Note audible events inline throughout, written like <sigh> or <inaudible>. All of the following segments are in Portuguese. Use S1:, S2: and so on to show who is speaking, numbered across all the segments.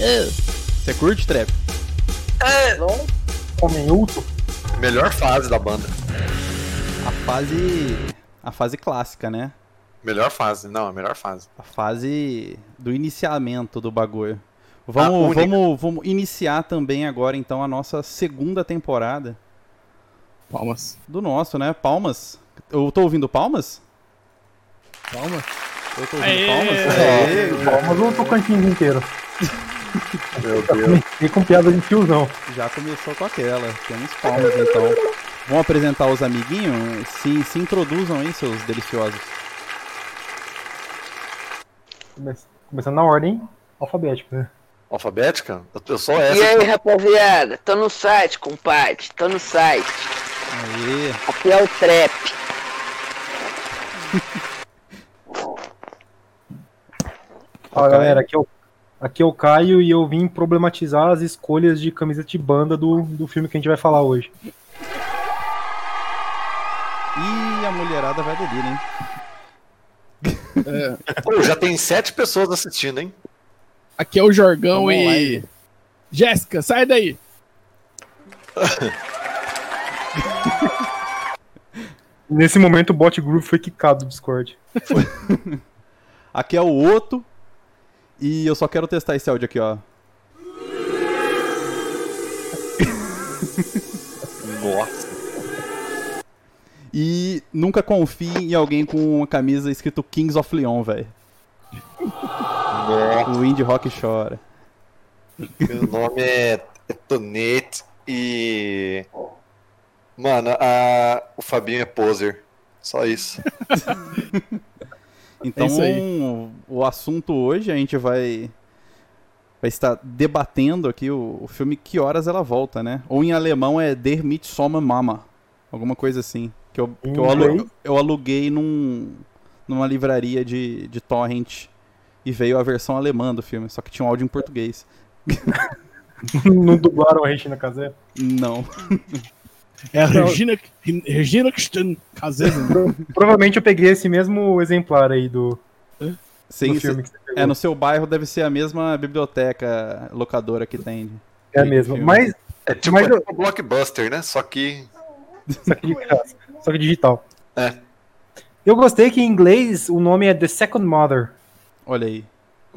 S1: É. Você curte trap?
S2: É, não.
S3: Homem Ulto.
S2: Melhor fase da banda.
S1: A fase. A fase clássica, né?
S2: Melhor fase. Não, é a melhor fase.
S1: A fase do iniciamento do bagulho.
S4: Ah,
S2: A
S1: Vamos,
S2: única.
S1: vamos, vamos iniciar também agora, então, a nossa segunda temporada
S4: Palmas.
S1: do nosso, né? Palmas. Eu tô ouvindo palmas?
S4: Palmas.
S1: Eu tô ouvindo
S5: Aê!
S1: palmas? É,
S3: Palmas ou Tocantins inteiro.
S2: Meu Deus.
S3: E com piada de tiozão.
S1: Já começou com aquela. Temos palmas, então. Vamos apresentar os amiguinhos? Se, se introduzam aí, seus deliciosos.
S3: Come- Começando na ordem alfabética, né?
S2: <laughs> Alfabética? Eu- Eu sou
S6: E
S2: essa.
S6: aí, rapaziada? Tô no site, compadre. Tô no site.
S1: Aê!
S6: Aqui é o trap.
S3: Fala
S1: Ok.
S3: galera, aqui é, o, aqui é o Caio e eu vim problematizar as escolhas de camiseta de banda do, do filme que a gente vai falar hoje.
S1: E a mulherada vai delir, hein?
S4: É,
S2: Pô, já tem sete pessoas assistindo, hein?
S4: aqui é o Jorgão
S1: Vamos lá,
S4: e.
S1: hein?
S4: Jéssica, sai daí.
S3: Nesse momento o bot groove foi quicado do Discord.
S1: Aqui é o Otto. E eu só quero testar esse áudio aqui, ó.
S2: Nossa.
S1: E nunca confie em alguém com uma camisa escrito Kings of Leon, velho.
S2: Nossa.
S1: O indie rock chora.
S2: Meu nome é Tonete e. Mano, a... o Fabinho é poser. Só <laughs> isso.
S3: É
S1: Então,
S4: isso aí.
S1: o assunto hoje a gente vai vai estar debatendo aqui o, o filme Que Horas Ela Volta, né? Ou em alemão é Der Midsommar Mama, alguma coisa assim, que eu, que
S3: Hum,
S1: eu, alu-
S3: Inglês?
S1: eu aluguei num, numa livraria de, de torrent e veio a versão alemã do filme, só que tinha um áudio em português.
S3: <laughs> Não dublaram a Regina Casé. <laughs>
S1: Não.
S4: É a Regina, Regina Christian Casena.
S3: Provavelmente eu peguei esse mesmo exemplar aí do,
S1: Sem,
S3: do filme que você
S1: é, no seu bairro deve ser a mesma biblioteca locadora que tem.
S3: é mesmo.
S1: filme.
S3: Mas,
S2: É tipo
S3: Mas eu-
S2: um blockbuster, né? Só que.
S3: só que, de graça, só que digital.
S2: É.
S3: Eu gostei que em inglês o nome é The Second Mother.
S1: Olha aí.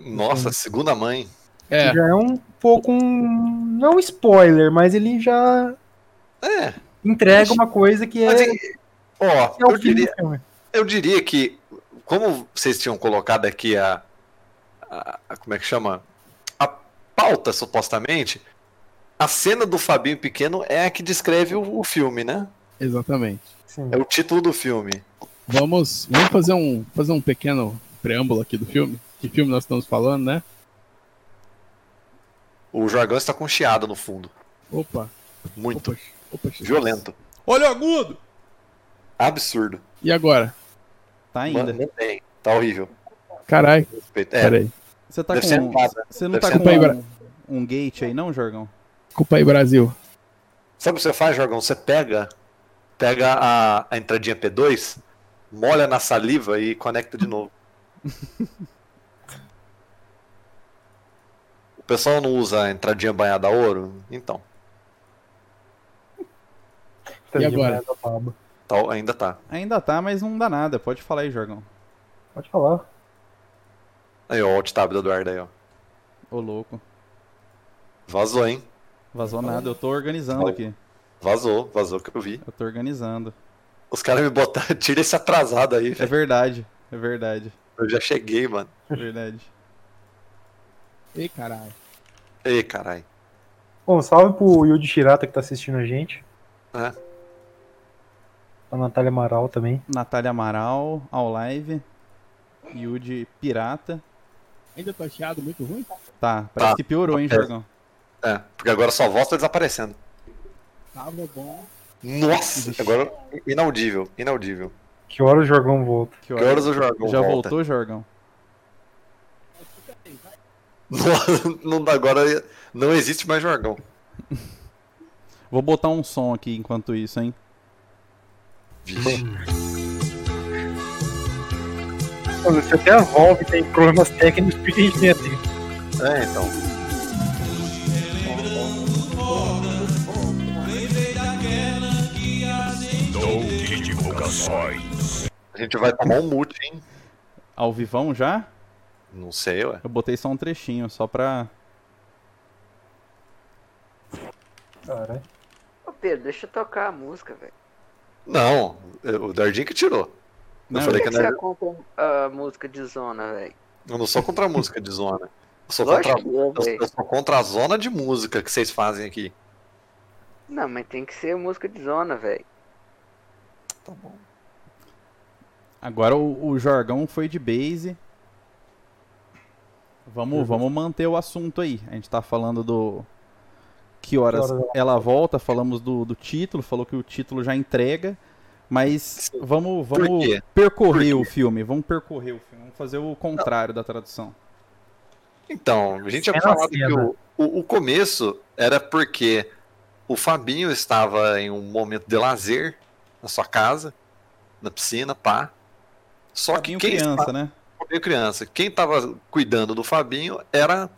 S2: Nossa, segunda mãe.
S4: <laughs> É,
S3: Já é um pouco um. Não spoiler, mas ele já
S2: É.
S3: entrega uma coisa que é,
S2: Mas, hein, ó,
S3: que é o
S2: eu
S3: fim
S2: diria,
S3: do filme.
S2: eu diria que, como vocês tinham colocado aqui a, a- a- Como é que chama? A pauta, supostamente. A cena do Fabinho Pequeno é a que descreve o, o filme, né?
S4: exatamente.
S3: Sim.
S2: É o título do filme.
S4: Vamos, vamos fazer, um, fazer um pequeno preâmbulo aqui do filme. Que filme nós estamos falando, né?
S2: O Jorgão está com um chiado no fundo.
S4: Opa,
S2: Muito.
S4: opa, opa. Jesus.
S2: Violento.
S1: Olha o agudo!
S2: Absurdo.
S4: E agora?
S1: Tá
S2: Mano,
S1: ainda.
S2: não tem. Tá horrível.
S4: Carai,
S2: Respeito. É,
S4: peraí.
S1: Você tá
S2: Deve ser
S1: com.
S2: nada.
S1: Você não
S2: Deve
S1: tá
S2: ser
S1: com
S4: nada.
S1: um, um gate aí, não, Jorgão?
S4: Desculpa aí, Brasil.
S2: Sabe o que você faz, Jorgão? Você pega, pega a, a entradinha P2, molha na saliva e conecta de novo. o pessoal não usa a entradinha banhada a ouro? Então,
S3: Tá de
S4: agora?
S3: merda, baba.
S2: tá- ainda tá.
S1: Ainda tá, mas não dá nada. Pode falar aí, Jorgão.
S3: Pode falar.
S2: Aí, ó, o alt tab do Eduardo aí, ó.
S1: Ô louco.
S2: Vazou, hein?
S1: Vazou nada. Eu tô organizando
S2: Fala.
S1: aqui.
S2: Vazou, vazou que eu vi.
S1: Eu tô organizando.
S2: Os caras me botaram, <laughs> tira esse atrasado aí,
S1: É
S2: velho.
S1: verdade. É verdade.
S2: Eu já cheguei, mano.
S1: É verdade.
S4: Ei, caralho.
S2: Ei, caralho.
S3: Bom, um salve pro Yudi Shirata que tá assistindo a gente.
S2: É.
S3: A Natália Amaral também.
S1: Natália Amaral, ao live. Yudi Pirata.
S4: Ainda tá chiado muito ruim?
S1: Tá, parece
S2: Tá.
S1: que piorou, hein,
S2: É.
S1: Jorgão?
S2: É, porque agora sua voz tá desaparecendo.
S4: Tava bom.
S2: Nossa, agora inaudível, inaudível.
S3: Que hora o Jorgão volta?
S1: Que
S2: Que
S1: hora?
S2: horas o Jorgão
S1: Já
S2: volta?
S1: voltou, Jorgão?
S2: Não, dá- agora não existe mais jargão.
S1: Vou botar um som aqui enquanto isso, hein?
S2: Vixe.
S3: <laughs> Mano, se até a Valve tem problemas técnicos, porque a gente tem assim.
S2: É, então.
S5: Corações.
S2: A gente vai tomar um mute, hein?
S1: Ao vivão já?
S2: Não sei, ué.
S1: Eu botei só um trechinho, só pra.
S3: Caralho.
S6: Ô Pedro, deixa eu tocar a música, velho.
S2: Não, o Dardinho que tirou.
S1: Não,
S2: falei
S6: Por
S2: que
S6: que, que você
S2: não
S6: é contra a música de zona, velho?
S2: Eu não sou contra a música de zona. Eu sou, contra,
S6: Lógico que é,
S2: eu,
S6: velho.
S2: eu sou contra a zona de música que vocês fazem aqui.
S6: Não, mas tem que ser música de zona, velho.
S2: Tá bom.
S1: Agora o, o jargão foi de base. Vamos,
S2: Uhum.
S1: vamos manter o assunto aí. A gente tá falando do. Que horas,
S3: Que horas
S1: ela volta, falamos do, do título, falou que o título já entrega. Mas
S2: Sim.
S1: vamos,
S2: Por
S1: vamos
S2: quê?
S1: percorrer o filme. Vamos percorrer o filme. Vamos fazer o contrário da tradução.
S2: Então, a gente tinha
S3: Cena
S2: falado
S3: cena.
S2: que o, o, o começo era porque o Fabinho estava em um momento de lazer na sua casa, na piscina, pá. Só
S1: Fabinho
S2: que quem
S1: criança,
S2: estava,
S1: né?
S2: Fabinho criança, quem estava cuidando do Fabinho era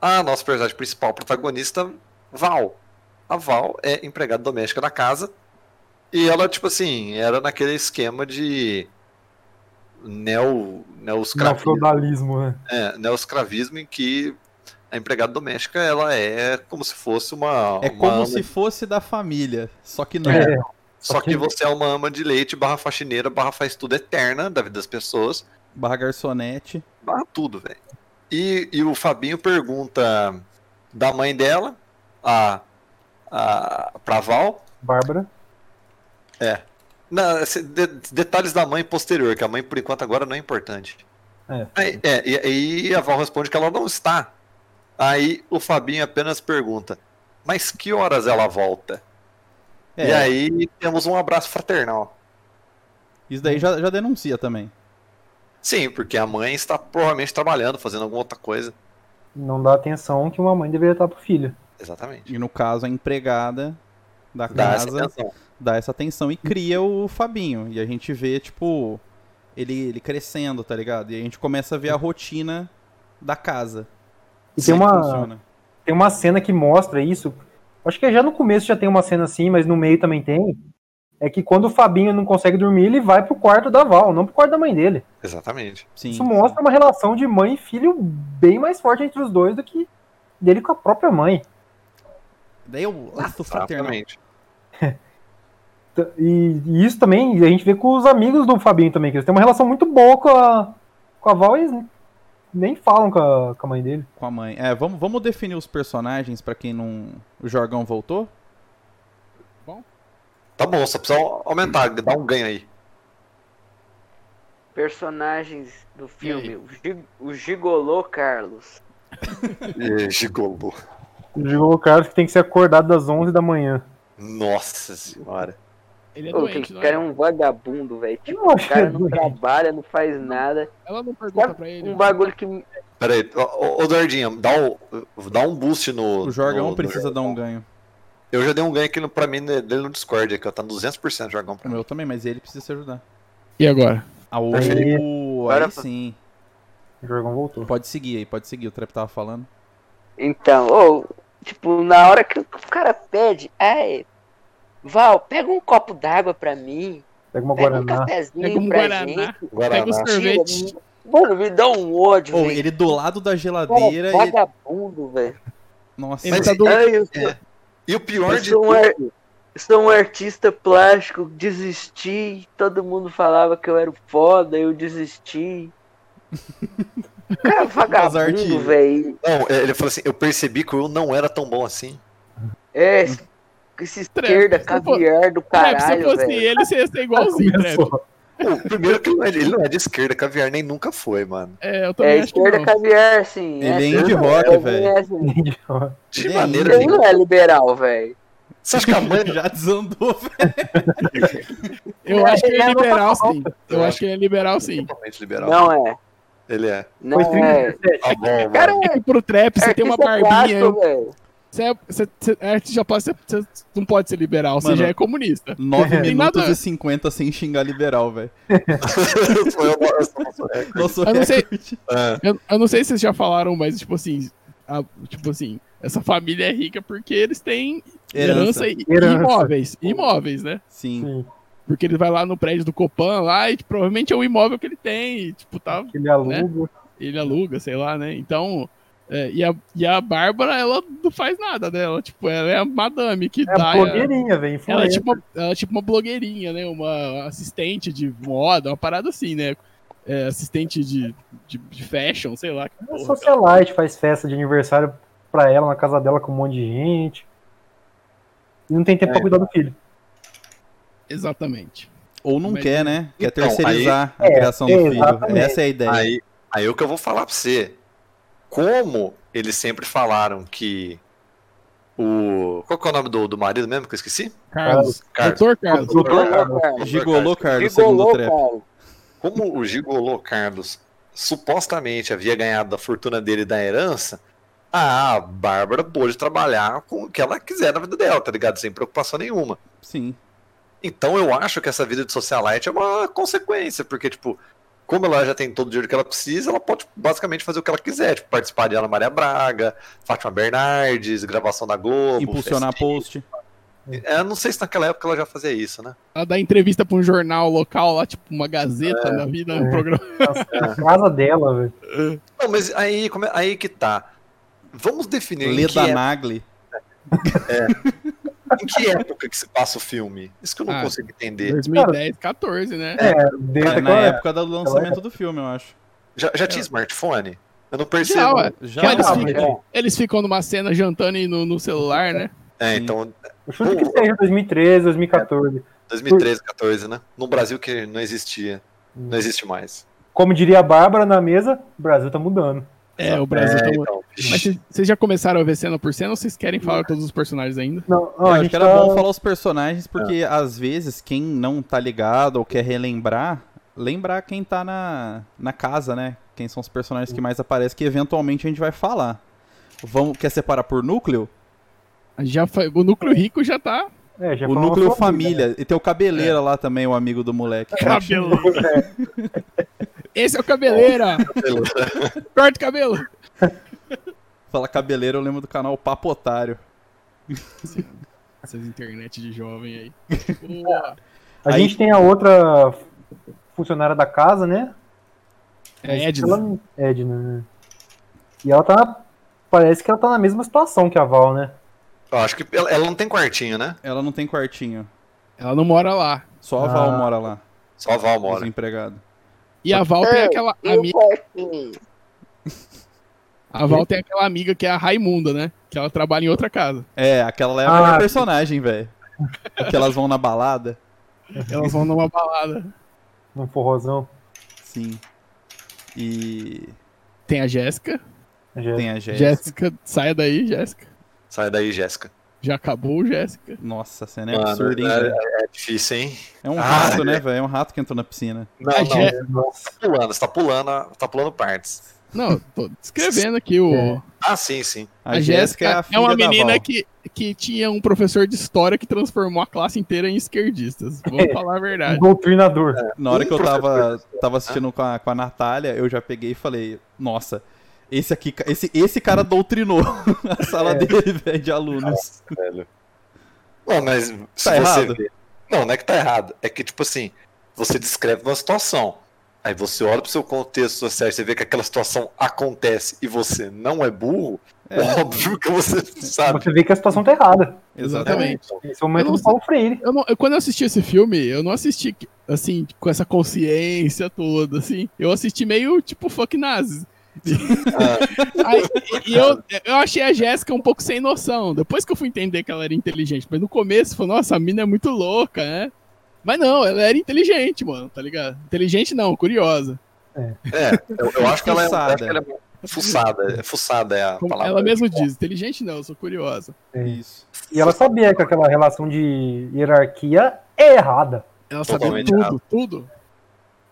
S2: a nossa personagem principal, protagonista, Val. A Val é empregada doméstica da casa e ela, tipo assim, era naquele esquema de neo, neo
S3: Neofeudalismo, né?
S2: é, neoscravismo em que a empregada doméstica ela é como se fosse uma.
S1: É
S2: uma
S1: como
S2: ama-
S1: se fosse da família, só que não.
S3: É,
S2: Só que você é uma ama de leite, barra faxineira, barra faz tudo eterna da vida das pessoas,
S1: Barra garçonete.
S2: barra tudo, velho. E, e o Fabinho pergunta da mãe dela, a, a, pra Val.
S3: Bárbara.
S2: É. Na- se- de- detalhes da mãe posterior, que a mãe por enquanto agora não é importante.
S3: É.
S2: Aí, é, e, e a Val responde que ela não está. Aí o Fabinho apenas pergunta: Mas que horas ela volta?
S1: É,
S2: E aí temos um abraço fraternal.
S1: Isso daí já, já denuncia também.
S2: Sim, porque a mãe está provavelmente trabalhando, fazendo alguma outra coisa.
S3: Não dá atenção que uma mãe deveria estar pro filho.
S2: Exatamente.
S1: E no caso, a empregada da
S2: Dá essa
S1: casa
S2: atenção.
S1: dá essa atenção e cria o Fabinho. E a gente vê, tipo, ele, ele crescendo, tá ligado? E a gente começa a ver a rotina da casa.
S3: E
S1: Sim,
S3: tem uma,
S1: funciona.
S3: tem uma cena que mostra isso. Acho que já no começo já tem uma cena assim, mas no meio também tem. É que quando o Fabinho não consegue dormir, ele vai pro quarto da Val, não pro quarto da mãe dele.
S2: Exatamente.
S1: Sim,
S3: Isso mostra uma relação de mãe e filho bem mais forte entre os dois do que dele com a própria mãe.
S1: Daí o laço fraternal.
S2: Exatamente.
S3: T- E, e isso também a gente vê com os amigos do Fabinho também, que eles têm uma relação muito boa com a, com a Val e eles nem falam com a, com a mãe dele.
S1: Com a mãe. É, vamos, vamos definir os personagens pra quem não. O Jorgão voltou?
S2: Tá bom, só precisa aumentar, dar um ganho aí.
S6: Personagens do filme. O, gi o Gigolô Carlos.
S2: Ê, Gigolô.
S3: O Gigolo Carlos que tem que ser acordado das 11 da manhã.
S2: Nossa senhora.
S4: Ele é
S6: Ô, aquele
S4: doente, não
S6: cara é
S4: é?
S6: um vagabundo, velho. Tipo,
S3: Eu acho
S6: o
S3: <laughs>
S6: cara não
S3: é doente.
S6: trabalha, não faz nada.
S4: Ela não pergunta
S6: Sabe
S4: pra ele. é
S6: um bagulho que.
S2: Pera aí, ô, ô, ô Dardinha, dá, o, dá um boost no.
S1: O Jorgão
S2: no- no-
S1: precisa dar um ganho.
S2: Eu já dei um ganho aqui no, pra mim né, dele no Discord, aqui, ó. Tá 200% Jorgão
S1: O
S2: pra mim.
S1: meu também, mas ele precisa se ajudar.
S6: um
S4: E agora?
S1: Ah, o...
S3: Perfeito.
S1: Aí
S6: Agora-
S1: sim.
S3: O Jorgão voltou.
S1: Pode seguir aí, pode seguir. O Trap tava falando.
S6: Então, ou, tipo, na hora que o cara pede, ai, Val, pega um copo d'água pra mim,
S3: Pega uma
S6: pega um
S3: Guaraná.
S6: cafezinho
S4: Pega um
S6: pra
S4: Guaraná.
S6: gente.
S4: Pega o
S2: Guaraná.
S6: Tira,
S4: sorvete.
S6: mano, me dá um ódio,
S1: Ou
S6: velho.
S1: ele do lado da
S6: Cara,
S1: geladeira. ele...
S6: vagabundo, velho. É
S1: Nossa,
S4: Ele
S2: Mas
S4: tá doente.
S6: Ai, eu
S1: É.
S6: sou,
S2: E o pior
S6: eu
S2: de
S6: sou um
S2: tudo,
S6: ar- sou um artista plástico, desisti, todo mundo falava que eu era foda, eu desisti.
S1: <laughs>
S6: Cara, vagabundo,
S1: artigo.
S6: velho.
S2: não, é, ele falou assim, eu percebi que eu não era tão bom assim.
S6: É, esse- esse
S4: Trap,
S6: esquerda,
S4: se for-
S6: caviar do
S4: Trap, se
S6: caralho,
S4: fosse
S6: velho.
S4: ele, você ia ser
S1: Assim,
S4: igualzinho, Trap.
S3: Começou.
S2: O primeiro que ele não é- ele não é de esquerda, caviar nem nunca foi, mano.
S4: É, eu
S6: É,
S4: também acho que
S6: esquerda
S4: não.
S6: caviar, sim.
S1: Ele é
S6: é,
S1: indie rock, velho.
S6: Ele
S2: De
S1: Ele é
S2: maneira
S1: índio.
S6: Ele
S2: nenhuma.
S6: não é liberal, velho.
S2: Você acha que a mãe. é
S1: <laughs> Já desandou, velho.
S4: Eu acho que ele é
S3: Ele é
S4: liberal,
S3: nossa
S4: sim. Eu acho que ele é liberal, sim.
S2: totalmente liberal.
S6: Não é.
S2: Ele é.
S6: Não
S3: Foi
S6: é.
S3: 37.
S2: Tá bom, mano.
S6: Cara, é
S4: É que pro Trap, você tem uma
S6: artista
S4: barbinha.
S6: plástico, velho.
S4: Você, é, você, você, é, você já pode ser, você não pode ser liberal, você
S1: Mano.
S4: já é comunista.
S1: 9
S4: Tem
S1: minutos
S4: nada-
S1: e 50 sem xingar liberal, velho.
S2: <laughs> Eu sou- eu- eu sou-
S1: Nosso
S4: Eu não sei.
S1: recorde.
S2: É,
S4: Eu, eu não sei se vocês já falaram, mas tipo assim, a- tipo assim, essa família é rica porque eles têm herança,
S1: Herança.
S4: e, e
S3: Herança.
S4: imóveis. Imóveis, né?
S1: Sim.
S3: Sim.
S4: Porque ele vai lá no prédio do Copan lá e provavelmente é o imóvel que ele tem. E, tipo, tá,
S3: Aquele aluno.
S4: ele aluga, sei lá, né? Então. é, e, a, e a Bárbara, ela não faz nada, né? Ela, tipo, ela é a madame que
S3: É
S4: dá.
S3: a blogueirinha, velho.
S4: Ela é,
S3: influencer.
S4: tipo, ela é tipo uma blogueirinha, né? Uma assistente de moda, uma parada assim, né? É, assistente de, de, de fashion, sei lá. que
S3: É
S4: porra.
S3: socialite, faz festa de aniversário pra ela na casa dela com um monte de gente. E não tem tempo
S2: É.
S3: pra cuidar do filho.
S4: Exatamente.
S1: Ou não
S4: Mas-
S1: quer, né? Quer
S2: Então, aí-
S1: terceirizar a
S3: É,
S1: criação do filho.
S3: exatamente.
S1: Essa é a ideia.
S2: Aí, aí é o que eu vou falar pra você. Como eles sempre falaram que o. Qual que é o nome do, do marido mesmo que eu esqueci?
S4: Carlos.
S2: Carlos.
S4: Doutor Carlos.
S3: Doutor
S6: Gigolô, cara.
S1: Gigolô, Carlos, segundo
S6: Gigolô,
S1: o Trap.
S6: cara.
S2: Como o Gigolô Carlos supostamente havia ganhado da fortuna dele da herança, a Bárbara pôde trabalhar com o que ela quiser na vida dela, tá ligado? Sem preocupação nenhuma.
S1: Sim.
S2: Então eu acho que essa vida de socialite é uma consequência, porque, tipo, como ela já tem todo o dinheiro que ela precisa, ela pode basicamente fazer o que ela quiser, tipo, participar de Ana Maria Braga, Fátima Bernardes, gravação da Globo.
S1: Impulsionar
S2: festinha.
S1: post.
S2: Eu não sei se naquela época ela já fazia isso, né?
S4: Ela dá entrevista pra um jornal local lá, tipo uma gazeta da vida, um
S3: É.
S4: programa.
S3: Na casa dela, velho.
S2: Não, mas aí, como é- aí que tá. Vamos definir em que,
S1: Leda
S2: é-
S1: Nagli.
S2: em que época que se passa o filme. Isso que eu não
S4: Ah.
S2: consigo entender.
S4: 2010, 14, né?
S3: Dentro
S1: É,
S3: daquela
S1: na
S3: época.
S1: época do lançamento do filme, eu acho.
S2: Já, já tinha smartphone? Eu não percebo.
S4: É. Já, ué.
S1: Já
S4: Mas eles,
S2: não,
S4: ficam,
S2: mas-
S4: é, eles ficam numa cena jantando e no, no celular, né?
S2: é, então,
S3: Eu chuto
S1: é.
S3: que seja 2013, 2014.
S2: 2013, 14, né? No Brasil que não existia. Não existe mais.
S3: Como diria a Bárbara na mesa, o Brasil tá mudando.
S4: É, o Brasil.
S2: É,
S4: tá-
S2: então,
S4: Mas vocês- vocês já começaram a ver cena por cena ou vocês querem falar todos os personagens ainda?
S3: Não, não,
S1: Eu
S3: a
S1: acho
S3: gente
S1: que era
S3: tá- É.
S1: bom falar os personagens, porque às vezes quem não tá ligado ou quer relembrar, lembrar quem tá na, na casa, né? Quem são os personagens que mais aparecem, que eventualmente a gente vai falar. Vamos, quer separar por núcleo?
S4: Já fa- O núcleo rico já tá
S3: é, já
S1: o
S3: falamos É.
S1: núcleo
S3: sobre, né?
S1: família. E tem o cabeleira lá também, o amigo do moleque.
S4: cabelo. <laughs> Esse é o cabeleiro, ó. Corta o cabelo.
S1: Fala cabeleira, eu lembro do canal Papotário.
S4: Essas internet de jovem aí.
S3: A
S1: Aí-
S3: gente tem a outra funcionária da casa, né?
S4: É Edna.
S3: Ela- Edna, né? E ela tá. Parece que ela tá na mesma situação que a Val, né?
S2: Eu acho que ela, ela não tem quartinho, né?
S1: Ela não tem quartinho.
S4: Ela não mora lá.
S1: Só a Val
S3: Ah.
S1: mora lá,
S2: Só a Val mora.
S1: desempregado.
S4: E a Val tem
S6: É,
S4: aquela
S6: E o
S4: amiga.
S6: quartinho?
S4: A Val tem aquela amiga que é a Raimunda, né? Que ela trabalha em outra casa.
S1: É, aquela lá é a
S3: Ah,
S1: melhor
S3: sim.
S1: personagem, velho. Que elas vão na balada.
S4: Elas vão numa balada.
S3: Num forrozão.
S1: Sim. E
S4: Tem a Jéssica.
S3: Já-
S1: tem a Jéssica.
S4: Jéssica, saia daí, Jéssica.
S2: Sai daí, Jéssica.
S4: Já acabou, Jéssica.
S1: Nossa, a cena é
S2: Mano,
S1: absurda, hein, velho?
S2: é, é difícil, hein?
S1: É um
S2: Ah,
S1: rato, né, velho? É um rato que entrou na piscina.
S2: Não,
S4: A
S2: não,
S4: Jé-
S3: é, Nossa.
S2: tá pulando, você tá pulando, você tá pulando partes.
S4: Não, tô descrevendo aqui o.
S3: É.
S2: Ah, sim, sim.
S1: A, Jéssica é a filha
S4: uma
S1: da
S4: menina
S1: Val.
S4: que, que tinha um professor de história que transformou a classe inteira em esquerdistas.
S2: <laughs>
S4: Vamos falar a
S3: Um
S4: verdade.
S3: doutrinador.
S1: Na hora
S2: Um
S1: que eu tava,
S2: professor.
S1: tava assistindo com a, com a Natália, eu já peguei e falei, nossa, esse aqui, ca- esse, esse cara doutrinou <laughs> a
S4: É.
S1: sala dele, velho, de alunos.
S2: Nossa, velho. Não, mas se
S1: Tá
S2: você
S1: errado?
S2: ver- Não, não é que tá errado. É que, tipo assim, você descreve uma situação. Aí você olha pro seu contexto social e você vê que aquela situação acontece e você não é burro,
S1: É.
S2: <laughs> óbvio que você não sabe.
S3: Você vê que a situação tá errada.
S1: Exatamente.
S3: Esse é o momento
S4: Eu não
S3: do Paulo Freire.
S4: Eu não- eu- quando eu assisti esse filme, eu não assisti, assim, com essa consciência toda, assim. Eu assisti meio, tipo, fuck nazis.
S2: É,
S4: Aí, e eu, eu achei a Jéssica um pouco sem noção. Depois que eu fui entender que ela era inteligente. Mas no começo, eu falei, nossa, a mina é muito louca, né? Mas não, ela era inteligente, mano, tá ligado? Inteligente não, curiosa.
S2: É, eu, eu acho que ela é, eu acho
S1: Fuçada.
S2: que ela é fuçada. é Fuçada é a
S4: Como
S2: palavra.
S4: ela mesma diz, inteligente não, eu sou curiosa.
S1: É Isso.
S3: E ela sabia que aquela relação de hierarquia é errada.
S4: Ela sabia
S2: Totalmente
S4: tudo,
S2: errado.
S4: tudo.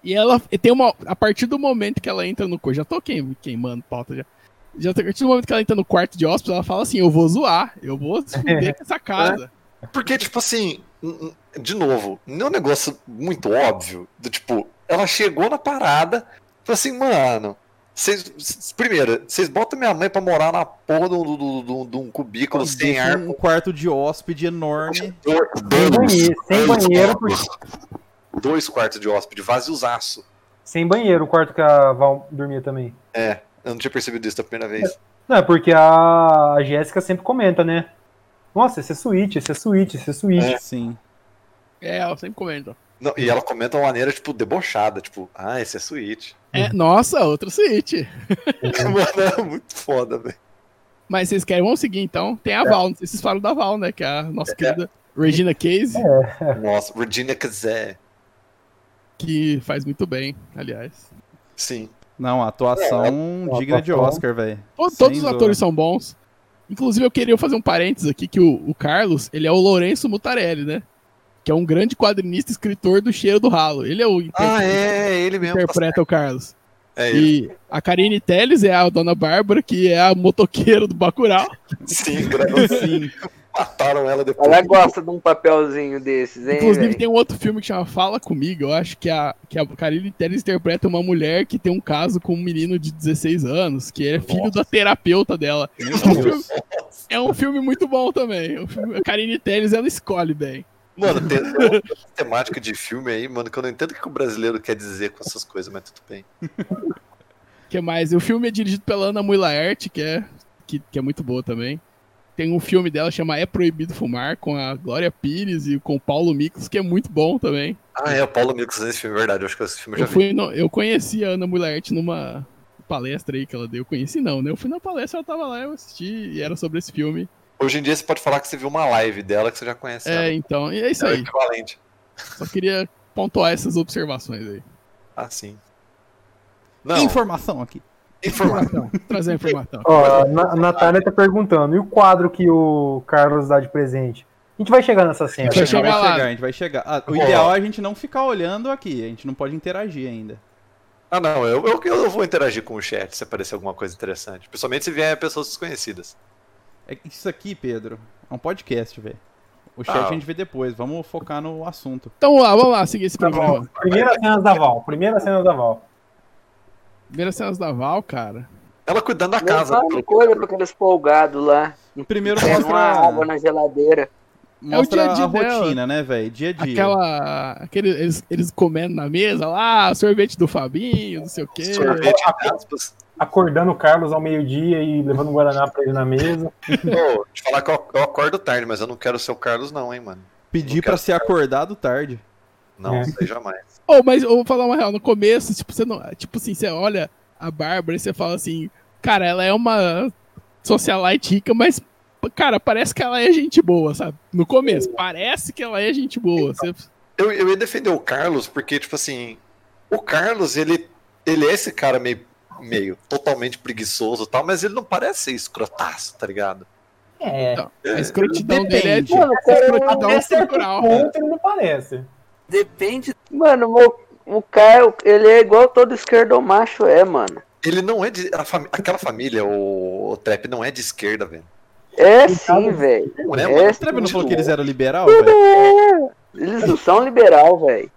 S4: E ela e tem uma. A partir do momento que ela entra no. co- Já tô queim- queimando pauta já. Já a partir do momento que ela entra no quarto de hóspede, ela fala assim: Eu vou zoar, eu vou se fuder com essa casa.
S2: Porque, tipo assim, n- n- de novo, não é um negócio muito óbvio. Do tipo, ela chegou na parada, falou assim, mano, Cês, cês- primeiro, vocês botam minha mãe pra morar na porra de um, de um- de um- de um cubículo sem
S1: Deixa
S2: ar.
S1: um quarto de hóspede enorme.
S3: Sem banheiro, sem banheiro, porque-
S2: Dois quartos de hóspede, vaziozaço.
S3: sem banheiro o quarto que a Val dormia também.
S2: É, eu não tinha percebido isso da primeira vez.
S3: Não, é porque a a Jéssica sempre comenta, né? Nossa, esse é suíte, esse é suíte, esse é suíte.
S1: Sim.
S4: É, eu sempre comento.
S2: Não, e ela comenta uma maneira, tipo, debochada, tipo, ah, esse
S3: <laughs>
S2: é suíte.
S4: É, nossa, outra suíte.
S2: Mano, é muito foda, velho.
S4: Mas vocês querem, vamos seguir então. Tem a Val, não sei se vocês falam da Val, né? Que é a nossa querida Regina Casey,
S2: Nossa, Regina Casé.
S4: que faz muito bem, aliás.
S2: Sim.
S1: Não, a atuação
S2: É,
S1: digna de
S3: atuação.
S1: Oscar, velho.
S4: To-
S1: Sem
S4: Todos os
S1: dúvida.
S4: atores são bons. Inclusive, eu queria fazer um parênteses aqui, que o, o Carlos, ele é o Lourenço Mutarelli, né? Que é um grande quadrinista e escritor do Cheiro do Ralo. Ele é o inter-
S2: Ah, é, é ele mesmo.
S4: interpreta o Carlos.
S2: É ele.
S4: E a Karine Telles é a Dona Bárbara, que é a motoqueira do Bacurau.
S2: Sim, graças <laughs>
S1: Sim.
S2: mataram ela depois.
S4: é
S6: Ela gosta de um papelzinho desses, hein?
S4: Inclusive,
S6: velho?
S4: tem um outro filme que chama Fala Comigo. Eu acho que a, que a Karine Telles interpreta uma mulher que tem um caso com um menino de 16 anos, que ele é filho da terapeuta dela. É um, filme, é um filme muito bom também. É um filme- a Karine Telles, ela escolhe bem.
S2: Mano, tem tem outra temática de filme aí, mano, que eu não entendo o que o brasileiro quer dizer com essas coisas, mas tudo bem.
S4: O que mais? O filme é dirigido pela Ana Mui Laerte, que é, que, que é muito boa também. Tem um filme dela chama É Proibido Fumar, com a Glória Pires e com o Paulo Micos, que é muito bom também.
S2: Ah, é, o Paulo Micos nesse filme, é verdade. Eu acho que esse filme eu já
S4: Eu,
S2: vi.
S4: fui no- eu conheci a Ana Mulherte numa palestra aí que ela deu. Eu conheci não, né? Eu fui na palestra, ela tava lá, eu assisti e era sobre esse filme.
S2: Hoje em dia você pode falar que você viu uma live dela que você já conhece.
S4: É,
S2: ela.
S4: então, e é isso
S2: é o
S4: aí.
S2: equivalente.
S4: Só queria pontuar essas observações aí.
S2: Ah, sim. Não,
S1: Informação aqui.
S2: informação.
S4: Trazer a
S2: <laughs>
S4: informação.
S3: Ó, a Na- a Natália tá perguntando, e o quadro que o Carlos dá de presente? A gente vai chegar nessa cena.
S4: A gente vai
S1: Não,
S4: chegar lá.
S1: chegar, a gente vai chegar. Ah, o
S2: Boa.
S1: ideal é a gente não ficar olhando aqui, a gente não pode interagir ainda.
S2: Ah, não, eu, eu, eu vou interagir com o chat se aparecer alguma coisa interessante. Principalmente se vier pessoas desconhecidas.
S1: É que isso aqui, Pedro, é um podcast, velho. O chat
S2: Ah.
S1: a gente vê depois, vamos focar no assunto.
S4: Então vamos lá, vamos lá, seguir esse
S3: Tá bom.
S4: programa.
S3: Primeira cena da Val, primeira cena da Val.
S4: Primeiras cenas da Val, cara.
S2: Ela cuidando da
S6: Não
S2: casa.
S6: fala
S2: pelo-
S6: coisa pra aqueles folgados lá.
S1: Primeiro
S6: Tem É uma água né?
S1: mostra,
S6: na geladeira.
S1: mostra
S4: É dia a dia
S1: a
S4: dela.
S1: rotina, né, velho? Dia a dia.
S4: Aquela. Aquele, eles, eles comendo na mesa lá, sorvete do Fabinho, não sei o quê.
S2: Sorvete, entre aspas.
S3: Acordando o Carlos ao meio-dia e levando um Guaraná pra ele na mesa.
S2: Ô, te falar que eu, eu acordo tarde, mas eu não quero ser o Carlos, não, hein, mano.
S1: Pedir
S2: Não
S1: pra
S2: quero
S1: ser acordado tarde.
S2: Não,
S3: É.
S2: isso aí jamais.
S4: Oh, mas eu vou falar uma real, no começo, tipo, você não. Tipo assim, você olha a Bárbara e você fala assim, cara, ela é uma socialite rica, mas, p- cara, parece que ela é gente boa, sabe? No começo, parece que ela é gente boa. Você-
S2: Eu, eu ia defender o Carlos, porque, tipo assim, o Carlos, ele, ele é esse cara meio, meio totalmente preguiçoso e tal, mas ele não parece ser escrotaço, tá ligado?
S3: É.
S4: Não, a escrotidão
S1: Depende.
S4: dele é de
S6: Mano,
S4: a
S6: cara,
S4: escrotidão
S3: Até certo
S4: um cultural.
S3: é
S4: né?
S3: ponto ele não parece.
S6: Depende. Mano, o, o Caio, ele é igual todo esquerdomacho é, mano.
S2: Ele não é de. a fami- aquela família, o, o Trap, não é de esquerda, velho.
S6: É
S3: Ele
S6: sim,
S3: tá-
S6: velho.
S2: Não é, mano.
S6: É,
S1: O Trevor não
S2: Muito
S1: falou que eles
S2: louco.
S1: eram liberal, velho?
S6: eles não são liberal, velho.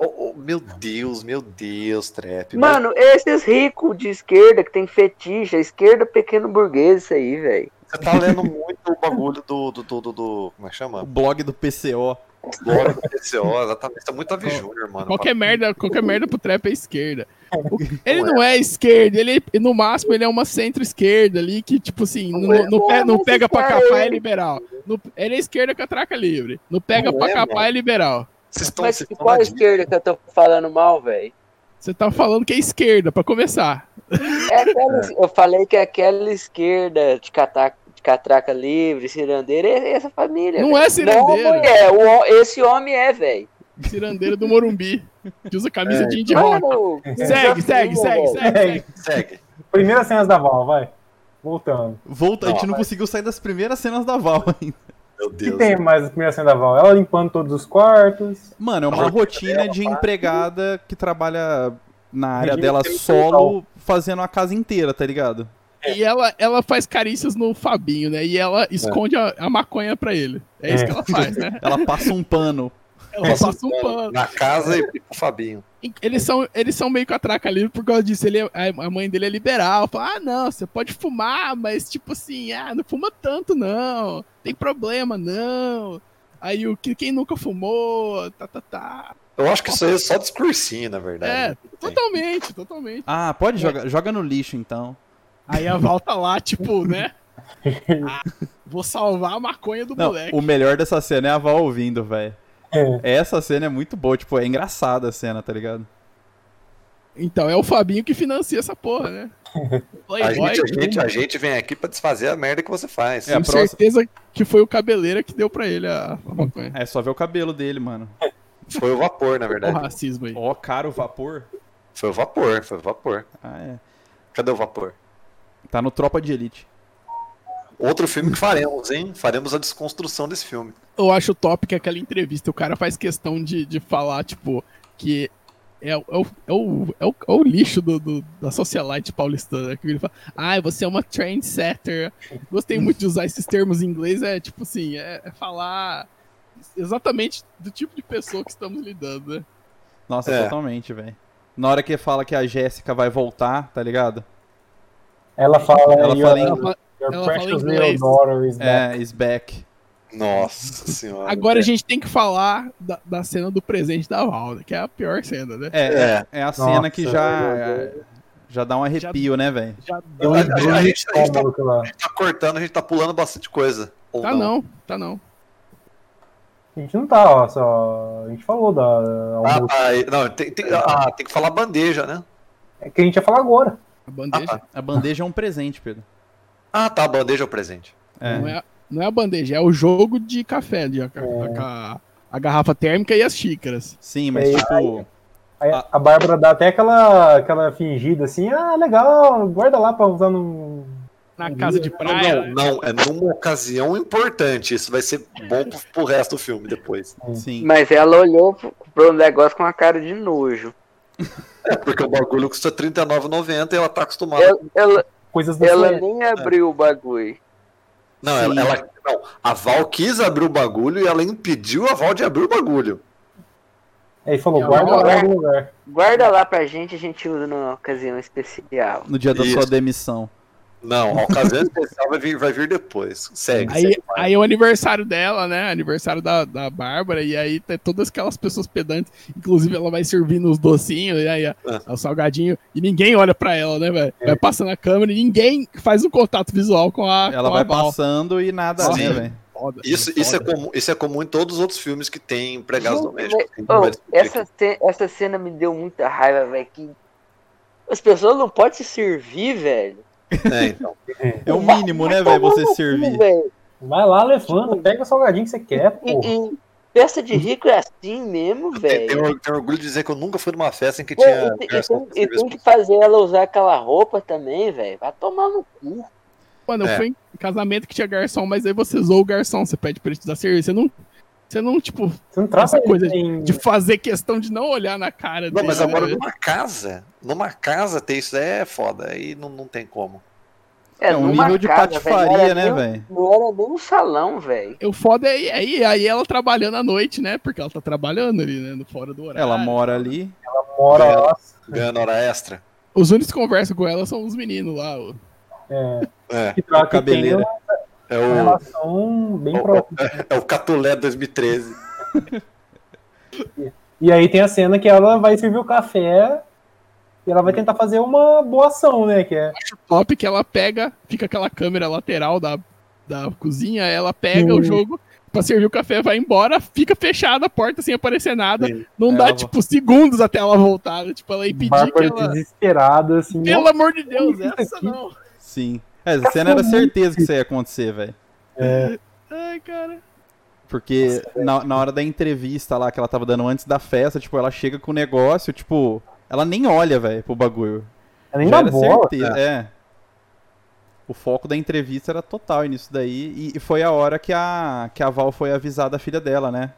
S2: Ô, ô, meu Deus, meu Deus, Trap.
S4: né?
S6: Mano, esses ricos de esquerda que tem fetiche, a esquerda é pequeno burguês, isso aí, velho.
S2: Você tá lendo muito o bagulho do. do, do, do, do- como é que
S1: O
S2: chama?
S1: Tá, blog do PCO.
S2: Glória do PCO, exatamente. Tá muito Avi Júnior, mano.
S4: Qualquer merda, qualquer merda pro Trap é esquerda. O- Ele não é esquerda, ele é- no máximo ele é uma centro-esquerda ali que, tipo assim, não, não,
S6: Não é,
S4: pe- não
S6: mas
S4: pega pra
S6: esse cara
S4: capar é
S6: aí-
S4: liberal. Não- ele é esquerda catraca livre. Não pega
S2: Não
S4: pra
S2: é,
S4: capar é liberal.
S2: Vocês estão
S6: Mas é
S2: se
S6: qual a
S2: falando de...
S6: esquerda que eu tô falando mal, velho?
S4: Você tá falando que é esquerda, pra começar.
S6: É aquela- Eu falei que é aquela esquerda de cataca. de Catraca livre, cirandeira, é essa família.
S4: Não é
S6: velho. Não,
S4: cirandeiro.
S6: mulher, o ho- esse homem é, velho.
S4: Cirandeiro do Morumbi, que usa camisa de indie
S6: então.
S4: rock.
S6: Mano,
S4: Segue, segue,
S6: desafio,
S4: segue,
S6: tá velho.
S4: segue, segue.
S2: Segue.
S3: É Primeira cena da Val, vai. Voltando.
S1: Volta, a gente
S2: Não,
S1: não conseguiu sair das primeiras cenas da Val <laughs> ainda.
S2: Meu
S3: O que
S2: Deus.
S3: tem mais na primeira cena da Val? Ela limpando todos os quartos.
S1: Mano, é
S2: A
S1: uma
S2: rotina
S1: rotina
S2: dela,
S1: de
S2: tá?
S1: empregada que trabalha na área
S3: Regime
S1: dela
S3: semicultural.
S1: solo, fazendo a casa inteira, tá ligado?
S4: E ela, ela faz carícias no Fabinho, né? E ela esconde a, a maconha pra ele. É, isso
S3: É.
S1: <laughs>
S4: que ela faz, né?
S1: Ela passa um pano.
S4: Ela passa um pano.
S2: Na casa e pro Fabinho.
S4: Eles são, eles são meio catraca livre por causa disso. Ele é- a a mãe dele é liberal. Fala, ah, não, você pode fumar, mas tipo assim, ah, não fuma tanto, não. Tem problema, não. Aí o que quem nunca fumou, tá, tá, tá.
S2: Eu acho que isso aí é só discursinho, na verdade.
S4: É, totalmente, totalmente.
S1: Ah,
S2: É.
S1: pode jogar. Joga no lixo, então.
S4: Aí a Val tá lá, <laughs> tipo, né? Ah, vou salvar a maconha <laughs> do
S1: Não,
S4: moleque.
S1: o melhor dessa cena é a Val ouvindo, velho.
S3: É.
S1: Essa cena é muito boa, tipo, é engraçada a cena, tá ligado?
S4: Então é o Fabinho que financia essa porra, né?
S2: A
S4: Playboy,
S2: gente, a, gente, a gente vem aqui pra desfazer a merda que você faz.
S1: É, a
S4: tenho
S1: próxima-
S4: certeza que foi o cabeleira que deu pra ele a, a maconha.
S1: É só ver o cabelo dele, mano.
S2: Foi o vapor, na
S4: O
S2: É verdade.
S4: racismo aí.
S1: Ó, cara, o vapor.
S2: Foi o vapor, foi o vapor.
S1: Ah, é.
S2: Cadê o vapor?
S1: Tá no Tropa de Elite.
S2: Outro filme que faremos, hein? Faremos a desconstrução desse filme.
S4: Eu acho top que aquela entrevista, o cara faz questão de, de falar, tipo, que é, o- é, o, é, o, é, o, é o lixo do, do- da socialite paulistana. Que ele fala, ah, você é uma trendsetter. Gostei muito de usar esses termos em inglês, é tipo assim, é, é falar exatamente do tipo de pessoa que estamos lidando, né?
S1: Nossa,
S2: É.
S1: totalmente, velho. Na hora que fala que a Jéssica vai voltar, tá ligado?
S3: Ela fala.
S1: Ela
S3: "Your-
S1: fala em-
S4: Ela fala-
S3: your
S4: ela fala em
S3: precious
S4: inglês.
S3: little daughter is back."
S1: É, is back.
S2: Nossa senhora.
S4: Agora a gente tem que falar da, da cena do presente da Valda, que é a pior cena, né?
S1: É, é, é a cena
S3: Nossa,
S1: que já,
S3: meu
S1: já dá um arrepio, né, velho?
S4: Já
S3: Deu um
S2: A- a- a- a gente- a gente tá-
S3: incômodo que ela-
S2: tá cortando, a gente tá pulando bastante coisa. Ou
S4: Tá não, tá não.
S3: A gente não tá, ó, só. A gente falou da.
S2: Ah,
S3: almoço.
S2: tá, aí- não, tem, tem- ah, tem que falar bandeja, né?
S3: É que a gente ia falar agora.
S4: A bandeja.
S1: A bandeja é um presente, Pedro.
S2: Ah, tá, bandeja é o presente.
S1: É.
S4: Não, é, não é a bandeja, é o jogo de café, de, a,
S2: É.
S4: a- a garrafa térmica e as xícaras.
S1: Sim, mas
S3: É,
S1: tipo.
S3: Aí
S1: Ah.
S3: a Bárbara dá até aquela, aquela fingida assim, ah, legal, guarda lá pra usar no.
S4: Na casa de
S2: Não,
S4: praia. né?
S2: não, não, é numa ocasião importante. Isso vai ser bom pro, pro resto do filme depois.
S1: Sim.
S6: Mas ela olhou pro- pro negócio com uma cara de nojo.
S2: É porque o bagulho custa R$39,90 e ela tá acostumada.
S6: Ela, ela-
S3: Coisas da
S6: ela
S3: sua época.
S6: nem abriu o bagulho.
S2: Não, ela, ela- não, a Val quis abrir o bagulho e ela impediu a Val de abrir o bagulho.
S3: Aí falou,
S4: É,
S3: guarda lá
S6: agora-
S3: em algum lugar.
S6: Guarda lá pra gente, a gente usa numa ocasião especial.
S1: No dia da
S2: Isso.
S1: sua demissão.
S2: Não, a ocasião especial vai vir, vai vir depois. Segue.
S4: Aí,
S2: segue, vai.
S4: aí é o aniversário dela, né? Aniversário da, da Bárbara, e aí tem todas aquelas pessoas pedantes, inclusive ela vai servindo os docinhos, e aí a-
S2: Ah. É.
S4: o salgadinho, e ninguém olha pra ela, né, velho? Vai passando a câmera e ninguém faz um contato visual com a.
S1: Ela
S4: Tá com
S1: vai
S4: a Val.
S1: passando e nada,
S4: Sim.
S1: né, velho?
S4: Foda,
S2: Isso,
S4: foda.
S2: isso, é comum, isso é comum em todos os outros filmes que tem empregados domésticos.
S6: Gente, oh, essa, ce- essa cena me deu muita raiva, velho. Que as pessoas não podem se servir, velho. Tá
S2: É, então.
S1: É o mínimo, né, velho, você servir.
S6: velho.
S3: Vai lá, levanta, pega o salgadinho que você quer,
S6: E,
S3: pô.
S6: e festa
S1: Uhum.
S6: de rico é assim mesmo,
S2: Tem-
S1: um
S2: Tenho,
S6: velho.
S2: tenho orgulho de dizer que eu nunca fui numa festa em que
S6: Pô,
S2: tinha.
S6: E tem- e
S2: garçom
S6: tem-
S2: de
S6: e
S2: serviço
S6: tem que fazer ela usar aquela roupa também, velho. Vai tomar no cu.
S4: Mano, eu
S2: É.
S4: fui em casamento que tinha garçom, mas aí você zoou o garçom, você pede pra ele te dar serviço. Você não, você não tipo,
S3: Você não trata
S4: Essa coisa
S3: ele em...
S4: de fazer questão de não olhar na cara
S2: Não,
S4: dele.
S2: mas agora
S4: né?
S2: numa casa, numa casa ter isso é foda, aí não, não tem como.
S1: É um
S6: numa
S1: nível de
S6: casa,
S1: patifaria,
S6: velho, não
S1: né,
S6: era nem-
S1: velho?
S6: Não era nem um salão, velho.
S4: O foda é aí, aí ela trabalhando à noite, né? Porque ela tá trabalhando ali, né? no- Fora do horário.
S1: Ela mora ali.
S3: Mora lá.
S2: Ganhando hora extra.
S4: Os únicos que conversam com ela são os meninos lá. o-
S3: É,
S2: É,
S3: que troca que tem
S1: Cabeleira.
S3: uma
S2: é o,
S3: relação bem
S2: o-
S3: próxima.
S2: é o Catulé 2013.
S3: E aí tem a cena que ela vai servir o café e ela vai tentar fazer uma boa ação, né? Que é
S4: Acho top que ela pega, fica aquela câmera lateral da, da cozinha, ela pega
S3: Sim.
S4: o jogo pra servir o café, vai embora, fica fechada a porta sem aparecer nada.
S2: Sim.
S4: Não
S1: Ela
S4: dá,
S1: vo-
S4: tipo, segundos até ela voltar. né? Tipo, ela impedir que
S3: Bárbara
S4: ela.
S3: desesperada, assim.
S4: Pelo
S3: ó,
S4: amor de Deus,
S3: Isso
S4: essa
S3: aqui.
S4: não.
S1: Sim. Essa cena era certeza que isso ia acontecer, velho.
S4: Ai, cara.
S1: Porque na, na hora da entrevista lá que ela tava dando antes da festa, tipo, ela chega com o negócio, tipo, ela nem olha, velho, pro bagulho.
S3: ela é nem
S1: Já
S3: dá
S1: era
S3: bola.
S1: certeza, é. O foco da entrevista era total nisso daí. E, e foi a hora que a, que a Val foi avisar da filha dela, né?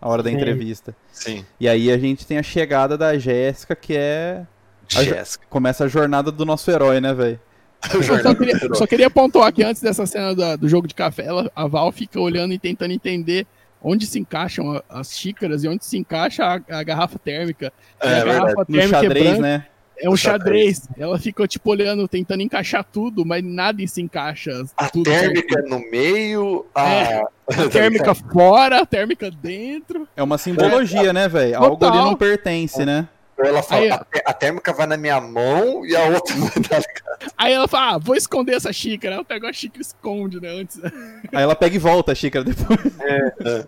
S1: A hora da
S3: Sim.
S1: entrevista.
S2: Sim.
S1: E aí a gente tem a chegada da Jéssica, que é. A Jo-
S2: Jéssica.
S1: Começa a jornada do nosso herói, né, velho?
S2: O
S4: Eu só
S2: jornal
S4: queria,
S2: virou.
S4: só queria pontuar que antes dessa cena da- do jogo de café, ela, a Val fica olhando e tentando entender onde se encaixam a- as xícaras e onde se encaixa a, a garrafa térmica.
S2: É,
S4: E a
S2: verdade.
S4: garrafa
S1: No
S4: térmica é
S1: xadrez,
S4: branca,
S1: né?
S4: É um
S2: No
S4: xadrez. Ela fica, tipo, olhando, tentando encaixar tudo, mas nada se encaixa.
S2: A
S4: tudo
S2: térmica no meio, a.
S4: É. certo. térmica fora, térmica dentro.
S1: É uma simbologia, né, velho? Algo ali
S4: Total.
S1: não pertence, né?
S2: Ela fala,
S4: Aí, ó.
S2: a, té- a térmica vai na minha mão e a outra <laughs> vai na
S4: Aí ela fala, ah, vou esconder essa xícara. Ela pegou a xícara e esconde, né, antes.
S1: Aí ela pega e volta a xícara depois.
S2: é.
S1: É.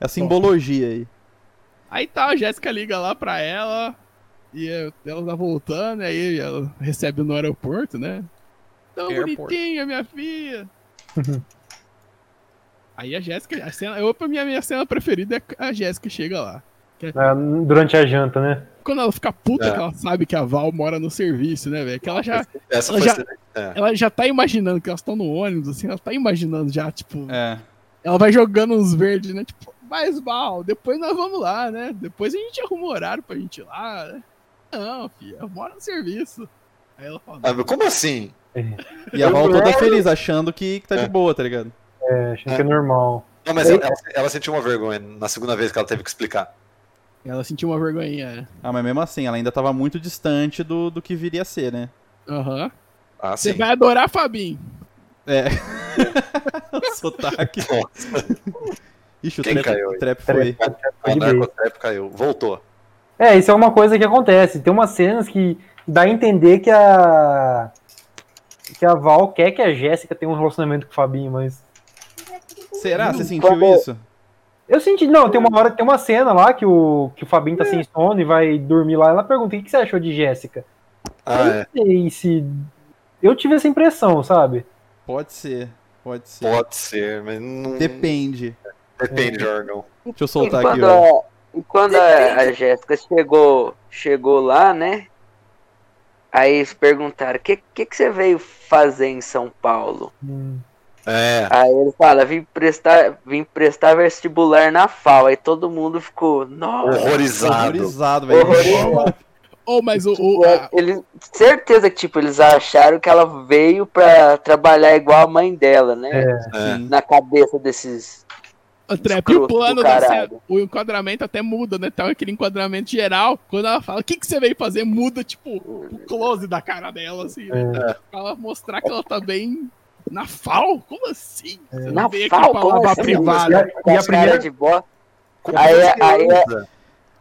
S1: A simbologia aí.
S4: Aí tá, a Jéssica liga lá pra ela. E é, ela tá voltando, aí ela recebe no aeroporto, né? Tão
S1: Airport.
S4: bonitinha, minha filha. aí a Jéssica, a cena, eu, pra mim, a minha cena preferida é a Jéssica chega lá.
S3: É, durante a janta, né?
S4: Quando ela fica puta
S2: É.
S4: que ela sabe que a Val mora no serviço, né, velho? Que ela já,
S2: Essa
S4: Ela
S2: foi
S4: já-
S2: excelente. É.
S4: ela já tá imaginando que elas estão no ônibus, assim, ela tá imaginando já, tipo,
S1: É.
S4: ela vai jogando uns verdes, né? Tipo, mas Val, depois nós vamos lá, né? Depois a gente arruma um horário pra gente ir lá, né? Não, filha, eu moro no serviço. Aí ela fala,
S2: Ah, mas como assim?
S1: E a
S2: Eu
S1: Val toda
S2: lembro.
S1: feliz, achando que, que tá de
S2: É.
S1: boa, tá ligado?
S3: É, achando que é normal.
S2: Não, mas
S3: Ei.
S2: ela, ela- ela sentiu uma vergonha na segunda vez que ela teve que explicar.
S4: ela sentiu uma vergonhinha, né?
S1: Ah, mas mesmo assim, ela ainda tava muito distante do, do que viria a ser, né? <laughs>
S4: Aham.
S2: Ah,
S6: Assim.
S4: Você
S2: sim.
S4: vai adorar, Fabinho.
S1: Sotaque. Ixi, o
S2: Quem
S1: trap,
S2: caiu aí?
S1: trap foi.
S3: Foi
S2: O
S3: de beijo.
S2: narcotrap caiu. Voltou.
S3: É, isso é uma coisa que acontece. Tem umas cenas que dá a entender que a. que a Val quer que a Jéssica tenha um relacionamento com o Fabinho, mas.
S1: Será? Você sentiu
S6: Como-
S1: isso?
S3: Eu senti. Não, tem uma hora, tem uma cena lá que o, que o Fabinho tá sem sono e vai dormir lá. Ela pergunta: o que que você achou de Jéssica?
S2: Ah, é.
S3: Eu não sei se. Eu tive essa impressão, sabe?
S1: Pode ser, pode ser.
S2: Pode ser, mas não
S1: Depende.
S2: depende, Jorgão.
S1: Deixa eu soltar aqui,
S6: Enquanto,
S1: ó.
S6: a, enquanto a, a Jéssica chegou, chegou lá, né? Aí eles perguntaram: o que, que, que você veio fazer em São Paulo?
S3: Hum.
S2: É.
S6: Aí ele fala: vim prestar, vim prestar vestibular na FAO. Aí todo mundo ficou: nossa.
S2: Horrorizado.
S1: Horrorizado, velho.
S6: Horrorizado.
S4: Ou, mas o... o- a-
S6: É, Ele, certeza que tipo, eles acharam que ela veio pra trabalhar igual a mãe dela, né?
S2: É.
S1: Sim.
S6: Na cabeça desses.
S4: o trap,
S6: escroto
S4: o plano
S6: do
S4: da
S6: caralho.
S4: cena, o enquadramento até muda, né? Tá aquele enquadramento geral. Quando ela fala, o que, que você veio fazer? Muda, tipo, o close da cara dela, assim. né?
S3: É.
S4: Pra ela mostrar que ela tá bem na FAO? Como assim? Você
S6: Na
S4: veio
S6: FAO?
S4: pra
S6: Como
S4: lavar
S6: assim?
S3: É, E a,
S4: privada.
S3: e a
S6: Cara
S3: primeira,
S6: de bosta.
S2: Como
S6: Aí-
S2: você
S6: aí-
S2: usa?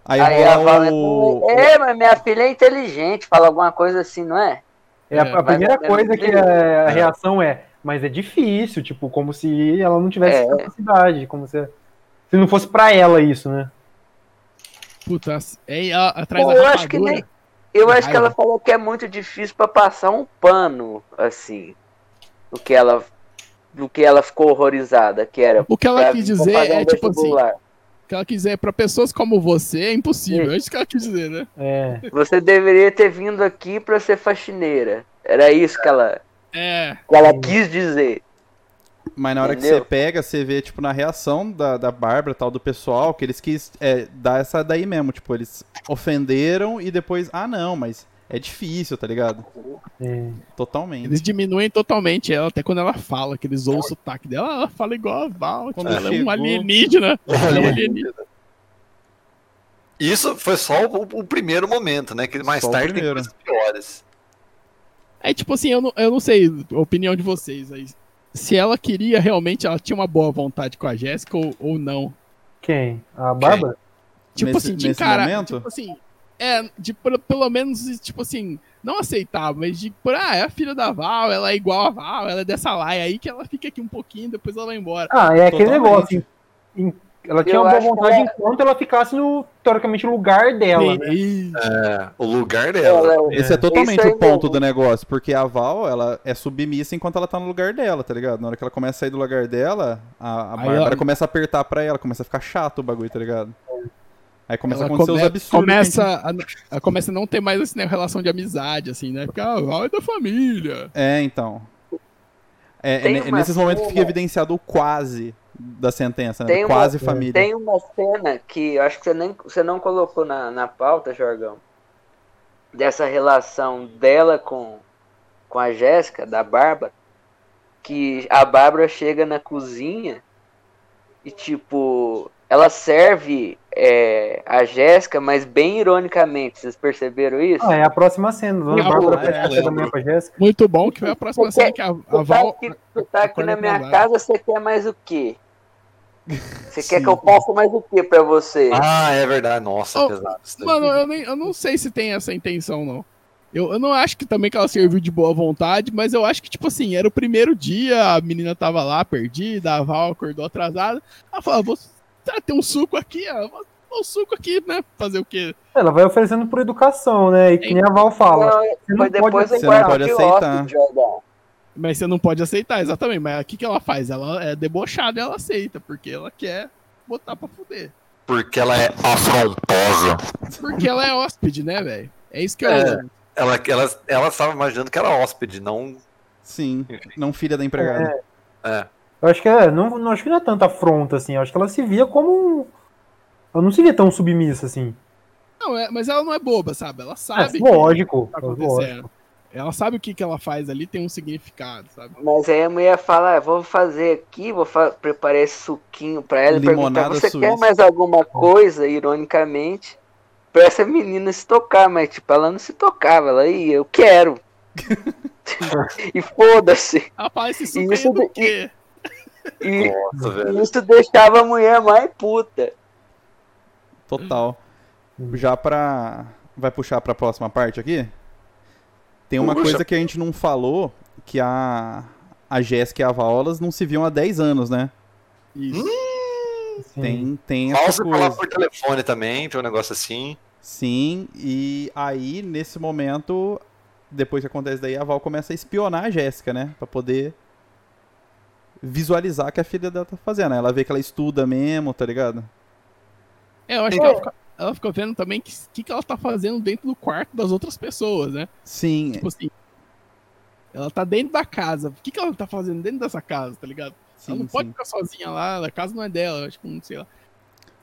S1: Aí
S6: Aí ela
S1: rola
S6: fala,
S1: o...
S6: é, mas minha filha é inteligente, fala alguma coisa assim, não é?
S3: é a- a
S4: Vai
S3: primeira
S6: bater no
S3: coisa que
S6: filho.
S3: a, a reação é: mas é difícil, tipo, como se ela não tivesse
S6: É.
S3: capacidade, como se, se não fosse pra ela isso, né?
S4: Puta, é ela atrás
S6: Pô,
S4: da
S6: eu
S4: rapadura.
S6: acho que nem- Eu
S4: Que
S6: acho que
S4: raiva.
S6: ela falou que é muito difícil pra passar um pano, assim. O que ela. Do que ela ficou horrorizada, que era.
S4: O que ela
S6: pra-
S4: quis
S6: pra
S4: dizer
S6: fazer um
S4: é, tipo assim, o
S6: vestibular.
S4: que ela quis dizer pra pessoas como você é impossível. É isso que ela quis dizer, né?
S3: É.
S6: Você deveria ter vindo aqui pra ser faxineira. Era isso que ela,
S4: É,
S6: que ela quis dizer.
S1: Mas na hora que
S6: Entendeu?
S1: você pega, você vê, tipo, na reação da, da Bárbara e tal, do pessoal, que eles quis é, dar essa daí mesmo. Tipo, eles ofenderam e depois... Ah, não, mas é difícil, tá ligado?
S3: é.
S1: Totalmente.
S4: eles diminuem totalmente ela, até quando ela fala, que eles ouvem o sotaque dela, ela fala igual a Val, tipo,
S1: Quando
S4: ela é um
S1: chegou-
S4: alienígena. <laughs> Ela é um alienígena.
S2: Isso foi só o, o primeiro momento, né? Que mais
S1: Só o
S2: tarde tem
S1: primeiro.
S2: coisas piores.
S4: É tipo assim, eu não, eu não sei a opinião de vocês aí. Se ela queria realmente, ela tinha uma boa vontade com a Jéssica ou, ou não.
S3: Quem? A Bárbara?
S4: Tipo
S1: Nesse-
S4: assim, de
S1: nesse
S4: encarar.
S1: momento?
S4: Tipo assim, é, de pelo, pelo menos, tipo assim, não aceitar, mas de, por, ah, é a filha da Val, ela é igual a Val, ela é dessa laia aí que ela fica aqui um pouquinho, depois ela vai embora.
S3: Ah, é aquele
S1: Totalmente.
S3: negócio. em- Ela tinha
S6: Eu
S3: uma boa
S6: acho que
S3: vontade
S6: ela-
S3: enquanto ela ficasse no, teoricamente, lugar dela, né?
S4: E-
S2: É, o lugar dela.
S6: Ela- um-
S1: Esse é
S6: Isso
S1: totalmente
S6: aí
S1: o ponto
S6: mesmo.
S1: do negócio, porque a Val, ela é submissa enquanto ela tá no lugar dela, tá ligado? Na hora que ela começa a sair do lugar dela, a, a
S4: Aí
S1: Bárbara
S4: ela-
S1: começa a apertar pra ela, começa a ficar chato o bagulho, tá ligado? Aí começa a
S4: ela
S1: acontecer os
S4: come-
S1: absurdos.
S4: começa
S1: que
S4: a, ela começa a não ter mais assim, né, relação de amizade, assim, né? Porque a Val é da família.
S1: a gente- É, então. É, é
S6: Tem
S1: ne-
S6: uma
S1: nesses momentos que fica
S6: cena-
S1: evidenciado o quase da sentença, né?
S6: Tem
S1: Do
S6: uma-
S1: quase família.
S6: Tem uma cena que eu acho que você, nem, você não colocou na, na pauta, Jorgão, dessa relação dela com, com a Jéssica, da Bárbara, que a Bárbara chega na cozinha E tipo, ela serve é, a Jéssica, mas bem ironicamente. Vocês perceberam isso?
S3: Ah, é a próxima cena. Dona
S4: Ah,
S3: Bárbara
S4: é,
S3: faz café da manhã pra Jéssica.
S4: Muito bom, que foi a próxima
S6: Porque
S4: cena que a, a
S6: Tu tá
S4: Val.
S6: aqui, tu tá aqui
S4: acorda
S6: na
S4: com
S6: minha
S4: a Val.
S6: casa, você quer mais o quê? Você quer
S1: Sim.
S6: que eu faça mais o quê pra você?
S2: Ah, é verdade. Nossa,
S4: Oh,
S2: pesado. isso daí.
S4: Mano, eu, nem, eu não sei se tem essa intenção, não. Eu, eu não acho que também que ela serviu de boa vontade, mas eu acho que, tipo assim, era o primeiro dia, a menina tava lá perdida, a Val acordou atrasada. Ela falou, vou tá, tem um suco aqui, ó, vou vou um suco aqui, né? Fazer o quê?
S3: Ela vai oferecendo por educação, né? E que nem a Val fala.
S6: Não, é,
S3: Você não
S6: mas depois
S3: pode
S6: eu
S1: você não
S6: guardo
S1: pode
S6: de
S1: aceitar.
S6: hóspede, Jordão.
S4: Mas você não pode aceitar, exatamente. Mas o que, que ela faz? Ela é debochada e ela aceita, porque ela quer botar pra fuder.
S2: Porque ela é afrontosa.
S4: Porque ela é hóspede, né, velho? É isso que eu
S2: É.
S4: lembro.
S2: Ela, ela, ela estava imaginando que era hóspede, não.
S1: Sim, não filha da empregada.
S2: É.
S3: Eu acho que é, não, não acho que não é tanta afronta, assim. Eu acho que ela se via como um. Ela não se via tão submissa, assim.
S4: Não, é- mas ela não é boba, sabe? Ela
S3: É,
S4: sabe.
S3: lógico.
S4: tá
S3: lógico.
S4: acontecendo. Ela sabe o que, que ela faz ali, tem um significado, sabe?
S6: Mas aí a mulher fala, ah, vou fazer aqui, vou fa- preparar esse suquinho pra ela e
S1: Limonada
S6: perguntar, você quer
S1: suíça."
S6: mais alguma coisa, ironicamente, pra essa menina se tocar, mas tipo, ela não se tocava, ela ia, eu
S1: <laughs>
S6: quero. <laughs> e foda-se.
S4: Ela fala esse
S6: E isso
S4: suco do
S6: do-
S4: quê?
S6: E
S2: Nossa, velho.
S6: isso deixava a mulher mais puta.
S1: Total. Já pra. Vai puxar pra próxima parte aqui? Tem uma
S2: Puxa.
S1: coisa que a gente não falou, que a. A Jéssica e a Vaolas não se viam há 10 anos, né?
S4: Isso.
S3: Sim.
S1: Tem, tem essa
S2: Falso falar
S1: coisa.
S2: por telefone também, tem um negócio assim.
S1: Sim, e aí, nesse momento, depois que acontece daí, a Val começa a espionar a Jéssica, né? Pra poder visualizar o que a filha dela tá fazendo. Ela vê que ela estuda mesmo, tá ligado?
S4: É, eu acho que ela fica, ela fica vendo também o que, que, que ela tá fazendo dentro do quarto das outras pessoas, né?
S1: Sim,
S4: Tipo assim. Ela tá dentro da casa. O que, que ela tá fazendo dentro dessa casa, tá ligado? ela
S1: sim,
S4: não
S1: sim.
S4: pode ficar sozinha lá, a casa não é dela, acho que não sei lá.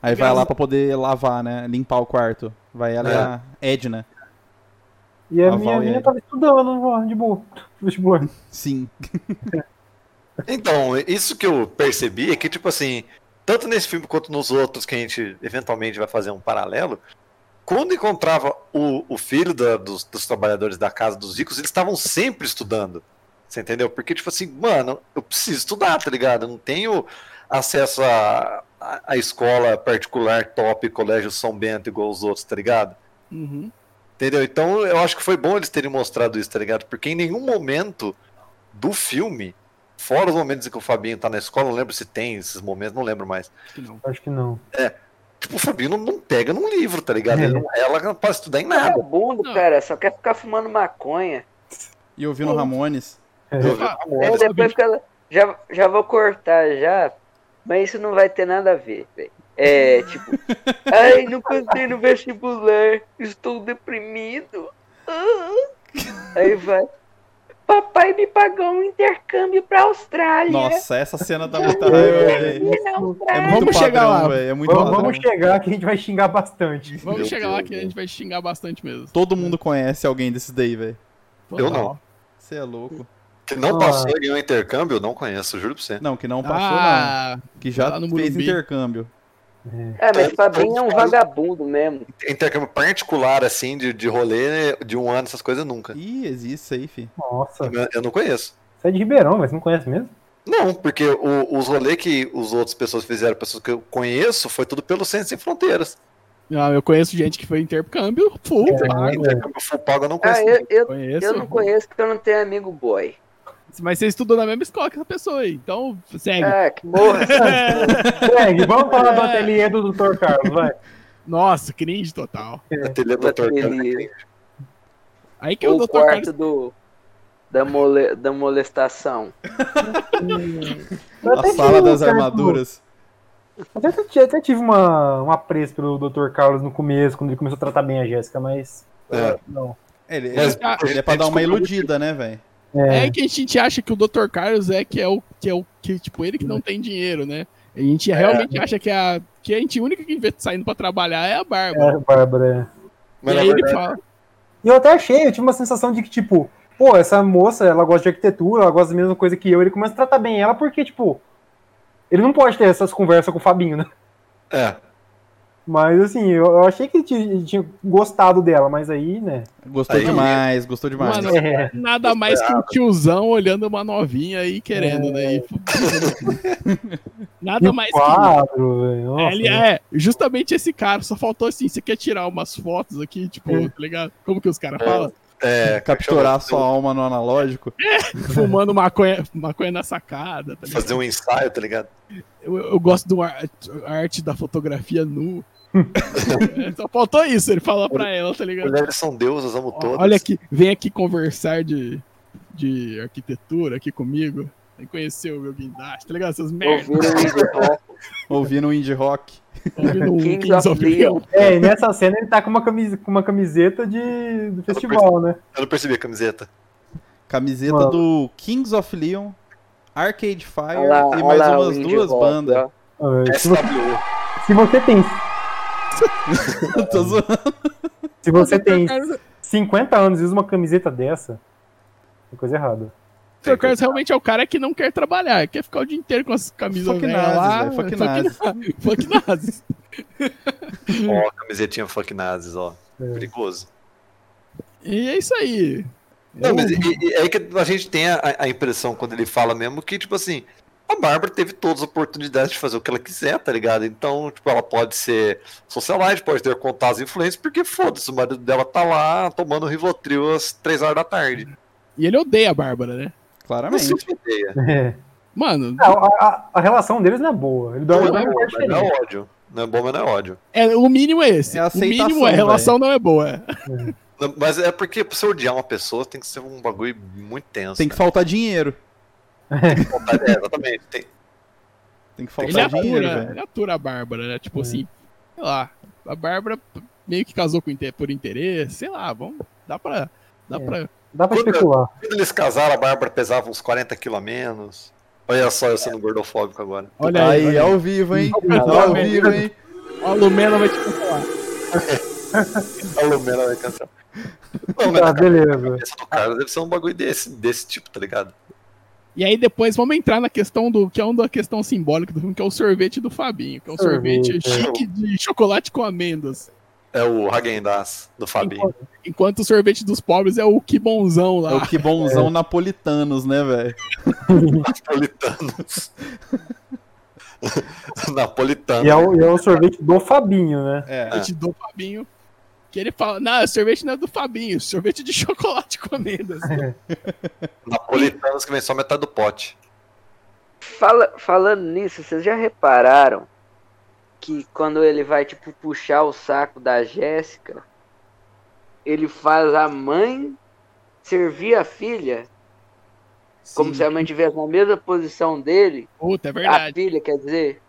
S1: Aí vai lá pra poder lavar, né? Limpar o quarto. Vai
S3: É.
S1: ela e a Edna.
S3: E a,
S1: A
S3: minha
S1: Val e
S3: menina
S1: a-
S3: tava estudando ó, de boa. Vestibular.
S1: Sim.
S2: Então, isso que eu percebi é que, tipo assim, tanto nesse filme quanto nos outros que a gente eventualmente vai fazer um paralelo, quando encontrava o, o filho da- dos, dos trabalhadores da casa dos ricos, eles estavam sempre estudando. Você entendeu? Porque, tipo assim, mano, eu preciso estudar, tá ligado? Eu não tenho acesso a, a, a escola particular top, colégio São Bento igual os outros, tá ligado?
S4: Uhum.
S2: Entendeu? Então eu acho que foi bom eles terem mostrado isso, tá ligado? Porque em nenhum momento do filme, fora os momentos em que o Fabinho tá na escola, não lembro se tem esses momentos, não lembro mais.
S4: Acho que não.
S3: Acho que não.
S2: Tipo, o Fabinho não, não pega num livro, tá ligado?
S3: É.
S2: Ele não, ela não pode estudar em nada.
S6: Vagabundo,
S4: Não.
S6: É cara, só quer ficar fumando maconha.
S1: E ouvindo
S4: Pô.
S1: Ramones.
S2: Eu-
S4: Ah,
S6: É,
S2: eu-
S6: depois fica lá- já, já vou cortar já, mas isso não vai ter nada a ver, velho. É, tipo, ai, não passei no vestibular, estou deprimido. Ah." Aí vai, papai me pagou um intercâmbio pra Austrália.
S1: Nossa, essa cena dá muita raiva, velho.
S6: Fui na
S1: É
S6: Austrália.
S1: muito
S4: Vamos
S1: padrão,
S4: chegar lá.
S1: velho. É muito
S3: Vamos,
S1: padrão.
S3: vamos chegar que a gente vai xingar bastante.
S4: Vamos
S2: Meu
S4: chegar
S2: Deus,
S4: lá que a gente vai xingar bastante mesmo.
S1: Todo mundo conhece alguém desses daí, velho.
S2: Eu não.
S1: Você é louco.
S2: Que não
S3: Ah.
S2: passou em um intercâmbio, eu não conheço, juro pra você.
S1: Não, que não passou,
S4: Ah,
S1: não. Que já
S4: lá no
S1: fez
S4: Morumbi.
S1: intercâmbio.
S6: É, mas Fabinho é um vagabundo mesmo.
S2: Intercâmbio particular, assim, de, de rolê de um ano, essas coisas, nunca.
S1: Ih, existe isso aí, fi.
S3: Nossa,
S2: Eu- Eu não conheço.
S3: você é de Ribeirão, mas você não conhece mesmo?
S2: Não, porque o- os rolês que os outros pessoas fizeram, pessoas que eu conheço, foi tudo pelo Centro Sem Fronteiras.
S4: não, eu conheço gente que foi intercâmbio full,
S3: É.
S4: pago,
S2: Intercâmbio full pago eu não
S6: Ah,
S2: conheço.
S6: eu, eu,
S4: conheço. um
S6: eu não conheço porque eu não tenho amigo boy.
S4: Mas você estudou na mesma escola que essa pessoa aí, então segue.
S6: Ah, que morra.
S3: Greg, vamos falar do
S4: <laughs> É.
S3: ateliê do Dr. Carlos, vai.
S4: Nossa, cringe total.
S2: É, A né? É. trilha do Dr.
S6: Ateliê.
S4: Aí que o
S6: O
S4: Dr.
S6: quarto
S4: Carlos.
S6: do, da, mole, da molestação.
S3: Eu até
S1: A
S3: tive
S1: sala
S3: um
S1: das
S3: certo-
S1: armaduras.
S3: Eu até, até tive uma, um apreço pelo Dr. Carlos no começo, quando ele começou a tratar bem a Jéssica, mas.
S2: É.
S3: Não.
S1: Ah, Ele, ele-
S2: Mas-
S1: ele é pra dar uma iludida, né, velho?
S4: É.
S3: É,
S4: que a gente acha que o Dr. Carlos é que é o que é o que tipo ele que não tem dinheiro, né? A gente realmente acha que a que a gente única que vê saindo pra trabalhar é a Bárbara.
S3: é, Bárbara. é.
S2: Mas
S4: e
S2: na
S4: aí
S2: verdade,
S4: ele fala,
S3: E eu até achei, eu tive uma sensação de que, tipo, pô, essa moça, ela gosta de arquitetura, ela gosta da mesma coisa que eu, ele começa a tratar bem ela porque, tipo. Ele não pode ter essas conversas com o Fabinho, né?
S2: É.
S3: Mas assim, eu, eu achei que ele tinha, ele tinha gostado dela, mas aí, né?
S1: Gostou
S2: Aí.
S1: demais, gostou demais.
S4: Mano,
S3: É.
S4: Nada mais que um tiozão olhando uma novinha aí querendo, né? E-
S3: E
S4: Nada
S3: o
S4: mais que.
S3: quadro, velho. nossa,
S4: Ele é, justamente esse cara, só faltou assim, você quer tirar umas fotos aqui, tipo,
S3: É.
S4: tá ligado? Como que os caras falam?
S2: é
S1: Capturar
S2: chama-
S1: sua alma no analógico.
S4: Fumando maconha, maconha na sacada, tá ligado?
S2: Fazer um ensaio, tá ligado?
S4: Eu, eu gosto do ar- arte da fotografia nu. É, só faltou isso, ele falar pra ela, tá ligado?
S2: Mulheres são deusas, amo todas.
S4: Olha aqui, vem aqui conversar de, de arquitetura aqui comigo. Vem conhecer o meu guindaste, tá ligado? Essas merdas.
S6: Ouviram o
S1: <laughs>
S6: Indie Rock,
S1: Ouvindo um indie rock.
S4: ouvindo um
S6: Kings
S4: Kings
S6: of
S4: of Leon.
S3: É, e nessa cena ele tá com uma camiseta, com uma camiseta de, do festival, né?
S2: Eu não percebi a camiseta.
S1: Camiseta
S3: Mano.
S1: do Kings of Leon, Arcade Fire
S6: olha lá,
S1: e
S6: olha
S1: mais
S6: lá o
S1: umas
S6: Indie
S1: duas
S6: Rock,
S1: bandas.
S6: ó.
S3: Ah, velho,
S2: é
S3: Se você,
S2: SWO.
S3: se você tem,
S1: <laughs> Tô zoando.
S3: se você tem 50 anos e usa uma camiseta dessa, é coisa errada.
S4: O Sr. Carlos realmente é o cara que não quer trabalhar, quer ficar o dia inteiro com as camisas
S1: Fuck
S4: velhas lá.
S1: nazis, velho, fuck
S4: nazis. <laughs> Fuck nazis.
S2: Ó, camisetinha fuck nazis, ó.
S3: É.
S2: Perigoso.
S4: E é isso aí.
S2: Não,
S4: Eu-
S2: mas e- e- é aí que a gente tem a, a impressão quando ele fala mesmo que, tipo assim, a Bárbara teve todas as oportunidades de fazer o que ela quiser, tá ligado? Então, tipo, ela pode ser socialite, pode ter contatos influentes, porque foda-se, o marido dela tá lá tomando Rivotril às três horas da tarde.
S4: E ele odeia a Bárbara, né?
S2: Não
S1: Claramente.
S2: sei que ideia.
S3: É.
S4: Mano,
S3: Não, a, a- a relação deles não é boa. Ele dorme
S2: Não
S3: com
S2: é
S3: uma
S2: bom,
S3: mulher
S2: mas não
S3: diferente.
S2: é ódio. Não é bom, mas não é ódio.
S4: é, o mínimo é esse.
S1: É a
S4: o mínimo
S1: aceitação,
S4: é, a relação não é boa.
S2: Não, Mas é porque pra você odiar uma pessoa tem que ser um bagulho muito tenso.
S1: Tem que faltar dinheiro.
S2: faltar. É, exatamente. Tem,
S1: Tem que
S4: Ele é
S1: faltar dinheiro,
S4: atura,
S1: velho.
S4: ele atura a Bárbara, né? Tipo
S3: É.
S4: assim, sei lá, a Bárbara meio que casou com inte- por interesse, sei lá, vamos, dá pra... Dá
S3: É.
S4: pra...
S3: Dá pra
S2: Quando-
S3: especular.
S2: Quando eles casaram, a Bárbara pesava uns 40 quilos a menos. Olha só, eu sendo gordofóbico agora.
S4: Olha aí,
S1: aí,
S4: olha aí.
S1: ao vivo, hein?
S4: Tá
S1: ao
S4: vendo?
S1: vivo, hein?
S4: a Lumena vai tipo, te falar.
S2: A Lumena vai cancelar. Não, mas
S3: Ah,
S2: na
S3: beleza.
S2: cabeça do cara deve ser um bagulho desse, desse tipo, tá ligado?
S4: E aí depois vamos entrar na questão do que é uma questão simbólica do filme, que é o sorvete do Fabinho, que é um sorvete,
S3: Sorvete, é.
S4: chique de chocolate com amêndoas.
S2: É o Hagendaz do Fabinho.
S4: Enquanto, enquanto o sorvete dos pobres é o que bonzão
S1: É o
S4: lá.
S1: que bonzão napolitanos, né, velho?
S2: Napolitanos. <laughs> Napolitano.
S3: E é, o, e é o sorvete do Fabinho, né?
S1: É.
S4: sorvete do Fabinho. Que ele fala, não, sorvete não é do Fabinho, sorvete de <laughs> chocolate com amêndoas.
S2: Napolitanos que vem só metade do pote.
S6: Fala, falando nisso, vocês já repararam que quando ele vai, tipo, puxar o saco da Jéssica, ele faz a mãe servir a filha, como
S4: Sim.
S6: se a mãe estivesse na mesma posição dele,
S4: Puta, é
S6: a
S4: verdade.
S6: filha, quer dizer.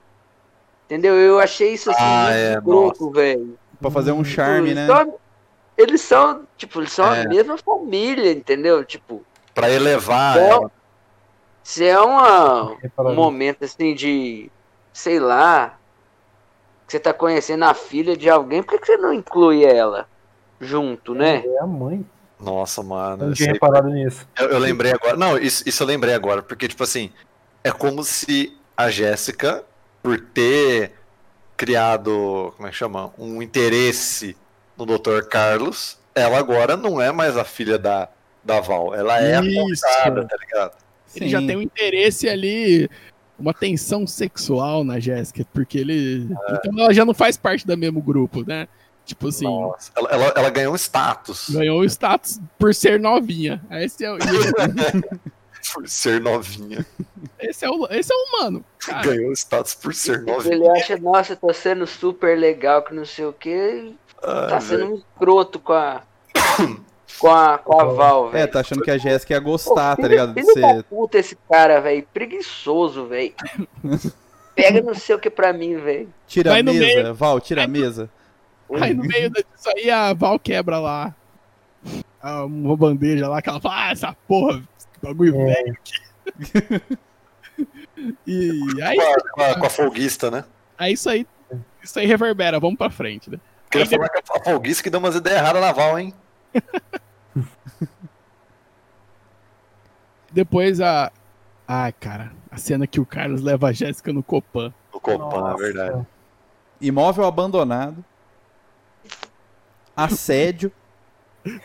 S6: Entendeu? Eu achei isso assim,
S2: Ah, é,
S6: muito louco, velho.
S1: Pra fazer
S4: Hum,
S1: um charme,
S6: Eles
S1: né?
S6: são- Eles são, tipo, eles são
S2: É.
S6: a mesma família, entendeu? Tipo,
S2: Pra elevar.
S6: É.
S2: ela.
S6: se é uma, um
S3: Repararam.
S6: momento assim de, sei lá, que você tá conhecendo a filha de alguém, por que, que você não inclui ela junto, né?
S3: É a mãe.
S2: Nossa, é mano.
S3: Não
S2: eu
S3: tinha
S2: sei.
S3: reparado nisso.
S2: Eu, eu lembrei agora. Não, isso, isso eu lembrei agora, porque, tipo assim, é como se a Jéssica, por ter criado, como é que chama? Um interesse no Dr. Carlos, ela agora não é mais a filha da, da Val. Ela é
S4: Isso.
S2: a contada, tá ligado?
S4: Ele já tem um interesse ali, uma tensão sexual na Jéssica, porque ele. Então ela já não faz parte do mesmo grupo, né? Tipo assim,
S2: Nossa, Ela, ela, ela ganhou um status
S4: ganhou o status por ser novinha. Esse é, o-
S2: por ser novinha.
S4: esse é, o, esse é o humano. cara.
S2: Ganhou um status por ser novinha.
S6: Ele acha, nossa, tô sendo super legal, que não sei o que,
S2: Ah,
S6: tá
S2: velho.
S6: sendo um escroto
S1: <coughs>
S6: com a. Com a, com a Val,
S1: É,
S6: velho.
S1: tá achando que a Jéssica ia gostar, tá
S6: Filho-
S1: ligado? De
S6: filho da
S1: ser
S6: puta esse cara, velho.
S1: <laughs>
S6: Preguiçoso, velho. Pega não sei o que pra mim, velho.
S1: Tira
S4: Vai
S1: a
S4: no
S1: mesa, Val, tira a mesa.
S4: Aí no meio disso aí a Val quebra lá ah, uma bandeja lá que ela fala, ah, essa porra, esse bagulho
S3: É.
S4: velho aqui. <laughs> e aí,
S6: um
S2: Com a, com a- com a folguista, né?
S4: aí isso aí. Isso aí reverbera, vamos pra frente, né?
S2: Queria
S4: Aí
S2: falar que a folguista que deu umas ideias erradas na Val, hein?
S4: Depois a, Ai, cara, a cena que o Carlos leva a Jéssica no Copan.
S2: No Copan, é
S3: Nossa.
S2: verdade.
S1: Imóvel abandonado. Assédio.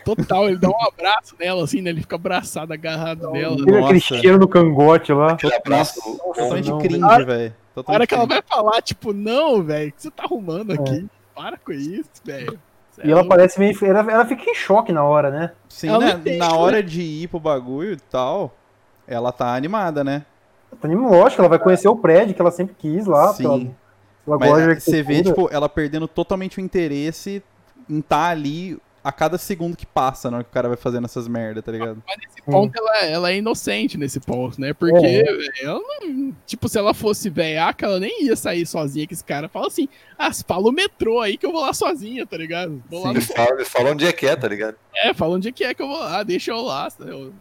S4: Total, ele dá um abraço nela, assim, né? Ele fica abraçado, agarrado nela.
S3: Aquele- Aquele
S1: Nossa.
S3: cheiro no cangote lá.
S2: Aquele abraço. bom.
S1: Totalmente
S3: não,
S1: cringe,
S3: velho.
S1: velho.
S4: A hora que ela vai falar, tipo, não, velho, o que você tá arrumando
S3: É.
S4: aqui? Para com isso, velho. Cê
S3: E
S4: é
S3: ela
S4: louco.
S3: parece meio. Ela, ela fica em choque na hora, né?
S1: Sim,
S4: Ela
S1: né?
S4: não entende,
S1: Na
S4: né?
S1: hora de ir pro bagulho e tal, ela tá animada, né?
S3: Tá nem- Lógico, ela vai conhecer o prédio que ela sempre quis lá. porque
S1: Sim.
S3: Ela, ela gosta de
S1: Mas você vê,
S3: arquitetura.
S1: tipo, ela perdendo totalmente o interesse em estar ali a cada segundo que passa, na hora que o cara vai fazendo essas merda, tá ligado?
S4: Mas nesse ponto ela, ela é inocente nesse ponto, né? Porque
S3: assim, É.
S4: velho, ela não. Tipo, se ela fosse velhaca, ela nem ia sair sozinha com esse cara. Fala assim, ah, se fala o metrô aí que eu vou lá sozinha, tá ligado? Vou lá
S1: Sim.
S4: no...
S2: Ele fala, ele fala onde é que é, tá ligado?
S4: É, fala onde é que é que eu vou lá, deixa eu lá. tá ligado?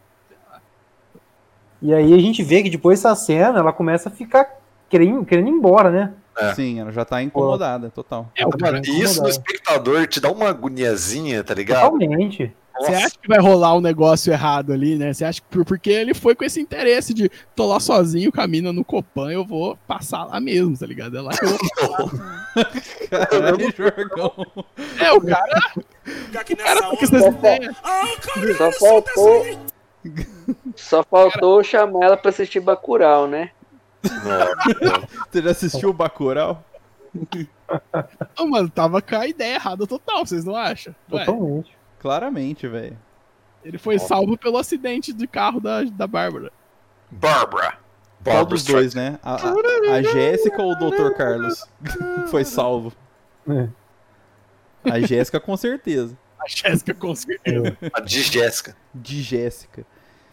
S3: E aí a gente vê que depois dessa cena ela começa a ficar querendo, querendo ir embora, né?
S2: É.
S1: Sim, ela já tá incomodada, total.
S4: É, o
S2: Mano,
S4: cara.
S2: e isso
S3: incomodado.
S2: no espectador te dá uma agoniazinha, tá ligado?
S3: Totalmente.
S4: Você
S2: Nossa,
S4: acha que vai rolar um negócio errado ali, né? Você acha que por- porque ele foi com esse interesse de tô lá sozinho, caminho no Copan, eu vou passar lá mesmo, tá ligado? É lá que eu vou
S1: <laughs> Caralho, Jorgão.
S4: É, o cara. O cara tá com essas ideias.
S6: Só faltou. tá Só faltou chamar ela pra assistir Bacurau, né?
S2: não.
S1: Você já assistiu o Bacurau?
S4: Não, mano, tava com a ideia errada total, vocês não acham? Ué,
S3: Totalmente.
S1: Claramente, velho.
S4: ele foi salvo pelo acidente de carro da, da Bárbara.
S2: Barbara.
S1: Qual
S2: Barbara
S1: dos dois, né? A, a- a Jéssica ou o Dr. Carlos? <laughs> Foi salvo.
S3: É.
S1: A Jéssica, com certeza.
S4: A Jéssica com certeza.
S2: Streisand, a de Jéssica.
S1: De Jéssica.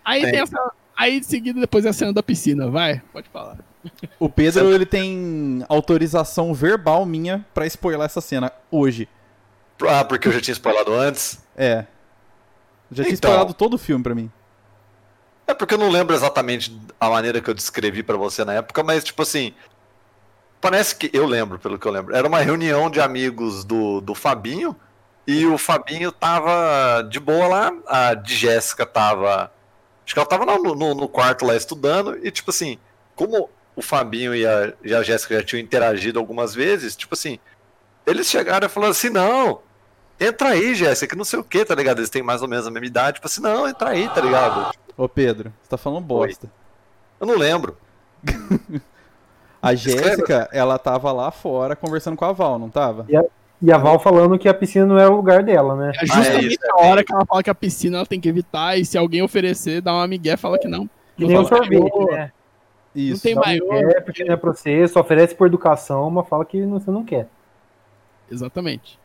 S4: Aí
S3: É.
S2: Tem.
S4: tem essa. Aí em seguida depois é a cena da piscina, vai, pode falar.
S1: O Pedro, ele tem autorização verbal minha pra spoiler essa cena hoje.
S2: Ah, porque eu já tinha spoilado antes.
S1: É. Já tinha
S2: Então.
S1: spoilado todo o filme pra mim.
S2: É porque eu não lembro exatamente a maneira que eu descrevi pra você na época, mas tipo assim. Parece que. Eu lembro, pelo que eu lembro. Era uma reunião de amigos do, do Fabinho. E o Fabinho tava de boa lá. A de Jéssica tava. Acho que ela tava no, no, no quarto lá estudando. E tipo assim, como o Fabinho e a, e a Jéssica já tinham interagido algumas vezes, tipo assim. Eles chegaram e falaram assim: não, entra aí, Jéssica, que não sei o que, tá ligado? Eles têm mais ou menos a mesma idade. Tipo assim, não, entra aí, tá ligado?
S1: Ô, Pedro, você tá falando bosta.
S2: Eu não lembro.
S1: A
S2: Escreva.
S1: Jéssica, ela tava lá fora conversando com a Val, não tava?
S3: E a Val falando que a piscina não era o lugar dela, né?
S4: É justamente
S2: isso, é
S4: a hora que ela fala que a piscina ela tem que evitar, e se alguém oferecer, dá uma migué, fala que não.
S3: Que
S4: Não
S3: nem o
S4: fala,
S3: sorvete, né?
S1: Isso.
S4: Não tem
S3: Dá um
S4: maior.
S3: É, porque não é pra você, só oferece por educação, mas fala que não- você não quer.
S4: Exatamente.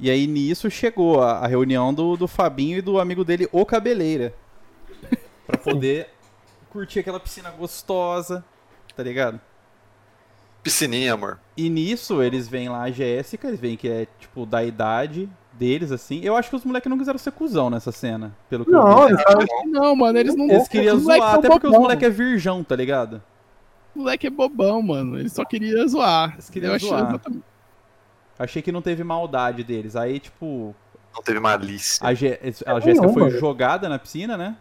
S1: E aí nisso chegou a, a reunião do, do Fabinho e do amigo dele, o Cabeleira. <laughs> Pra poder curtir aquela piscina gostosa, tá ligado?
S2: Piscininha, amor.
S1: E nisso eles veem lá a Jéssica, eles veem que é, tipo, da idade deles, assim. Eu acho que os moleques não quiseram ser cuzão nessa cena, pelo que eu
S3: Não,
S1: vi.
S3: eles falam,
S4: Não, mano, eles não
S1: Eles queriam
S4: os moleque
S1: zoar,
S4: são
S1: até porque os
S4: bobão.
S1: moleques é virgão, tá ligado?
S4: O moleque é bobão, mano. Ele só queria zoar.
S1: Eles queriam
S4: Eu achei um-
S1: zoar.
S4: exatamente-
S1: Achei que não teve maldade deles. Aí, tipo,
S2: Não teve malícia.
S1: a, Jé- a Jéssica
S3: nenhuma,
S1: foi
S3: velho.
S1: jogada na piscina, né?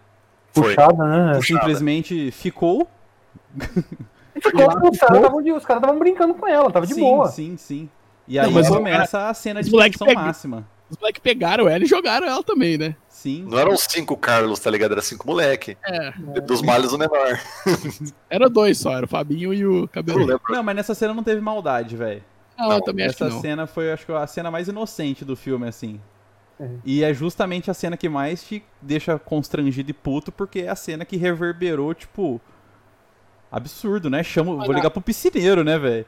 S2: Foi.
S3: puxada, né?
S4: É.
S2: Puxada.
S1: Simplesmente ficou.
S3: E ficou, os caras estavam de- os caras estavam brincando com ela, tava de
S1: sim,
S3: boa.
S1: Sim, sim. E
S4: Não,
S1: aí
S4: mas o
S1: começa a cena de
S4: os moleque
S1: tensão
S4: pega-
S1: máxima.
S4: Os moleques pegaram ela e jogaram ela também, né?
S1: Sim.
S2: Não eram cinco Carlos, tá ligado? Era cinco moleque.
S4: É.
S2: Dos males o menor.
S4: Era dois só, era o Fabinho e o
S2: Eu não
S4: Cabelo.
S2: lembro.
S1: Não, mas nessa cena não teve maldade, velho.
S4: Não, eu também acho que
S1: Essa
S4: não.
S1: cena foi, acho que, a cena mais inocente do filme, assim.
S3: É.
S1: E é justamente a cena que mais te deixa constrangido e puto, porque é a cena que reverberou, tipo. Absurdo, né? Chamo, vou
S4: na-
S1: ligar pro piscineiro, né, velho?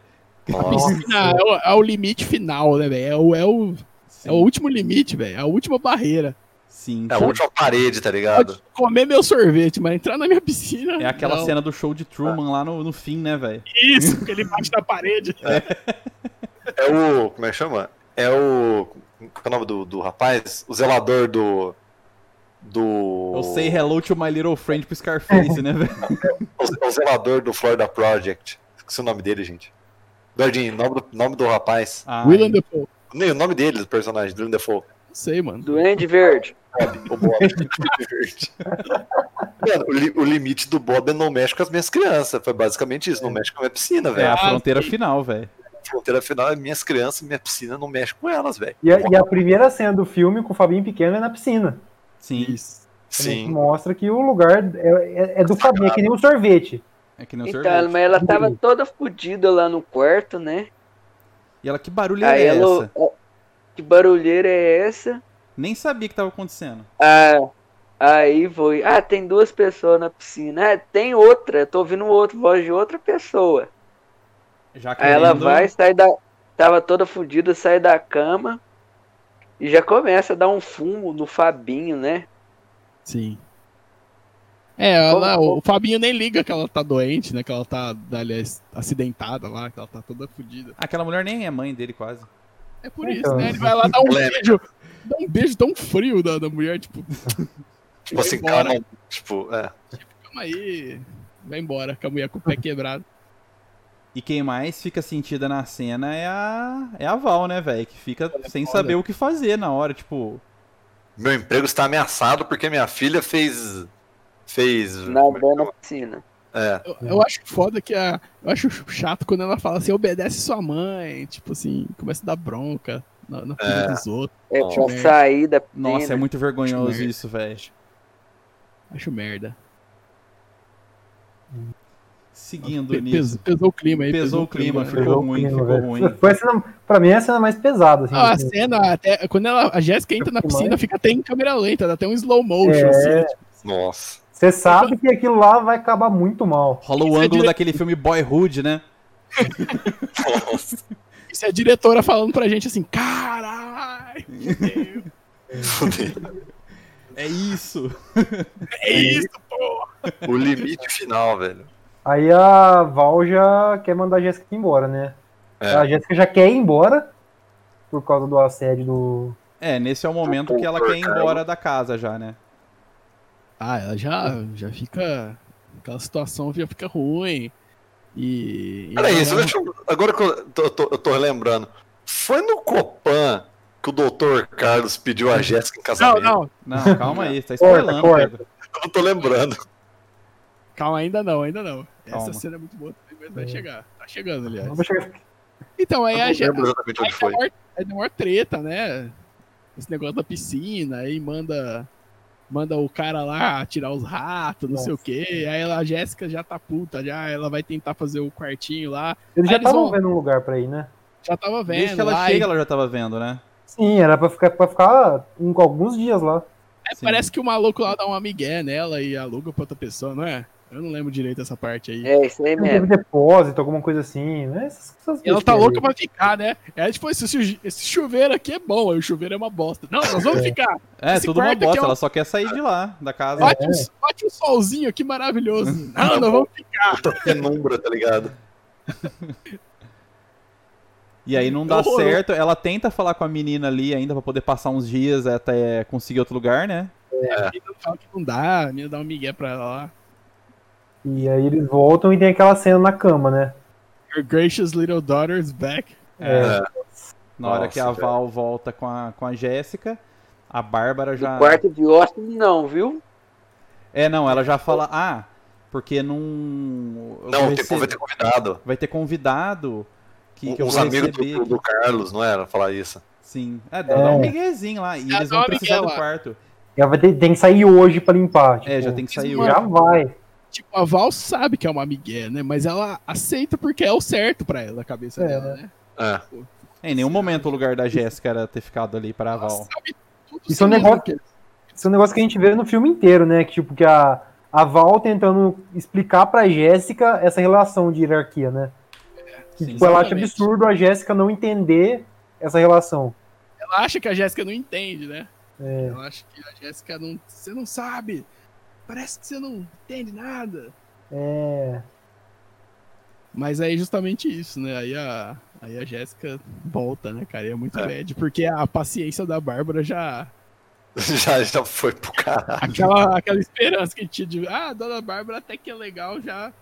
S2: <laughs>
S4: A
S2: Nossa,
S4: piscina é o, é o limite final, né, velho? É o, é, o, é o último limite, velho. É a última barreira.
S1: Sim.
S2: é a
S1: sim.
S2: última parede, tá ligado?
S4: Comer meu sorvete, mas entrar na minha piscina.
S1: É aquela
S4: não.
S1: cena do show de Truman lá no, no fim, né, velho?
S4: Isso, porque ele bate
S1: <laughs>
S4: na parede.
S2: É o. Como é que chama? É o. Qual é o nome do, do rapaz? O zelador do. Do. Oh.
S1: Eu sei hello to my little friend pro Scarface, né, velho?
S2: É o zelador do Florida Project. Esqueci o nome dele, gente. Gordinho, nome do, nome do rapaz.
S1: Ah,
S4: William Defoe.
S2: Nem o nome dele, do personagem, do Defoe.
S4: Não sei, mano.
S6: Duende Verde.
S2: Bob. O Bob. Verde. Mano, o, li- o limite do Bob é não mexe com as minhas crianças. Foi basicamente isso. Não mexe com a minha piscina,
S1: É
S2: velho.
S1: a fronteira final, velho.
S2: A fronteira final é minhas crianças, minha piscina, não mexe com elas, velho.
S3: E a, e a primeira cena do filme com o Fabinho pequeno é na piscina.
S1: Sim.
S4: Isso.
S3: Também que
S2: Sim.
S3: Mostra que o lugar é, é- é do Fabinho, é que nem um sorvete.
S1: É que nem o
S6: Então,
S1: sorvete.
S6: mas ela tava toda fodida lá no quarto, né?
S1: E ela, que barulho
S6: Aí
S1: é
S6: ela.
S1: essa?
S6: Que barulheira é essa?
S1: Nem sabia que tava acontecendo.
S6: Ah, aí foi. Ah, tem duas pessoas na piscina. Ah, tem outra. Eu tô ouvindo outra voz de outra pessoa.
S1: Já
S6: Aí ela
S1: querendo-
S6: vai, sai da. Tava toda fodida, sai da cama. E já começa a dar um fumo no Fabinho, né?
S4: Sim. É, ela, o Fabinho nem liga que ela tá doente, né? Que ela tá, aliás, acidentada lá, que ela tá toda fodida.
S1: Aquela mulher nem é mãe dele, quase.
S4: É por isso,
S3: Então.
S4: né? Ele vai lá dar um
S2: Leve.
S4: beijo. Dá um beijo tão frio da, da mulher, tipo,
S2: <laughs> Tipo assim,
S4: Embora.
S2: calma. Tipo, é.
S4: calma aí. Vai embora, que a mulher com o pé quebrado.
S1: E quem mais fica sentida na cena é a, é a Val, né, velho? Que fica sem
S4: foda.
S1: saber o que fazer na hora, tipo.
S2: Meu emprego está ameaçado porque minha filha fez. Fez.
S6: Nadando na piscina.
S2: É.
S4: Eu, eu acho foda que a. Eu acho chato quando ela fala assim, obedece sua mãe. Tipo assim, começa a dar bronca na, na filha
S2: É.
S4: dos outros.
S6: É
S2: Nossa.
S6: pra sair da piscina.
S1: Nossa, é muito vergonhoso
S4: Merda.
S1: isso, velho.
S4: Acho merda.
S1: Seguindo
S4: Pe-
S1: nisso.
S4: pesou, pesou o clima aí.
S1: Pesou o clima,
S4: né?
S1: ficou ruim,
S3: Pegou o
S1: ficou
S3: clima,
S1: ruim.
S3: velho. Foi a cena, pra mim é a cena mais pesada. Assim,
S4: Ah, Não, a
S3: assim.
S4: cena, até, quando ela, a Jéssica entra na
S3: Filmar.
S4: piscina, fica até em câmera lenta, dá até um slow motion,
S3: É.
S4: assim, né?
S2: Nossa.
S3: Você sabe que aquilo lá vai acabar muito mal.
S1: Rola o
S4: Isso é
S1: ângulo
S4: dire-
S1: daquele filme Boyhood, né?
S2: Nossa.
S4: Isso é a diretora falando pra gente assim, caralho,
S2: Fudeu.
S1: É isso.
S4: é isso, pô.
S2: o limite final, velho.
S3: Aí a Val já quer mandar a Jéssica embora, né?
S2: É.
S3: A Jéssica já quer ir embora por causa do assédio do.
S1: É, nesse é o momento que ela quer ir embora da casa já, né?
S4: Ah, ela já, já fica, aquela situação já fica ruim. E, e
S2: Era
S4: ela-
S2: isso, deixa eu- agora que eu tô, tô- eu tô lembrando. Foi no Copan que o doutor Carlos pediu a Jéssica em
S4: Não,
S2: casamento.
S4: não,
S1: Não, calma aí, tá
S3: Corta,
S1: spoilando,
S3: corta.
S1: Pedro.
S2: Eu tô lembrando.
S4: calma, ainda não, ainda não.
S1: Calma.
S4: Essa cena é muito boa também, mas vai chegar, tá chegando, aliás.
S3: Não vou chegar-
S4: Então, aí
S2: Eu não
S4: a Jéssica...
S2: lembro exatamente
S4: Aí
S2: onde foi.
S4: deu maior, aí deu maior treta, né? Esse negócio da piscina, aí manda manda o cara lá tirar os ratos, não sei o quê. Aí ela, a Jéssica já tá puta, já ela vai tentar fazer o quartinho lá.
S3: Eles já
S4: Aí eles
S3: estavam
S4: vão-
S3: vendo um lugar pra ir, né?
S4: Já tava vendo.
S1: Desde que ela
S4: lá,
S1: chega,
S4: e-
S1: ela já tava vendo, né?
S3: Sim, era pra ficar, pra ficar um- alguns dias lá.
S4: aí
S1: Sim.
S4: parece que o maluco lá dá uma migué nela e aluga pra outra pessoa, não é? Eu não lembro direito essa parte aí.
S6: É, isso aí
S3: Não teve
S6: mesmo.
S3: depósito, alguma coisa assim, né? Essas- essas
S4: E Ela tá
S3: besteiras
S4: louca
S3: aí.
S4: pra ficar, né? Ela tipo, esse, chu- esse chuveiro aqui é bom, aí o chuveiro é uma bosta. Não, nós vamos ficar.
S1: É,
S4: Esse
S1: tudo uma
S4: quarto aqui
S1: bosta,
S4: é um-
S1: ela só quer sair de lá, da casa.
S4: Bate, um, bate um solzinho aqui
S1: <laughs>
S4: maravilhoso. Não, nós vamos ficar.
S2: Puta penumbra, tá ligado?
S1: E aí não dá
S4: Horroroso.
S1: certo, ela tenta falar com a menina ali ainda pra poder passar uns dias até conseguir outro lugar, né?
S4: A menina fala que não dá, a menina dá um migué pra ela lá.
S3: E aí eles voltam e tem aquela cena na cama, né?
S4: Your gracious little daughter's back.
S3: É.
S1: Na hora que a
S2: Nossa,
S1: Val volta com a, com a Jéssica, a Bárbara já.
S6: No quarto de hóspede, não, viu?
S1: É, não, ela já fala, ah, porque não. eu vou
S2: Não, tem
S1: rece-
S2: como vai ter convidado. Um,
S1: vai ter convidado que, que eu
S2: Uns
S1: vou
S2: amigos
S1: receber.
S2: do, do Carlos, não era? Falar isso.
S1: Sim. É, dá dá um
S3: É.
S1: miguezinho lá. E
S4: Ah,
S1: eles
S4: dá
S1: vão
S4: uma
S1: precisar do
S4: migué lá.
S1: quarto.
S3: E ela vai ter, tem que sair hoje pra limpar.
S1: É,
S3: tipo,
S1: já tem que sair
S4: mano.
S1: hoje.
S3: Já vai.
S4: Tipo, a Val sabe que é uma migué, né? Mas ela aceita porque é o certo pra ela, a cabeça
S3: É.
S4: dela, né?
S2: É. <laughs>
S1: Em nenhum momento o lugar da Jéssica era ter ficado ali pra
S4: Ela
S1: Val.
S4: sabe tudo
S3: Isso é um
S4: sim,
S3: negócio-
S4: porque-
S3: Isso é um negócio que a gente vê no filme inteiro, né? Que tipo, que a, a Val tentando explicar pra Jéssica essa relação de hierarquia, né? Que
S1: Sim,
S3: tipo, ela acha
S4: exatamente.
S3: absurdo a Jéssica não entender essa relação.
S4: Ela acha que a Jéssica não entende, né?
S3: É.
S4: Ela acha que a Jéssica não. Você não sabe. Parece que você não entende nada.
S3: É.
S4: Mas aí é justamente isso, né? Aí a, aí a Jéssica volta, né, cara? E é muito bad, porque a paciência da Bárbara já.
S2: Já, já foi pro caralho.
S4: Aquela, aquela esperança que tinha de. Ah, a dona Bárbara até que é legal, já.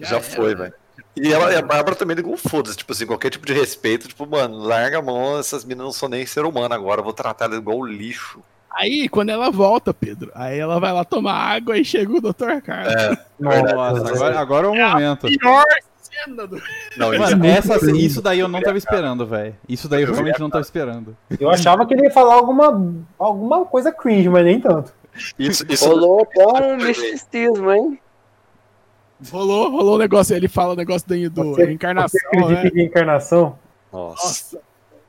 S2: Já
S4: era,
S2: foi,
S4: né?
S2: velho. E, ela, e a Bárbara também ligou foda-se, tipo assim, qualquer tipo de respeito, tipo, mano, larga a mão, essas meninas não são nem ser humano agora, eu vou tratar elas igual lixo.
S4: Aí, quando ela volta, Pedro, aí ela vai lá tomar água e chega o Dr. Carlos.
S2: É.
S1: É Nossa, agora, agora é o momento.
S4: Pior cena do.
S2: Não, isso-
S1: Mano, essa, isso daí eu não tava esperando, velho. Isso daí eu realmente não tava esperando.
S3: Eu achava que ele ia falar alguma, alguma coisa cringe, mas nem tanto.
S2: isso, isso,
S6: Rolou até um
S1: Tá
S6: misticismo, hein?
S4: Rolou, rolou o negócio, ele fala o negócio do, do
S3: Você- Você
S4: reencarnação,
S3: acredita
S4: né?
S3: em reencarnação? <laughs>
S2: Nossa.
S4: Nossa,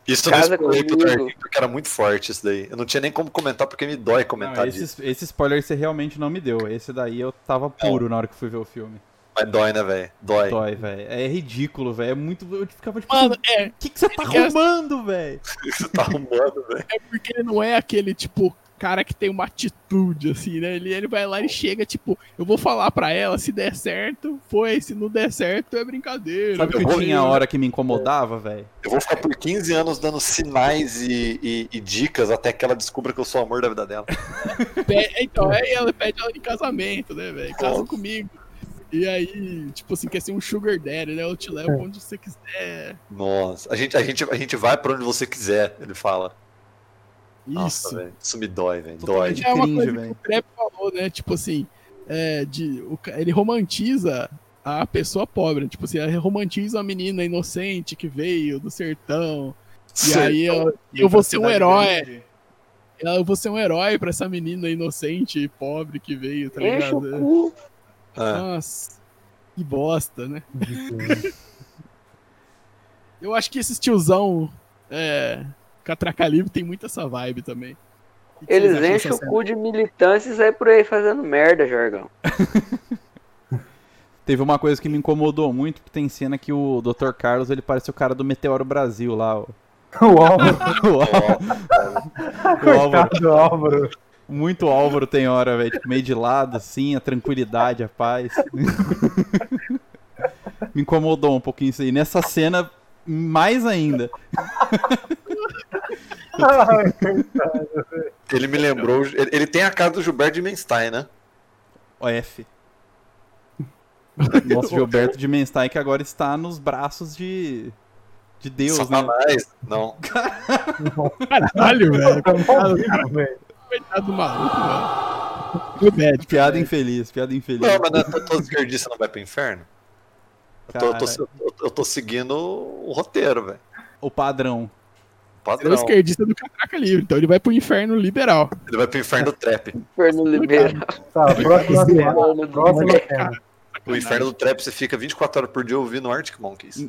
S2: Isso eu não
S6: Casa
S2: explorei pro
S6: comigo.
S2: Darwin, porque era muito forte isso daí. Eu não tinha nem como comentar porque me dói
S1: Não,
S2: comentar
S1: esse,
S2: disso.
S1: esse spoiler você realmente não me deu. Esse daí eu tava puro na hora que fui ver o filme.
S2: Mas dói, né, velho? Dói.
S1: Dói, velho. É ridículo, velho. É muito. Eu ficava tipo.
S4: mano, é,
S1: o que, que você tá
S4: ele quer-
S1: arrumando, velho?
S2: <laughs> Você tá arrumando, velho.
S4: é porque ele não é aquele, tipo, cara que tem uma atitude, assim, né? Ele, ele vai lá e chega, tipo, eu vou falar pra ela, se der certo, foi, se não der certo, é brincadeira.
S1: Sabe o que
S2: vou-
S1: tinha a hora que me incomodava, velho?
S2: Eu vou ficar por 15 anos dando sinais e, e- e dicas até que ela descubra que eu sou o amor da vida dela.
S4: Pe- Então, aí ela pede ela em casamento, né, velho? Casa
S2: Nossa.
S4: comigo. E aí, tipo assim, quer ser um sugar daddy, né? Eu te levo onde você quiser.
S2: Nossa. A gente, a gente, a gente vai pra onde você quiser, ele fala. Nossa,
S4: Isso.
S2: velho. Isso me dói, velho. Dói.
S1: Totalmente.
S4: é uma
S1: Cringe,
S4: coisa
S1: velho.
S4: que o Trap falou, né? Tipo assim, é, de, o ca- ele romantiza a pessoa pobre. Tipo assim, ele romantiza a menina inocente que veio do sertão.
S2: <laughs>
S4: E
S2: Sei.
S4: aí, eu, eu vou ser um herói. Eu vou ser um herói pra essa menina inocente e pobre que veio, tá
S6: Enche o
S4: ligado?
S6: cu.
S4: né?
S2: Ah,
S4: Nossa, que bosta, né? Eu acho que esses tiozão é, Catracalibre tem muito essa vibe também. O que é que vocês
S6: Eles
S4: acham
S6: enchem
S4: dessa
S6: o
S4: cena?
S6: cu de militância e saem por aí fazendo merda, Jorgão.
S1: Teve uma coisa que me incomodou muito, que tem cena que o Dr. Carlos, ele parece o cara do Meteoro Brasil lá, ó. <laughs>
S3: O Álvaro,
S1: O Álvaro. <laughs> O Álvaro.
S3: coitado do
S4: <laughs>
S3: Álvaro.
S1: Muito Álvaro tem hora, velho. Tipo, meio de lado, assim, a tranquilidade, a paz. Me incomodou um pouquinho isso aí. Nessa cena, mais ainda.
S3: Ai,
S2: ele me lembrou. Ele, ele tem a cara do Gilberto de Menstein, né?
S1: Ó, F. Nosso Gilberto de Menstein que agora está nos braços de. De Deus, né?
S2: Satanás. "Ah, Não.
S4: é Caralho, velho.
S3: tá maldito, velho.
S4: um Coitado do maluco, velho. tipo, Foi bad.
S1: Piada infeliz, piada infeliz.
S2: Não, mas não, todo esquerdista não vai pro inferno. Eu tô, eu tô-
S1: Cara.
S2: eu tô- eu tô seguindo o roteiro, velho.
S1: O padrão.
S4: Ele é o
S2: Padrão.
S4: esquerdista do Catraca Livre, então ele vai pro inferno liberal.
S2: Ele vai pro inferno do trap.
S6: Inferno liberal.
S3: Tá, próxima cena.
S6: mano do
S3: Próxima
S6: moleque.
S3: cena.
S2: O inferno do trap você fica 24 horas por dia ouvindo Arctic Monkeys.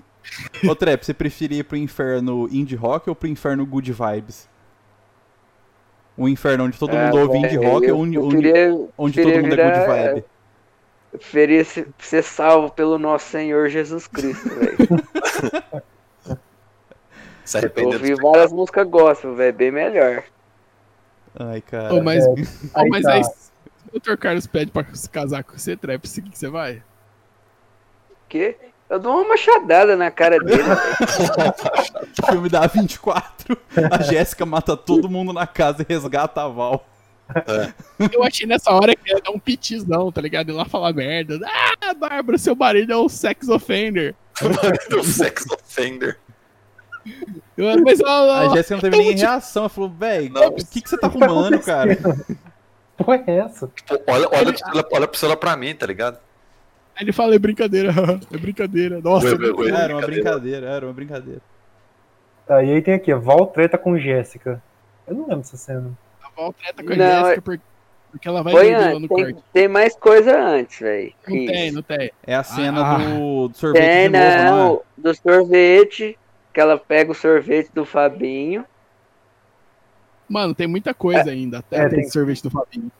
S1: Ô, Trep, você preferia ir pro inferno indie rock ou pro inferno good vibes? Um inferno onde todo
S6: Ah,
S1: mundo ouve
S6: bom,
S1: indie rock
S6: eu-
S1: ou onde,
S6: eu queria-
S1: onde
S6: queria
S1: todo mundo é
S6: virar,
S1: good vibe?
S6: eu queria se- ser salvo pelo nosso Senhor Jesus Cristo, velho.
S1: <laughs>
S2: Se
S6: Eu
S2: arrependendo.
S6: ouvi várias músicas gospel, velho, bem melhor.
S1: Ai, cara.
S4: Ô, mas
S3: É,
S4: aí, mas
S3: tá.
S4: aí se o Dr. Carlos pede pra se casar com você, Trap, o que você vai?
S6: Que? Eu dou uma machadada na cara dele.
S1: O filme da 24, a Jéssica mata todo mundo na casa e resgata a Val.
S4: Eu achei nessa hora que ia dar um pitizão, tá ligado? Ele lá falar merda. Ah, Bárbara, seu marido é um sex offender.
S2: <laughs> do sex offender.
S4: Eu- mas ela,
S1: A
S4: ela-
S1: Jéssica não teve nem reação, ela falou, véi,
S2: Não.
S1: o que, que você tá arrumando, cara?
S3: Porra é essa?
S2: Pô, olha, olha, olha, olha a pessoa pra mim, tá ligado?
S4: Aí ele fala, é brincadeira, <laughs> é brincadeira. Nossa,
S2: Ué, ué, ué.
S1: Era uma brincadeira, era uma brincadeira.
S3: Tá, e aí tem aqui, ó, Val treta com Jéssica. Eu não lembro dessa cena.
S4: a Val treta com a
S6: Não, é-
S4: Jéssica porque, porque ela vai
S6: Foi
S4: perder lá no
S6: antes. Tem,
S4: corte.
S6: tem mais coisa antes, velho.
S4: Não tem, não tem.
S1: É a cena
S4: Ah.
S1: do, do sorvete
S6: Tem, né?
S1: de novo, não é?
S6: não. Do sorvete. Que ela pega o sorvete do Fabinho.
S4: Mano, tem muita coisa ainda. Até
S3: é,
S4: tem
S3: tem-
S4: sorvete do Fabinho.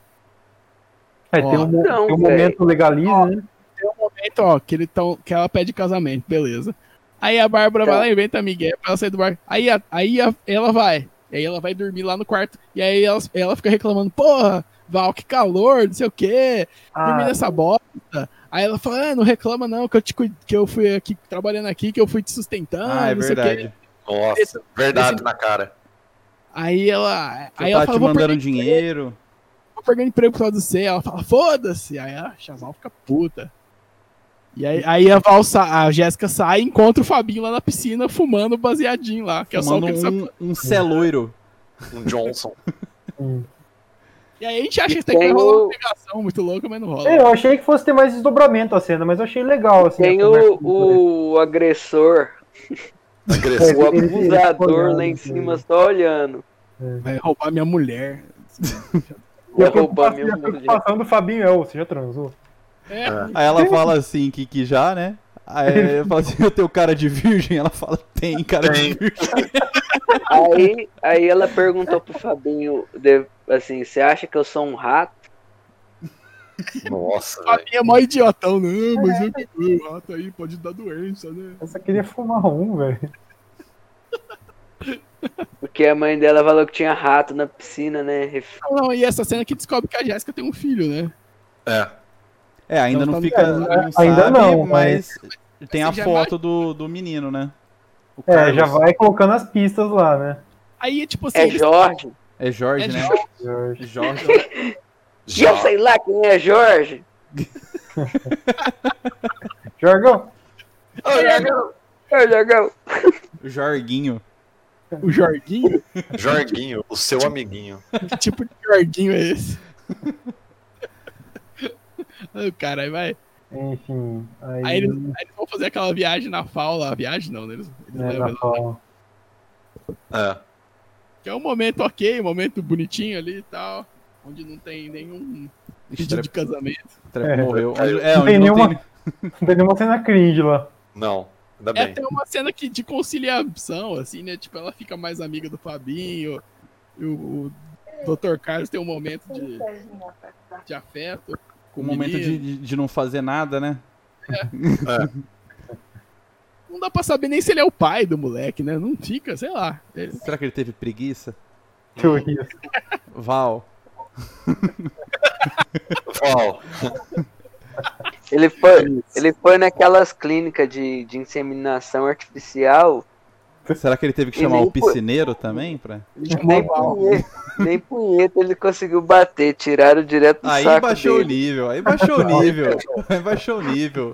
S3: Aí
S4: Ó.
S3: tem um, mo-
S6: Não,
S3: tem um
S6: véi.
S3: momento legalismo, né?
S4: Tem um momento, ó, que, ele tão, que ela pede casamento, beleza. Aí a Bárbara
S6: Então-
S4: vai lá e inventa a Miguel pra ela sair do bar. Aí, a- aí a- ela vai. Aí ela vai dormir lá no quarto. E aí ela, ela fica reclamando, porra, Val, que calor, não sei o quê. dormir
S3: Ah,
S4: nessa bosta. Aí ela fala, ah, não reclama não, que eu, te, cuid- que eu fui aqui trabalhando aqui, que eu fui te sustentando,
S1: Ah, é
S4: não sei o quê.
S1: verdade.
S2: Nossa, verdade na cara.
S4: Aí ela.
S1: Que
S4: Aí
S1: eu tava
S4: ela fala,
S1: tá te
S4: vou
S1: mandando
S4: perder,
S1: dinheiro.
S4: vou perder emprego por causa do C. Ela fala, foda-se. Aí a Chazal fica puta. E aí, aí a, Val sa- a Jéssica sai e encontra o Fabinho lá na piscina fumando baseadinho lá, que é só o
S1: um, Tomando
S4: que ele sabe.
S1: um, um celoiro.
S2: Um Johnson.
S3: sim.
S4: E aí a gente acha que tem que
S6: Tem
S4: rolar
S6: o-
S4: uma pegação muito louca, mas não rola.
S3: É, Eu achei que fosse ter mais desdobramento a cena, mas eu achei legal, assim.
S6: Tem
S3: a conversa
S6: o,
S3: do Toretto.
S6: o agressor,
S2: Agressivo.
S6: o
S3: Ele- ele- ele tá
S6: abusador
S3: olhando,
S6: lá em
S3: assim.
S6: cima só olhando.
S4: Vai roubar minha mulher.
S3: E
S6: Vai
S3: a
S6: roubar
S3: preocupação, e
S6: minha
S3: a
S6: mulher.
S3: preocupação do Fabinho é, ô, você já transou?
S4: É,
S1: Aí ela fala assim, que, que já, né? Aí eu falo assim, eu tenho cara de virgem? Ela fala, tem cara de
S2: Tem.
S1: virgem.
S6: <laughs> Aí, aí ela perguntou pro Fabinho, de- assim, você acha que eu sou um rato?
S2: Nossa,
S4: o
S2: velho.
S4: Fabinho é mó idiotão, né? Mas eu que o rato aí pode dar doença, né?
S3: Eu só queria fumar um, velho.
S6: Porque a mãe dela falou que tinha rato na piscina, né? Ref-
S4: Ah, Não, e essa cena que descobre que a Jéssica tem um filho, né?
S2: É.
S1: É, ainda não
S4: Então tá
S1: fica.
S4: ligado,
S1: não
S3: né? Ainda
S1: sabe,
S3: não,
S1: mas. Tem a
S4: Assim, já
S1: foto do, do menino, né? O
S3: É, já
S1: Carlos.
S3: vai colocando as pistas lá, né?
S4: Aí, tipo assim,
S6: É
S4: eles-
S6: Jorge?
S1: É Jorge,
S4: É
S1: né?
S4: Jorge.
S3: Jorge.
S1: Jorge.
S6: E eu sei lá quem é Jorge.
S3: Jorgão,
S6: Ô, Jorgão. Ô, Jorgão.
S1: Jorguinho.
S4: o Jorguinho.
S2: Jorguinho, o seu amiguinho.
S4: que tipo de Jorguinho é esse? o cara, aí vai.
S3: enfim. Aí,
S4: Aí eles, aí eles vão fazer aquela viagem na faula. Viagem não, né? Eles, eles
S3: né,
S4: levam-
S3: na fala.
S2: É.
S4: Que é um momento ok, um momento bonitinho ali e tal. Onde não tem nenhum pedido de
S1: Trep,
S4: casamento.
S1: trep
S3: É.
S1: morreu. É,
S3: Não
S1: onde
S3: tem
S1: não
S3: nenhuma-
S1: tem.
S3: Não tem nenhuma cena cringe lá. <laughs>
S2: Não, ainda
S4: É
S2: bem.
S4: até uma cena que de conciliação, assim, né? Tipo, ela fica mais amiga do Fabinho. E o, o Dr. Carlos tem um momento de, de afeto.
S1: O
S4: Com o
S1: um momento de,
S4: menino.
S1: de, de não fazer nada, né?
S4: Não dá pra saber nem se ele é o pai do moleque, né? Não fica, sei lá. Ele-
S1: Será que ele teve preguiça?
S3: Teorias.
S1: Val.
S2: Val,
S6: Ele foi, ele foi naquelas clínicas de, de inseminação artificial.
S1: Será que ele teve que
S6: E
S1: chamar
S6: nem
S1: o
S6: foi.
S1: piscineiro também? Pra...
S6: Nem punheta, nem punheta ele conseguiu bater. Tiraram direto do
S1: Aí
S6: um saco
S1: baixou o
S6: dele.
S1: nível, aí baixou o nível. Aí baixou o nível.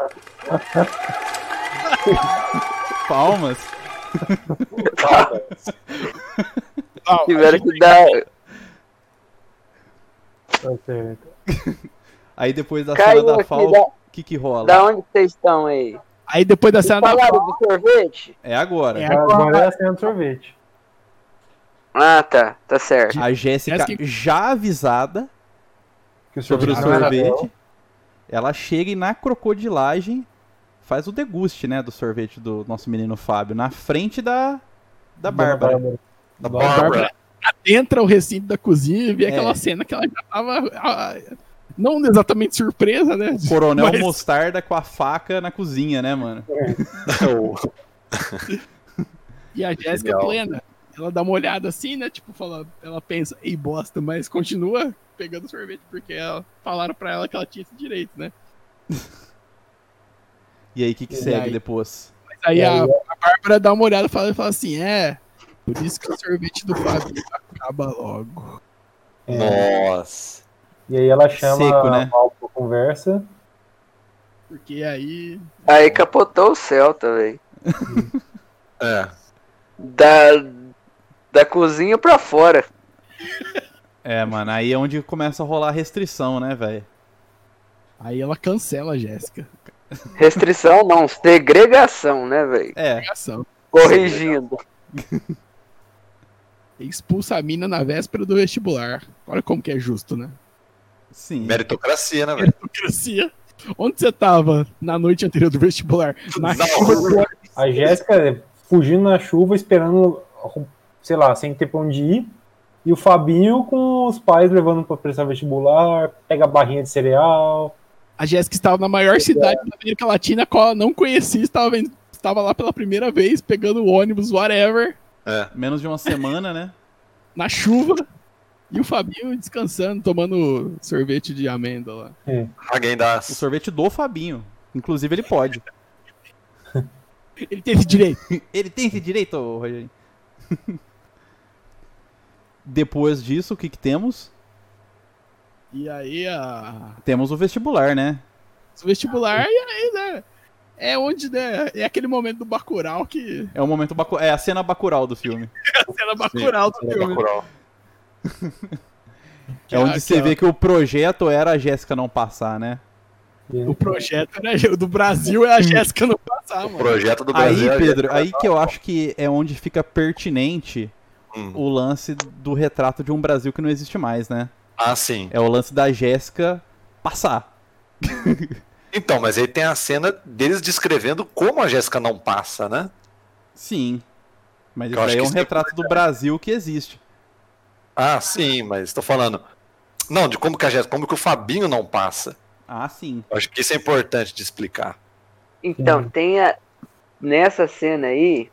S1: Palmas.
S4: Ah,
S6: Tiveram que dar...
S3: Tá certo.
S1: Aí depois da
S6: Caiu
S1: cena tá da
S6: aqui, um
S1: Fal,
S6: da,
S1: o que que rola?
S6: da onde vocês estão aí?
S4: Aí depois da cena da
S6: Falaram do sorvete?
S1: É agora.
S4: É
S3: Agora é a cena do sorvete.
S6: Ah, tá. Tá certo.
S1: A Jéssica
S4: Jéssica-
S1: já avisada
S3: Que o
S1: sobre o
S3: não era dela.
S1: sorvete, ela chega e na crocodilagem faz o deguste, né, do sorvete do nosso menino Fábio, na frente da, da Bárbara.
S3: né? Da
S2: Barbara.
S4: entra o recinto da cozinha e vê aquela
S1: É.
S4: cena que ela já tava. ah, não exatamente surpresa, né?
S1: O Coronel
S4: Mas-
S1: Mostarda com a faca na cozinha, né, mano? É.
S2: O-
S4: E a Jéssica
S2: Legal.
S4: plena. Ela dá uma olhada assim, né? Tipo, fala, ela pensa, ei, bosta, mas continua pegando sorvete, porque ela, falaram pra ela que ela tinha esse direito, né?
S1: E aí, o que que
S4: E
S1: segue
S4: aí?
S1: depois?
S4: Mas aí
S3: E
S4: a,
S3: aí,
S4: a Bárbara dá uma olhada e fala, fala assim, é, por isso que o sorvete do Fábio acaba logo.
S2: Nossa.
S3: E aí ela chama
S1: Seco,
S3: Seco,
S1: né?
S3: a Val pra conversa.
S4: Porque aí.
S6: Aí capotou o Celta, velho.
S2: É.
S6: Da, da cozinha pra fora.
S1: É, mano, aí é onde começa a rolar a restrição, né, velho?
S4: Aí ela cancela a Jéssica.
S6: Restrição não, segregação, né, velho?
S1: É,
S4: Pegação.
S6: Corrigindo.
S4: Expulsa a mina na véspera do vestibular. Olha como que é justo, né?
S1: sim.
S2: Meritocracia, né, velho?
S4: Meritocracia. Onde você tava na noite anterior do vestibular? Na
S2: Não.
S4: chuva.
S3: A Jéssica é, fugindo na chuva, esperando, sei lá, sem ter pra onde ir. E o Fabinho com os pais levando pra prestar vestibular, pega a barrinha de cereal.
S4: A Jéssica estava na maior cidade da América Latina, a qual ela não conhecia, estava, vendo- estava lá pela primeira vez, pegando o ônibus, whatever,
S2: É.
S1: Menos de uma semana, né?
S4: na chuva. E o Fabinho descansando, tomando sorvete de amêndoa lá.
S2: Alguém
S1: O
S2: das.
S1: sorvete do Fabinho. Inclusive, ele pode.
S4: Ele teve direito.
S1: Ele tem esse direito, ô, Rogerinho. <laughs> Depois disso, o que que temos?
S4: E aí, a...
S1: Temos o vestibular, né?
S4: o vestibular, e aí, né? É onde, né? É aquele momento do Bacurau que
S1: É o momento bacu... É a cena bacural do filme.
S4: cena Bacurau do filme.
S2: Bacurau.
S4: Que
S1: É
S4: a-
S1: onde
S4: que
S1: você
S4: a-
S1: vê que o projeto era a Jéssica não passar, né?
S4: O projeto era, do Brasil é a Jéssica não passar,
S2: O
S4: mano.
S2: projeto do
S1: Aí,
S2: Brasil. é-
S1: Pedro, aí que eu acho que é onde fica pertinente
S2: Hum.
S1: o lance do retrato de um Brasil que não existe mais, né?
S2: Ah, sim.
S1: É o lance da Jéssica passar.
S2: Então, mas aí tem a cena deles descrevendo como a Jéssica não passa, né?
S1: Sim. Mas
S2: Eu
S1: isso
S2: acho
S1: aí é
S2: que
S1: um
S2: isso é
S1: retrato do Brasil que existe.
S2: Ah, sim, mas tô falando. Não, de como que a Jéssica, como que o Fabinho não passa.
S1: Ah, sim.
S2: Eu Acho que isso é importante de explicar.
S6: Então, tem a. Nessa cena aí.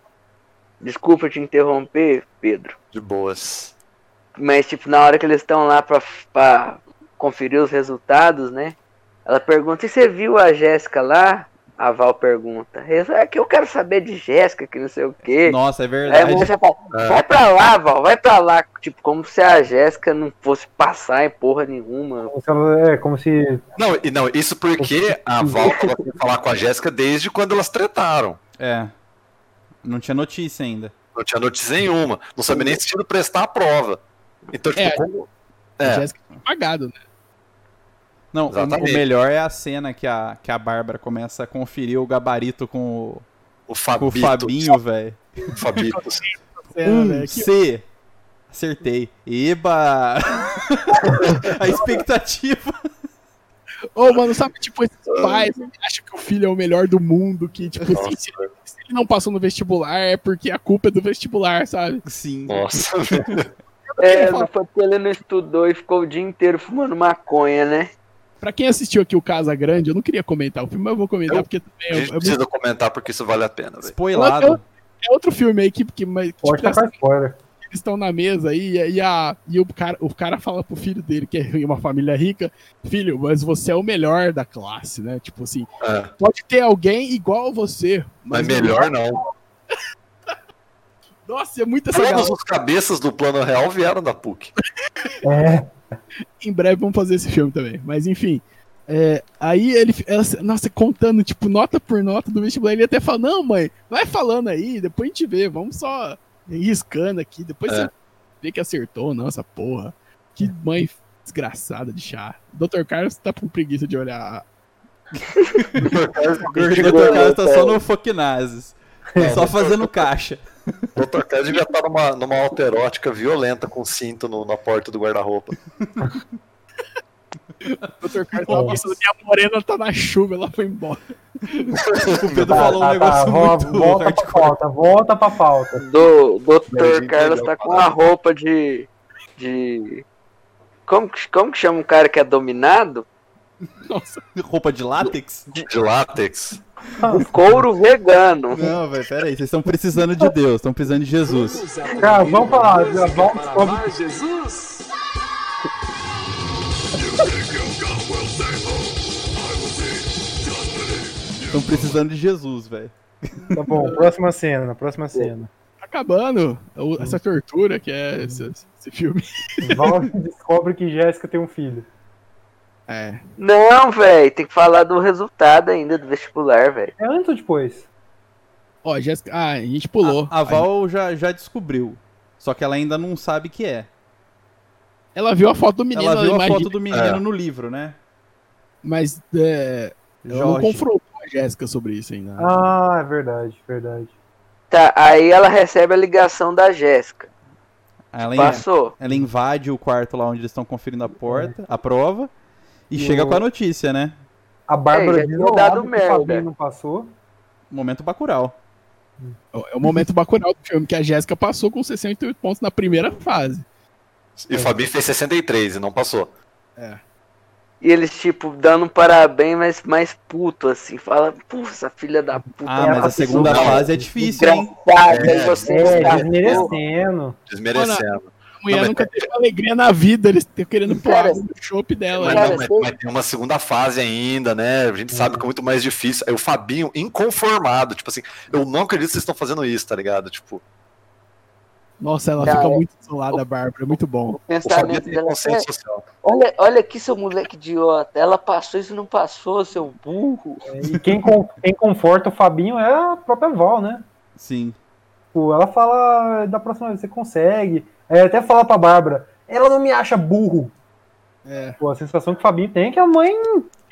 S6: Desculpa te interromper, Pedro.
S2: De boas.
S6: Mas, tipo, na hora que eles estão lá pra, pra conferir os resultados, né? Ela pergunta: e você viu a Jéssica lá? A Val pergunta: é que eu quero saber de Jéssica, que não sei o quê.
S1: Nossa, é
S6: Aí a
S1: verdade.
S6: moça fala, vai pra lá, Val, vai pra lá. Tipo, como se a Jéssica não fosse passar em porra nenhuma.
S3: Como se ela- é, como se.
S2: Não, e não, isso porque a Val falou falar com a Jéssica desde quando elas tretaram.
S1: É. Não tinha notícia ainda.
S2: Não tinha notícia nenhuma. Não sabia nem se tinha ido prestar a prova. Então, tipo,
S4: É.
S2: como-
S4: A
S2: É.
S4: Jéssica foi pagada, né?
S1: Não, o-
S2: Exatamente.
S1: o melhor é a cena que a, que a Bárbara começa a conferir o gabarito com o,
S2: o
S1: com o
S2: Fabito.
S1: Fabinho, velho.
S2: Fabito. Hum.
S4: Cena,
S1: Um
S4: né? Que-
S1: C. Acertei. Eba! <laughs> a expectativa.
S4: Ô, mano, sabe, tipo, esses
S2: Ah.
S4: pais que acham que o filho é o melhor do mundo, que, tipo, assim, se, se ele não passou no vestibular é porque a culpa é do vestibular, sabe?
S1: Sim.
S2: Nossa.
S6: É, não foi porque ele não estudou e ficou o dia inteiro fumando maconha, né?
S4: Pra quem assistiu aqui o Casa Grande, eu não queria comentar o filme, mas eu vou comentar
S2: Eu-
S4: porque também
S2: A
S4: é,
S2: gente
S4: é
S2: precisa comentar porque isso vale a pena, velho.
S1: Spoilado.
S4: muito- é outro filme aí que, que mas,
S3: Pode
S4: tipo,
S3: tacar spoiler.
S1: assim,
S4: eles estão na mesa aí, e, e, a, e o, cara, o cara fala pro filho dele, que é uma família rica, filho, mas você é o melhor da classe, né? Tipo assim,
S2: É,
S4: pode ter alguém igual a você,
S2: mas melhor não.
S4: Nossa, é muito essa
S2: Todos
S4: galera.
S2: os cabeças do plano real vieram da PUC.
S3: É,
S4: Em breve vamos fazer esse filme também, mas enfim. É, aí ele, ela, nossa, contando, tipo, nota por nota do vestibular, ele até fala, não, mãe, vai falando aí, depois a gente vê, vamos só riscando aqui, depois
S2: É.
S4: você vê que acertou, nossa porra. Que mãe desgraçada de chá. Dr. Carlos tá com preguiça de olhar a-
S2: <laughs>
S1: O Dr. Carlos tá só no Foquinazes. Só
S3: É,
S2: Não,
S3: <laughs>
S1: fazendo caixa.
S3: Tá,
S2: Dr. Carlos devia estar numa, numa alterótica violenta com cinto no- na porta do guarda-roupa.
S4: Dr. Carlos tava pensando que a morena tá na chuva, ela foi embora.
S1: O Pedro
S3: tá,
S1: falou um
S3: tá, tá,
S1: negócio
S3: vo-
S1: muito
S3: volta pra
S1: hardcore.
S3: pauta, volta pra pauta.
S6: Do
S2: Mas
S6: Dr.
S2: entendeu,
S6: Carlos tá com a roupa de. de. Como, que- como que chama um cara que é dominado?
S4: Nossa,
S1: Roupa de látex?
S2: De látex.
S6: Couro vegano.
S1: Não, velho, pera aí. Vocês estão precisando de Deus, estão precisando de Jesus.
S3: Cara, vamos falar. Vamos, vamos,
S1: Estão precisando de Jesus, velho.
S3: tá bom, próxima cena, próxima cena.
S4: tá acabando o-
S1: Uhum.
S4: essa tortura que é esse, esse filme.
S3: Val descobre que Jéssica tem um filho.
S4: É.
S6: Não, velho, tem que falar do resultado ainda do vestibular, velho.
S3: É antes ou depois?
S4: Ó, Jéssica, ah, a gente pulou.
S1: A, a Val já, já descobriu. Só que ela ainda não sabe que é.
S4: Ela viu a foto do menino,
S1: Ela
S4: ela
S1: viu a
S4: imagina,
S1: foto do
S2: É.
S1: menino no livro, né?
S4: mas é, ela não
S1: Jorge.
S4: confrontou a Jéssica sobre isso ainda.
S3: Ah, é verdade, verdade.
S6: Tá, aí ela recebe a ligação da Jéssica.
S1: Ela, in-
S6: Passou.
S1: ela invade o quarto lá onde eles estão conferindo a porta, a prova, e
S3: É. E
S1: chega
S3: o-
S1: com a notícia, né?
S3: A
S6: É,
S3: Bárbara
S6: já
S3: diz
S6: tinha
S3: ao
S6: dado
S3: lado que
S6: merda.
S3: o Fabinho não passou.
S1: Momento Bacurau.
S4: É o momento bacural do filme, que a Jéssica passou com 68 pontos na primeira fase.
S2: E o Fabinho fez 63 e não passou.
S6: E eles, tipo, dando um parabéns, mas mais puto, assim. Fala, puxa, essa filha da puta.
S1: Ah,
S2: É.
S3: ela
S1: mas a
S3: passou
S1: segunda
S2: mal.
S1: fase é difícil, hein?
S6: Desgraçada,
S2: É,
S6: e você
S3: É,
S6: está-
S3: desmerecendo.
S2: Desmerecendo.
S4: A mulher
S2: Não, mas-
S4: nunca teve alegria na vida, eles estão querendo pôr
S6: Cara,
S4: água no chope dela.
S2: Mas,
S4: né?
S6: cara,
S2: não, mas-
S6: sei-
S2: mas tem uma segunda fase ainda, né? A gente sabe que é muito mais difícil. Aí o Fabinho, inconformado, tipo assim, eu não acredito que vocês estão fazendo isso, tá ligado? Tipo,
S4: Nossa, ela
S6: Cara,
S4: fica muito isolada, a Bárbara, é muito bom.
S6: o
S2: o Fabinho
S6: pensamento
S2: tem
S6: dela
S2: consciência
S6: é,
S2: social.
S6: olha, olha aqui, seu moleque idiota. Ela passou isso não passou, seu burro.
S3: E quem, <laughs> con- quem conforta o Fabinho é a própria Val, né?
S1: Sim.
S3: Tipo, ela É, fala, da próxima vez você consegue. Aí até fala pra Bárbara, ela não me acha burro.
S4: É.
S3: Pô, a sensação que o Fabinho tem é que a mãe.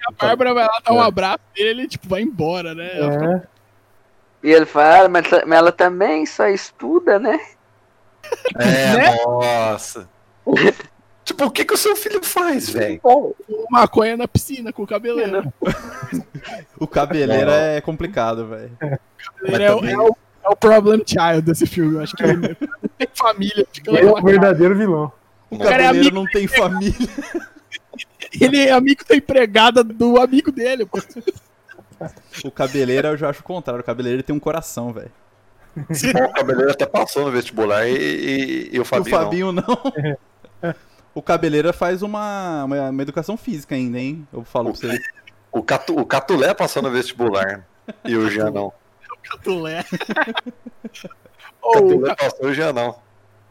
S4: A Bárbara vai lá dar um abraço nele, tipo, vai embora, né? Ela fica-
S3: É,
S6: E ele fala, ah, mas, mas ela também só estuda, né?
S2: É,
S4: Né?
S2: nossa. tipo, o que, que o seu filho faz, velho?
S4: maconha na piscina com o cabeleiro.
S1: O cabeleiro
S2: Não.
S1: é complicado, velho.
S2: Mas
S4: É, o-
S2: também-
S4: é o, é o problem child desse filme. Eu acho que <laughs> ele tem família. Fica lá
S3: ele é
S4: com a
S3: o verdadeiro vilão.
S1: O
S2: cara é
S1: cabeleiro
S4: amigo
S1: não tem família.
S4: Ele é amigo da empregada do amigo dele. pô. <laughs>
S1: O cabeleiro eu já acho o contrário. O cabeleiro ele tem um coração, velho.
S2: Bom, o cabeleiro até passou no vestibular e, e- e o
S1: O
S2: Fabinho. não.
S1: Fabinho não. <laughs> O cabeleiro faz uma, uma, uma educação física ainda, hein? Eu falo pra você.
S2: O, Catu, o Catulé passou no vestibular. E o Jean não.
S4: Catulé.
S2: O
S4: Ou o,
S2: Catulé
S4: ca-
S2: passou e o Jean não.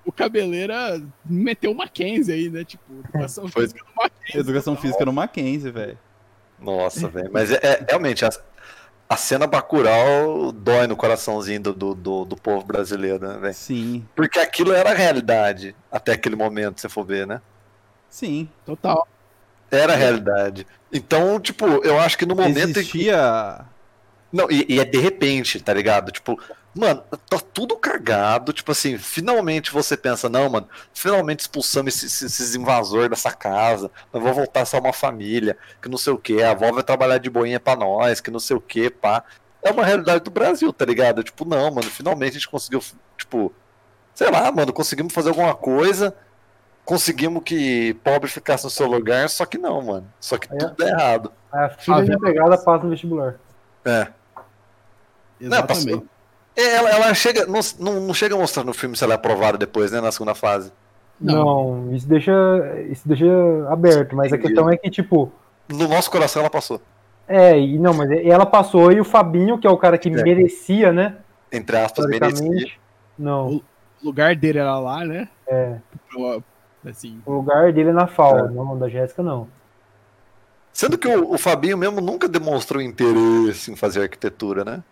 S4: o cabeleira meteu uma Mackenzie aí, né? Tipo, educação
S2: Foi.
S4: física do Mackenzie.
S1: Educação física no Mackenzie, velho.
S2: Nossa, velho. Mas é, é- realmente, a, a cena Bacurau dói no coraçãozinho do, do, do, do povo brasileiro, né, velho?
S1: Sim,
S2: Porque aquilo era a realidade até aquele momento, se for ver, né?
S1: sim.
S4: Total.
S1: É.
S2: Era a realidade. Então, tipo, eu acho que no momento em que.
S1: Existia.
S2: Não, e, e é de repente, tá ligado? Tipo, mano, tá tudo cagado. Tipo assim, finalmente você pensa, não, mano, finalmente expulsamos esses, esses- esses invasores dessa casa. Nós vamos voltar a ser uma família, que não sei o que, a avó vai trabalhar de boinha pra nós, que não sei o que, pá. É uma realidade do Brasil, tá ligado? Tipo, não, mano, finalmente a gente conseguiu, tipo, sei lá, mano, conseguimos fazer alguma coisa, conseguimos que pobre ficasse no seu lugar, só que não, mano. Só que
S3: É.
S2: tudo é errado.
S3: A filha de empregada passa no vestibular.
S2: É. Não, passou.
S4: Exatamente.
S2: É, Ela, ela chega, não, não, não chega mostrando no filme se ela é aprovada depois, né? Na segunda fase.
S3: Não, isso deixa, isso deixa aberto, mas a
S2: Entendi.
S3: questão é que, tipo,
S2: No nosso coração ela passou.
S3: é, e não, mas ela passou e o Fabinho, que é o cara que
S2: É.
S3: merecia, né?
S2: Entre aspas, merecia.
S3: Historicamente. Não,
S4: O lugar dele era lá, né?
S3: É.
S4: Pô, Assim,
S3: o lugar dele é na FAO, não, da Jéssica não.
S2: Sendo que o, o Fabinho mesmo nunca demonstrou interesse em fazer arquitetura, né?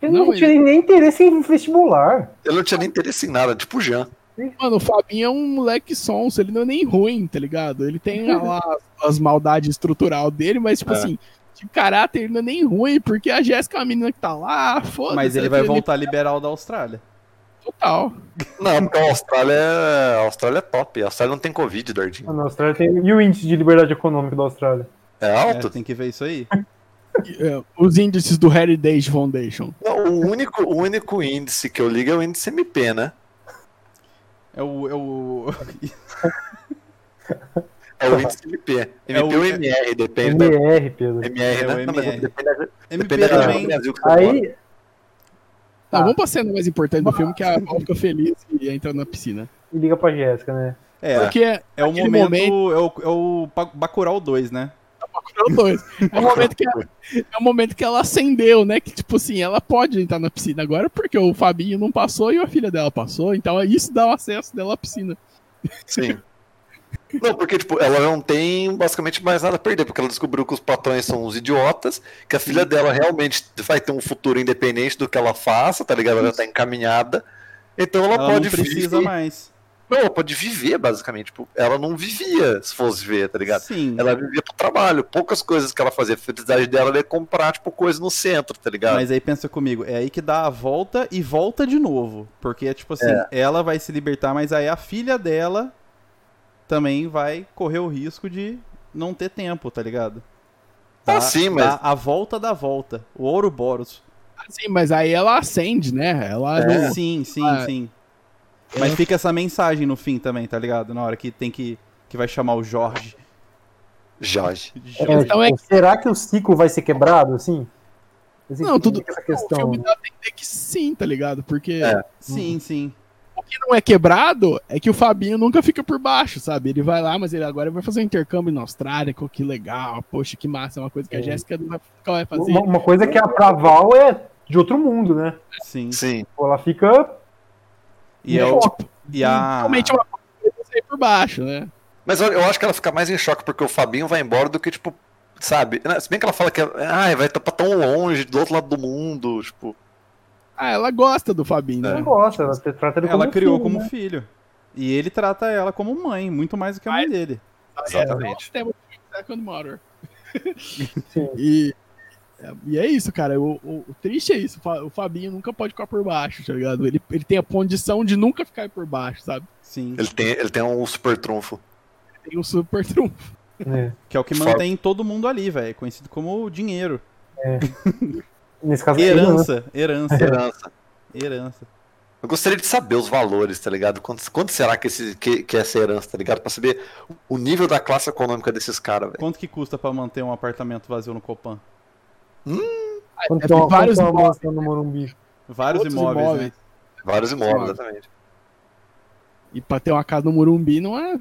S3: Ele não,
S4: Não,
S3: tinha nem interesse em vestibular.
S2: Ele não tinha nem interesse em nada, tipo o Jean.
S4: mano, o Fabinho é um moleque sonso, ele não é nem ruim, tá ligado? Ele tem
S3: <laughs>
S4: lá as maldades estrutural dele, mas, tipo
S2: É.
S4: assim, de caráter ele não é nem ruim, porque a Jéssica é uma menina que tá lá, foda-se.
S1: Mas ele vai
S4: aquele
S1: voltar liberal da Austrália.
S4: Total.
S3: <laughs>
S2: Não, porque a Austrália, é- a Austrália é top. A Austrália não tem Covid, Dardinho.
S3: Mano, a Ah, Austrália tem. E o índice de liberdade econômica da Austrália?
S2: É
S1: É,
S2: alto.
S1: tem que ver isso aí.
S4: É, os índices do Heritage Foundation.
S1: É.
S2: Não, o, único, o único índice que eu ligo é o índice MP, né?
S1: É o. É
S2: <laughs>
S1: o...
S2: É o índice MP.
S1: É
S2: MP ou
S1: o-
S2: MR, depende da.
S3: MR, Pedro.
S2: MR,
S1: É
S2: né?
S1: o
S2: Não, mas
S1: MR.
S2: depende da,
S1: MP
S2: depende da região do
S1: também.
S2: Brasil que você mora.
S3: Aí,
S4: Tá,
S3: Tá.
S4: vamos pra cena mais importante do filme, que é a Val fica feliz e entra na piscina.
S3: liga pra Jéssica, né?
S1: É,
S4: Porque
S1: é o
S4: Aquele
S1: momento.
S4: momento-
S1: É o, é o Ba- Bacurau 2, né?
S4: Não, dois. É o momento que <laughs> ela, é o momento que ela acendeu, né? Que tipo assim, ela pode entrar na piscina agora porque o Fabinho não passou e a filha dela passou, então isso dá o acesso dela à piscina.
S2: Sim. Não, porque, tipo, ela não tem basicamente mais nada a perder, porque ela descobriu que os patrões são uns idiotas, que a filha dela realmente vai ter um futuro independente do que ela faça, tá ligado? Ela já tá encaminhada. Então ela,
S1: Ela
S2: pode
S1: não precisa
S2: viver.
S1: mais.
S2: Não, ela pode viver, basicamente. Tipo, ela não vivia, se fosse ver, tá ligado?
S1: Sim.
S2: Ela vivia pro trabalho, poucas coisas que ela fazia. A felicidade dela era comprar, tipo, coisa no centro, tá ligado?
S1: Mas aí pensa comigo, é aí que dá a volta e volta de novo. Porque, tipo assim,
S2: É.
S1: ela vai se libertar, mas aí a filha dela também vai correr o risco de não ter tempo, tá ligado?
S2: Ah, sim, mas-
S1: dá a volta da volta. O Ouroboros.
S4: Assim, mas aí ela acende, né? Ela não-
S1: Sim, sim,
S4: Ah.
S1: sim. É. Mas fica essa mensagem no fim também, tá ligado? Na hora que tem que. Que vai chamar o Jorge.
S2: Jorge.
S3: É,
S4: questão é
S3: tipo, Será que o ciclo vai ser quebrado, assim? Assim,
S4: Não, tudo-
S3: fica Essa
S4: o
S3: questão.
S4: filme dá a entender que sim, tá ligado? Porque
S2: É.
S1: Sim, sim.
S4: o que não é quebrado é que o Fabinho nunca fica por baixo, sabe? Ele vai lá, mas ele agora vai fazer um intercâmbio na Austrália, co- que legal, poxa, que massa, é uma coisa que a
S3: É.
S4: Jéssica nunca vai fazer.
S3: Uma, uma coisa que a Praval é de outro mundo, né?
S1: Sim.
S2: Sim.
S3: Pô, Ela fica.
S1: E, é o, e a.
S4: Realmente é uma coisa que eu sei por baixo, né?
S2: Mas olha, eu acho que ela fica mais em choque porque o Fabinho vai embora do que, tipo, sabe? Se bem que ela fala que é, ai, vai estar pra tão longe, do outro lado do mundo, tipo.
S4: Ah, ela gosta do Fabinho,
S2: É.
S4: né?
S3: Não gosta, ela te- trata ele como
S1: Ela
S3: um
S1: criou
S3: filho,
S1: como
S3: né?
S1: filho. E ele trata ela como mãe, muito mais do que a mãe dele.
S2: Exatamente.
S4: Tem o um Second Motor.
S3: <laughs> Sim.
S4: E, e é isso, cara. O, o- o triste é isso. O Fa- O Fabinho nunca pode ficar por baixo, tá ligado? Ele, ele tem a condição de nunca ficar por baixo, sabe?
S1: Sim.
S2: Ele tem, ele tem um super trunfo.
S4: Tem o super trunfo.
S3: É.
S1: Que é o que
S2: Fala.
S1: mantém todo mundo ali, velho. Conhecido como dinheiro.
S3: Nesse caso, ele, né?
S1: Herança, herança,
S2: Herança.
S1: herança.
S2: Eu gostaria de saber os valores, tá ligado? Quanto, quanto será que, esse, que, que é essa herança, tá ligado? Pra saber o nível da classe econômica desses caras, velho.
S1: Quanto que custa pra manter um apartamento vazio no Copan?
S3: <laughs> Quando
S4: É,
S3: tem uma-
S4: tem
S3: quando
S4: vários
S3: tem uma
S4: imóveis.
S3: mansão no Morumbi.
S1: Vários
S4: Outros
S1: imóveis, <laughs>
S4: imóveis.
S1: né?
S2: Vários imóveis,
S4: Sim.
S2: exatamente.
S4: E pra ter uma casa no Morumbi não é.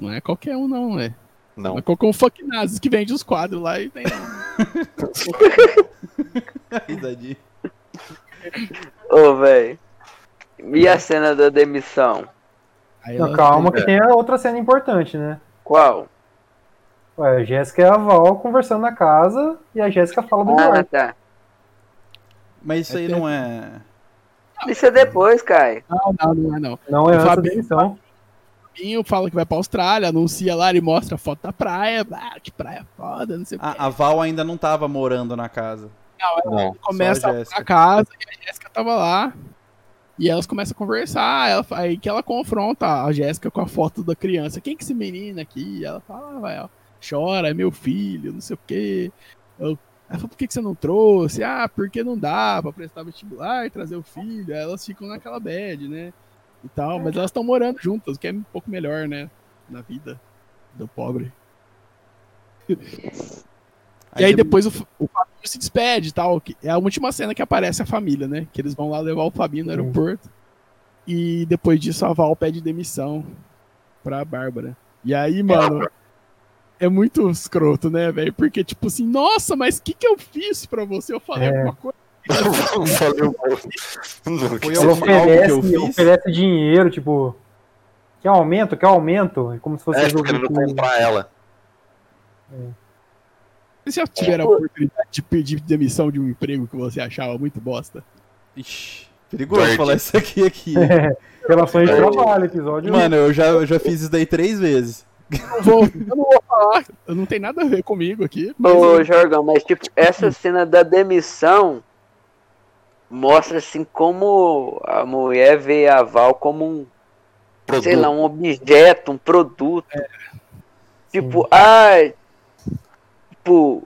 S4: Não é qualquer um, não, é.
S2: Não. <laughs>
S4: Não é qualquer um fuck nazis que vende os quadros lá e tem.
S1: Risadinha.
S6: Ô, velho. E a cena da demissão?
S4: Aí
S3: <laughs> Não,
S4: ela-
S3: calma
S2: É.
S3: que tem a outra cena importante, né?
S6: Qual?
S3: Ué, a Jéssica e a Val conversando na casa e a Jéssica fala do
S6: Ah,
S3: Eduardo.
S6: tá.
S1: Mas isso aí não é.
S6: Isso é depois, Caio.
S4: Não, não, não é não.
S3: Não é antes da
S4: Fabinho.
S3: demissão.
S4: Fabinho fala que vai pra Austrália, anuncia lá, ele mostra a foto da praia. Ah, que praia foda, não sei o que.
S1: A, a Val ainda não tava morando na casa.
S2: Não.
S4: começa
S1: Só a
S4: a,
S1: Jéssica.
S4: casa e a Jéssica tava lá. E elas começam a conversar, ela, fa- aí que ela confronta a Jéssica com a foto da criança. Quem que é esse menino aqui? Ela fala, ah, vai, ó, chora, é meu filho, não sei o quê. Eu- ela fala, por que, que você não trouxe? Ah, porque não dá pra prestar vestibular e trazer o filho. Aí elas ficam naquela bad, né? E tal, mas elas estão morando juntas, o que é um pouco melhor, né? Na vida do pobre. E aí depois o, Fa- o Fabinho se despede e tal. que é a última cena que aparece a família, né? Que eles vão lá levar o Fabinho no
S3: Sim.
S4: aeroporto. E depois disso a Val pede demissão pra Bárbara. E aí, mano, é muito escroto, né, velho? Porque, tipo assim, nossa, mas o que, que eu fiz pra você? Eu falei
S3: É.
S4: alguma coisa.
S2: Valeu, Não, que
S1: Foi
S2: que
S3: Ela
S1: eu-
S2: você-
S1: que eu
S3: oferece,
S1: fiz?
S3: oferece dinheiro, tipo. Quer aumento? Quer aumento? É como se fosse
S2: É, tô
S3: jogo de
S2: querendo
S3: clube.
S2: comprar ela.
S4: Vocês já tiveram a
S6: Tipo-
S4: oportunidade de pedir demissão de um emprego que você achava muito bosta?
S1: Ixi, perigoso
S2: Verde.
S1: falar isso aqui aqui.
S3: Relações de
S2: É.
S3: trabalho, episódio.
S1: Mano, eu já, eu já fiz isso daí três vezes.
S4: Eu, vou- eu não vou falar, eu não tem nada a ver comigo aqui. mas
S6: Ô, Jorgão, mas tipo, essa cena da demissão mostra assim como a mulher vê a Val como um,
S2: Produto.
S6: sei lá, um objeto, um produto.
S1: É.
S6: Tipo, ah, tipo,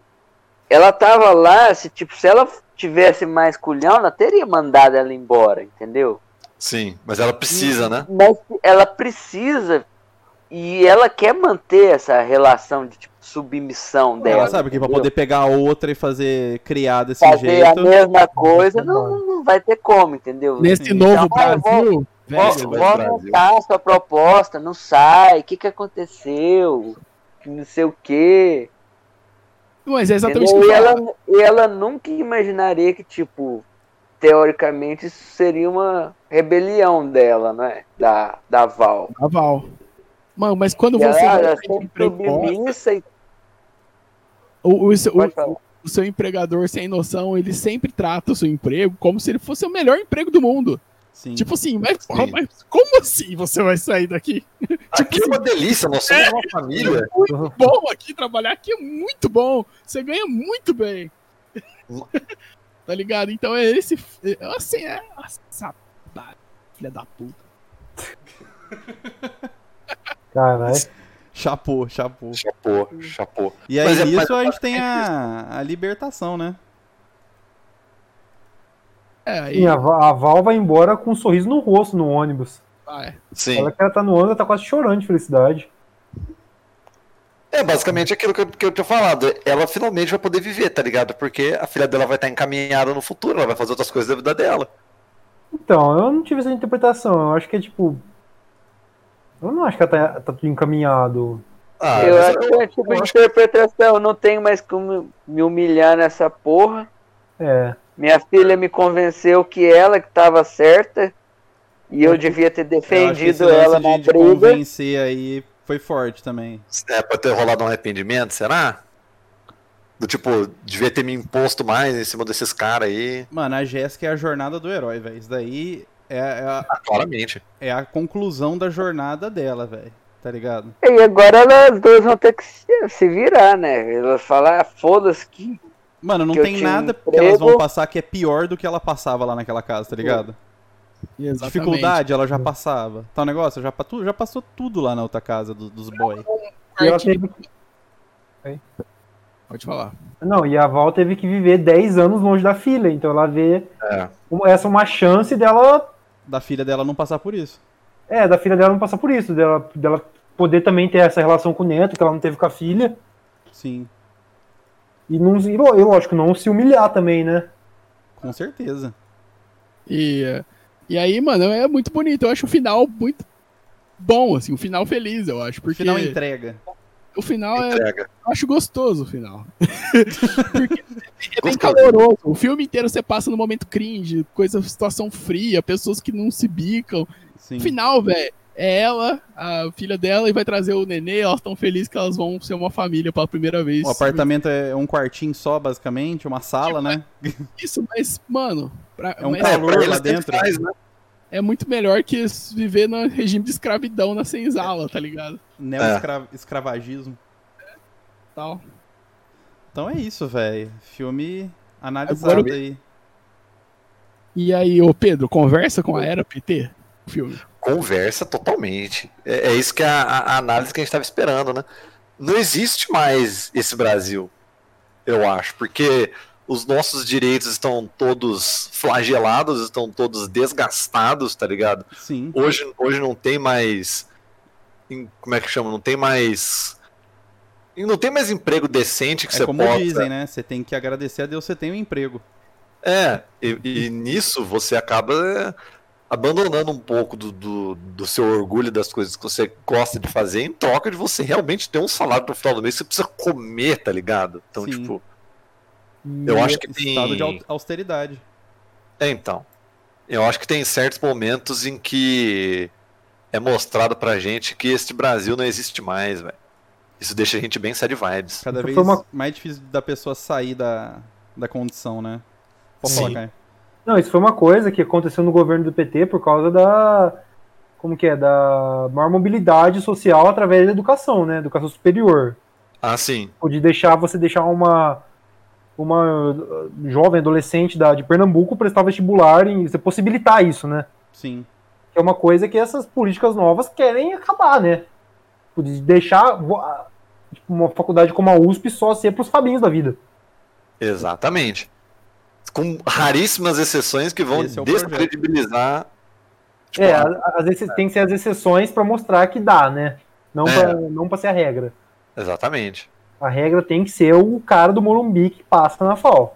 S6: ela tava lá, se tipo, se ela tivesse mais culhão, ela teria mandado ela embora, entendeu?
S2: Sim, mas ela precisa, né?
S6: Mas ela precisa e ela quer manter essa relação de tipo, submissão dela.
S1: Ela sabe que pra
S6: entendeu?
S1: poder pegar a outra e fazer criar desse
S6: fazer a
S1: jeito.
S6: mesma coisa, não, não vai ter como, entendeu?
S4: Nesse
S1: Sim.
S4: novo
S6: Ah, eu vou- Vó-
S4: Brasil, velho,
S2: vai
S6: vó
S2: pro
S6: não
S2: Brasil.
S6: tá, sua proposta, não sai, o que, que aconteceu? Que Não sei o quê.
S4: mas é exatamente o que
S6: entendeu? E
S4: eu falo.
S6: ela, e ela nunca imaginaria que, tipo, teoricamente isso seria uma rebelião dela, né? Da, da Val.
S4: A Val. Mano, mas
S1: Então
S4: quando
S6: E ela ah,
S4: você
S6: ela é
S4: vai pedir
S6: sempre
S4: emprego,
S6: submissa e
S4: o, o, seu-
S6: pode
S4: o,
S6: falar.
S4: o seu empregador sem noção, ele sempre trata o seu emprego como se ele fosse o melhor emprego do mundo.
S1: Sim.
S4: Tipo assim, mas, porra, mas como assim você vai sair daqui?
S2: Aqui é uma delícia, nós somos uma família.
S4: Muito bom aqui, trabalhar aqui é muito bom. Você ganha muito bem. <laughs> tá ligado? Então é esse. é- Assim, é. Nossa, filha da puta.
S3: um. Caralho.
S1: Chapô, chapô.
S2: Chapô, chapô.
S1: E aí
S2: Mas é-
S1: nisso a
S2: mas-
S1: gente tem a, a libertação, né?
S4: É, aí
S3: Sim, a, Va- a Val vai embora com um sorriso no rosto no ônibus.
S4: vai.
S2: Sim.
S3: Ela que ela tá no ônibus, ela tá quase chorando de felicidade.
S2: É basicamente aquilo que eu, que eu tinha falado. Ela finalmente vai poder viver, tá ligado? Porque a filha dela vai estar encaminhada no futuro, ela vai fazer outras coisas da vida dela.
S3: Então, eu não tive essa interpretação. Eu acho que é tipo. Eu não acho que ela tá, tá tudo encaminhado.
S2: Ah,
S6: Eu
S2: mas
S6: acho que é tipo de
S2: eu acho
S6: interpretação, não tenho mais como me humilhar nessa porra.
S3: É.
S6: Minha filha me convenceu que ela que estava certa e eu devia ter
S1: Eu acho que esse
S6: defendido
S1: lance
S6: ela
S1: de-
S6: na
S1: de
S6: briga.
S1: convencer aí foi forte também.
S2: é, pode ter rolado um arrependimento, será? Do tipo, devia ter me imposto mais em cima desses caras aí.
S1: Mano, a Jéssica é a jornada do herói, velho. Isso daí é, é a,
S2: Ah, claramente.
S1: é a conclusão da jornada dela, velho. tá ligado?
S6: E agora elas duas vão ter que se, se virar, né? Elas falar, ah, foda-se que.
S1: Mano, não
S6: Que eu
S1: tem
S6: tinha um
S1: nada que elas vão
S6: emprego.
S1: passar que é pior do que ela passava lá naquela casa, tá ligado?
S4: Exatamente.
S1: Dificuldade ela já passava. Tá um negócio? Já, pa- tu- já passou tudo lá na outra casa do- dos boys.
S3: E ela
S4: Parte-
S3: teve-
S4: Pode falar.
S3: Não, e a Val teve que viver 10 anos longe da filha, então ela vê
S2: É.
S3: um- essa é uma chance dela,
S1: Da filha dela não passar por isso.
S3: é, da filha dela não passar por isso, dela, dela poder também ter essa relação com o neto que ela não teve com a filha,
S1: Sim,
S3: e, não, e lo- e lógico, não se humilhar também, né?
S1: com certeza.
S4: E, eh, e aí, mano, é muito bonito. Eu acho o final muito bom, assim, o final feliz, eu acho. Porque
S1: Final entrega.
S4: o final é.
S2: Entrega.
S4: Eu acho gostoso o final. <laughs> Porque é bem
S2: Gostoso.
S4: caloroso. O filme inteiro você passa no momento cringe, coisa, situação fria, pessoas que não se bicam.
S1: Sim.
S4: O final, velho, é ela, a filha dela, e vai trazer o nenê. Elas estão felizes que elas vão ser uma família pela primeira vez.
S1: O apartamento é um quartinho só, basicamente, uma sala, né?
S4: Isso, mas, mano, pra-
S1: É um
S4: mas
S1: calor
S2: pra eles
S1: lá
S2: tanto
S1: dentro.
S2: faz, né?
S4: é muito melhor que viver no regime de escravidão na senzala, tá ligado?
S2: É.
S1: Neo-escravagismo.
S4: Tal.
S1: Então é isso, velho. Filme analisado
S4: Agora-
S1: aí.
S4: E aí, ô Pedro, conversa com a Era PT? O filme.
S2: Conversa totalmente. É, é isso que é a, a- a análise que a gente estava esperando, né? Não existe mais esse Brasil, eu acho, porque os nossos direitos estão todos flagelados, estão todos desgastados, tá ligado?
S1: Sim.
S2: hoje, hoje não tem mais. em- Como é que chama? Não tem mais. Não tem mais emprego decente que
S1: É
S2: você
S1: como
S2: possa.
S1: dizem, né? Você tem que agradecer a Deus, você tem um emprego.
S2: É, e, e nisso você acaba é, abandonando um pouco do, do, do seu orgulho das coisas que você gosta de fazer em troca de você realmente ter um salário pro final do mês que você precisa comer, tá ligado? Então,
S1: Sim.
S2: tipo.
S3: E
S2: Eu acho que tem.
S1: Estado de au- austeridade.
S2: É, então. Eu acho que tem certos momentos em que é mostrado pra gente que este Brasil não existe mais, velho. Isso deixa a gente bem sad vibes.
S1: Cada
S3: Foi
S1: vez
S3: uma-
S1: mais difícil da pessoa sair da, da condição, né? Pode
S2: Sim.
S1: falar, Caio.
S3: Não, isso foi uma coisa que aconteceu no governo do PT por causa da. Como que é? Da maior mobilidade social através da educação, né? Educação superior.
S2: Ah, sim.
S3: Ou de deixar você deixar uma. Uma uh, jovem adolescente da, de Pernambuco prestar vestibular e você possibilitar isso, né?
S1: Sim.
S3: Que é uma coisa que essas políticas novas querem acabar, né? Tipo, De deixar vo- a- tipo, uma faculdade como a USP só ser pros fabinhos da vida.
S2: Exatamente. Com raríssimas exceções que vão
S1: Esse é o projeto.
S2: descredibilizar. tipo,
S3: é,
S2: a-
S3: a- às vezes tem que ser as exceções pra mostrar que dá, né? Não,
S2: É.
S3: pra, não pra ser a regra.
S2: Exatamente.
S3: A regra tem que ser o cara do Morumbi que passa na FAO.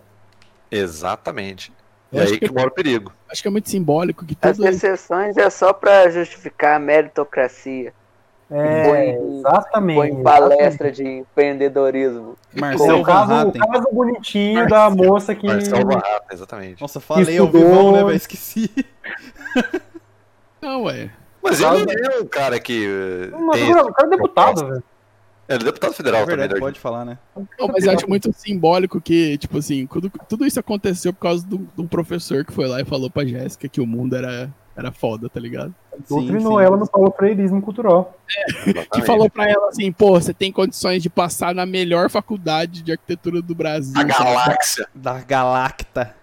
S2: Exatamente.
S4: Eu
S2: e
S4: acho
S2: aí
S4: que-
S2: que mora o perigo.
S4: Acho que é muito simbólico que
S6: As
S4: tudo.
S6: exceções é só pra justificar a meritocracia.
S3: É,
S6: Põe-
S3: exatamente.
S6: Põe palestra de empreendedorismo.
S1: Marcel
S3: O
S1: Van
S3: caso, o
S1: Hatten.
S3: caso bonitinho da moça que.
S2: Marcelo Barrata, exatamente.
S1: Nossa, falei ao
S3: Estudou.
S1: vivo, né, velho? Esqueci.
S4: Não, é.
S2: Mas
S3: Caso-
S2: ele é um cara que. eh,
S3: Mas
S2: tem-
S3: o cara- o cara é deputado, velho.
S2: Ele é deputado federal
S1: É
S2: também,
S1: verdade,
S2: né?
S1: pode falar, né?
S4: Não, mas eu acho muito simbólico que, tipo assim, quando- tudo isso aconteceu por causa do- de um professor que foi lá e falou pra Jéssica que o mundo era, era foda, tá ligado?
S3: Doutrinou ela no Paulo Freirismo cultural.
S6: Ah,
S4: Que
S2: Exatamente.
S6: é.
S4: falou pra ela assim, pô, você tem condições de passar na melhor faculdade de arquitetura do Brasil.
S2: A galáxia.
S1: Da Galacta.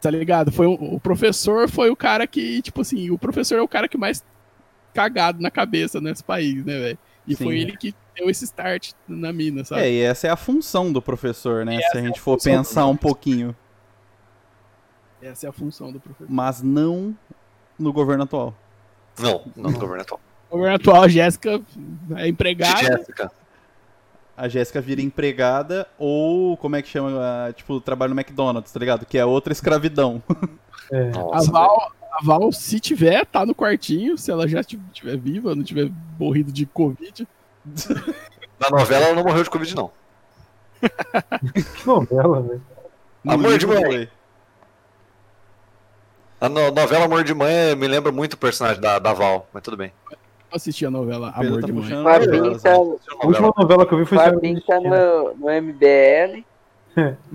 S4: Tá ligado? Foi o, o professor foi o cara que, tipo assim, o professor é o cara que mais cagado na cabeça nesse país, né, velho? E
S1: Sim.
S4: foi ele que deu esse start na mina, sabe?
S1: É, e essa é a função do professor, né? Se a gente for
S4: é função do
S1: pensar um
S4: professor.
S1: pouquinho.
S4: Essa é a função do professor.
S1: Mas não no governo atual.
S2: Não, não, governo atual.
S4: O governo atual, a Jéssica é empregada.
S2: Jéssica.
S1: A Jéssica vira empregada ou, como é que chama? ah, Tipo, trabalho no McDonald's, tá ligado? Que é outra escravidão. <laughs>
S3: É.
S4: A
S2: Nossa,
S4: Val, a Val, se tiver, tá no quartinho. Se ela já estiver viva, não tiver morrido de Covid.
S2: Na novela ela não morreu de Covid, não.
S3: Que novela, velho.
S1: No
S2: Amor de
S1: livro
S2: mãe.
S1: foi.
S2: A no- novela Amor de Mãe me lembra muito o personagem da, da Val, mas tudo bem.
S4: Eu assisti a novela
S1: Pedro
S4: Amor
S1: tá
S4: de Mãe.
S1: puxando
S6: Fabinho
S1: novelas,
S6: tá,
S1: né?
S3: A última novela que eu vi foi
S4: é,
S6: Fabinho tá
S3: É,
S6: no, no MBL.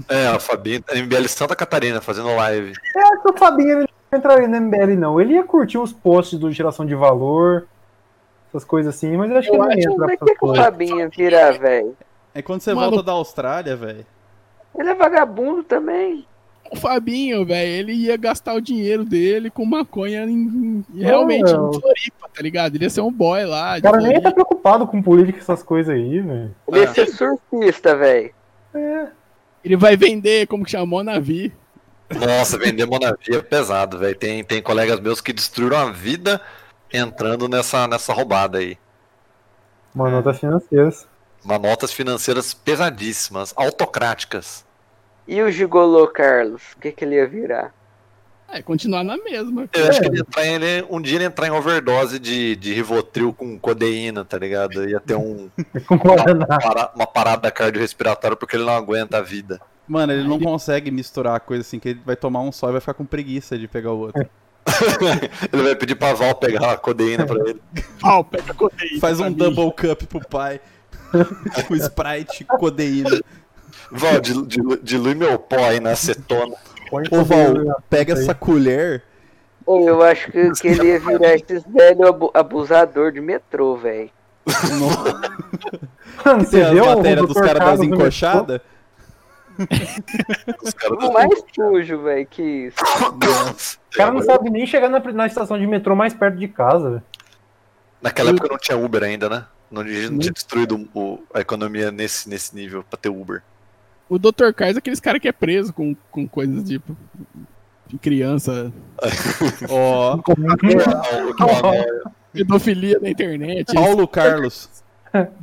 S2: É, a Fabi, MBL Santa Catarina, fazendo live.
S3: Será que o Fabinho ele não entraria no MBL, não? Ele ia curtir os posts do Geração de Valor, essas coisas assim, mas eu acho que
S4: Eu
S3: não
S4: acho que
S3: entra
S6: Como é
S3: essas
S6: que o
S3: coisas.
S6: Fabinho virar, velho?
S1: É quando você
S4: Mano.
S1: volta da Austrália, velho.
S6: Ele é vagabundo também.
S4: O Fabinho, velho, ele ia gastar o dinheiro dele com maconha em, em- realmente
S3: Não.
S4: em Floripa, tá ligado? Ele ia ser um boy lá.
S3: O
S4: de
S3: cara nem
S4: Floripa.
S3: tá preocupado com política e essas coisas aí, velho. É.
S6: Ele
S1: Ah.
S6: ia ser surfista, velho.
S4: Ele vai vender, como que chamou, navio.
S2: Nossa, vender monavia é pesado, velho. Tem, tem colegas meus que destruíram a vida entrando nessa, nessa roubada aí.
S1: É.
S3: Uma nota financeira. <laughs>
S2: Uma notas financeiras pesadíssimas, autocráticas.
S6: E o Gigolô Carlos? O que, que ele ia virar?
S4: É, continuar na mesma.
S1: É.
S2: Eu acho que
S3: É.
S2: ele ia entrar, em- ele- um dia ele ia entrar em overdose de, de Rivotril com codeína, tá ligado? Ia ter <laughs> um,
S3: Com Guaraná.
S2: para- uma parada cardiorrespiratória porque ele não aguenta a vida.
S1: Mano, ele não consegue misturar a coisa assim, que ele vai tomar um só e vai ficar com preguiça de pegar o
S4: É,
S1: outro.
S2: Ele vai pedir pra Val pegar a codeína pra ele.
S4: Pau, pega codeína.
S1: Faz um
S4: Fabinho.
S1: double cup pro pai. <laughs> com Sprite, codeína.
S2: Val, dilu- dilu- dilui meu pó aí na acetona.
S3: <laughs> Põe
S1: Ô, Val,
S3: tudo
S4: né?
S3: na-
S1: pega
S3: Isso aí.
S1: essa colher.
S6: Ou eu acho que, que ele ia virar esses velho abu- abusador de metrô, velho.
S1: No...
S3: Mano, você
S1: Tem a
S3: viu o
S1: matéria dos
S3: Dr.
S1: caras das
S3: Carlos no
S1: encoxadas?
S2: Os caras
S6: O mais sujo, velho, que isso.
S3: O cara não sabe nem chegar na, na estação de metrô mais perto de casa. velho.
S2: Naquela época não tinha Uber ainda, né? Não, não tinha destruído o- a economia nesse, nesse nível pra ter Uber.
S4: O Dr. Carlos é aqueles cara que é preso com, com coisas tipo de criança,
S1: <laughs> Ó,
S3: Uhum.
S2: Não, Ah, o que lá não-
S4: pedofilia na internet.
S1: Paulo Carlos.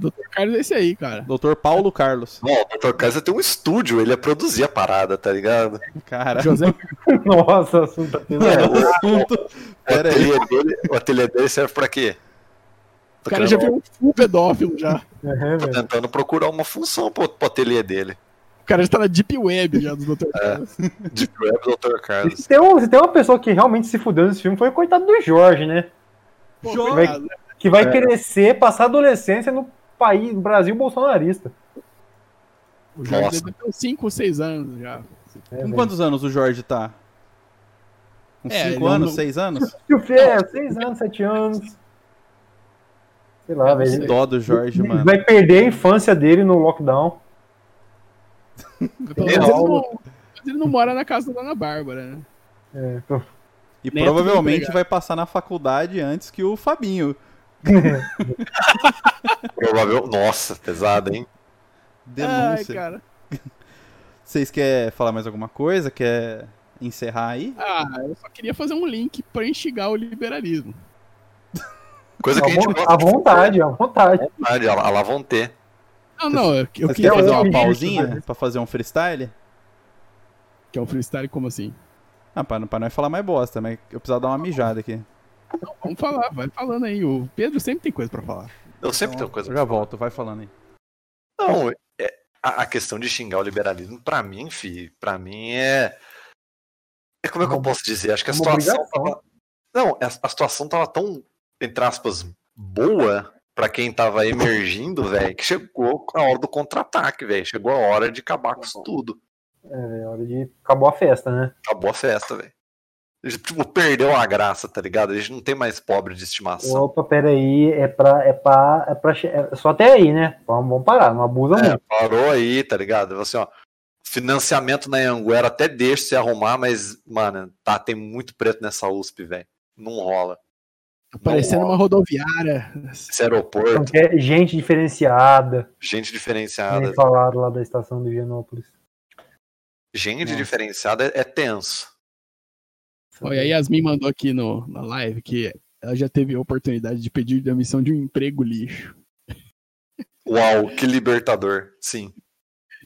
S4: O Dr. Carlos é esse
S1: <laughs>
S4: aí, cara.
S1: Doutor Paulo Carlos.
S2: Não, o Dr. Kaiser tem um estúdio, ele ia produzir a parada, tá
S4: <laughs>
S2: ligado?
S1: Cara,
S4: José
S3: <laughs> Nossa, o assunto tá
S2: É.
S4: É
S3: pesado.
S4: um
S1: mano, o assunto.
S2: O
S1: Pera aí.
S2: ateliê, dele, o ateliê dele serve pra quê?
S4: O
S2: Tô
S4: cara
S2: querendo-
S1: é
S4: já virou um full pedófilo já.
S3: É,
S2: tô
S3: velho.
S2: tentando procurar uma função pro, pro ateliê dele.
S4: O cara já tá na Deep Web já do
S1: É.
S4: Dr. Carlos.
S2: De Grab Dr. Carlos.
S3: Se tem, um- se tem uma pessoa que realmente se fudeu nesse filme, foi o coitado do Jorge, né?
S4: Pô,
S1: Jorge.
S4: coitado, né?
S3: Que vai crescer, passar a adolescência no país, no Brasil bolsonarista.
S4: O Jorge
S2: Nossa.
S4: deve ter uns 5 ou 6 anos
S3: É,
S4: já.
S1: Com
S3: velho.
S1: quantos anos o Jorge tá? Uns
S4: É,
S1: 5
S4: ele é um
S1: anos,
S4: no-
S1: 6 anos?
S3: Se o Fê é 6 anos, 7 anos. Sei lá, velho.
S1: Dó do Jorge, mano.
S3: Vai perder a infância dele no lockdown.
S1: É
S4: Pelo menos ele não, mas ele não mora na casa da Dona Bárbara, né?
S3: É, pô.
S1: E
S4: Neto
S1: provavelmente
S4: desempregado.
S1: vai passar na faculdade antes que o Fabinho.
S2: Provável. Nossa, pesado, hein?
S4: Ai,
S1: Denúncia.
S4: Ah, cara.
S1: Vocês querem falar mais alguma coisa? Quer encerrar aí?
S4: Ah, eu só queria fazer um link pra instigar o liberalismo.
S2: Coisa que a gente gosta
S3: à vontade, à vontade.
S2: de a, a Lavonte.
S4: Não, não, eu, eu
S1: Vocês
S4: queria
S1: querem fazer
S4: fazer um
S1: uma
S3: ouvir isso,
S1: pausinha
S3: mas-
S1: pra fazer um freestyle?
S4: Que é um freestyle como assim?
S1: Ah, pra, pra nós falar mais bosta, mas eu precisava dar uma mijada aqui.
S4: Não, vamos falar, vai falando aí. O Pedro sempre tem coisa pra falar.
S2: Eu sempre
S1: Então,
S2: tenho coisa
S1: eu
S2: pra
S1: já
S2: falar.
S1: volto, vai falando aí.
S2: Não, é- a, a questão de xingar o liberalismo, pra mim, fi, pra mim é. é como é que eu posso dizer? Acho que a
S3: Uma
S2: situação.
S3: obrigação.
S2: tava- não, a, a situação tava tão, entre aspas, boa pra quem tava emergindo, velho, que chegou a hora do contra-ataque, velho. Chegou a hora de acabar com
S3: Uhum.
S2: isso tudo.
S3: É hora de. Acabou a festa, né?
S2: Acabou a festa, velho. Tipo, perdeu a graça, tá ligado? A gente não tem mais pobre de estimação.
S3: Opa, peraí, é pra. É pra, é pra che- é só até aí, né? Vamos, vamos parar, não abusa
S2: É,
S3: muito.
S2: parou aí, tá ligado? Assim, ó, financiamento na Anguera até deixa se arrumar, mas, mano, tá, tem muito preto nessa USP, velho. Não rola.
S4: Tá Parecendo
S2: Não
S4: uma rodoviária.
S2: Esse
S3: Não
S2: aeroporto,
S3: quer gente diferenciada,
S2: gente
S3: que
S2: diferenciada.
S3: nem falaram lá da estação do Higienópolis.
S2: Gente
S3: Nossa.
S2: diferenciada é é tenso.
S4: Olha, a Yasmin mandou aqui no, na live que ela já teve a oportunidade de pedir demissão de um emprego lixo.
S2: Uau, que libertador. Sim.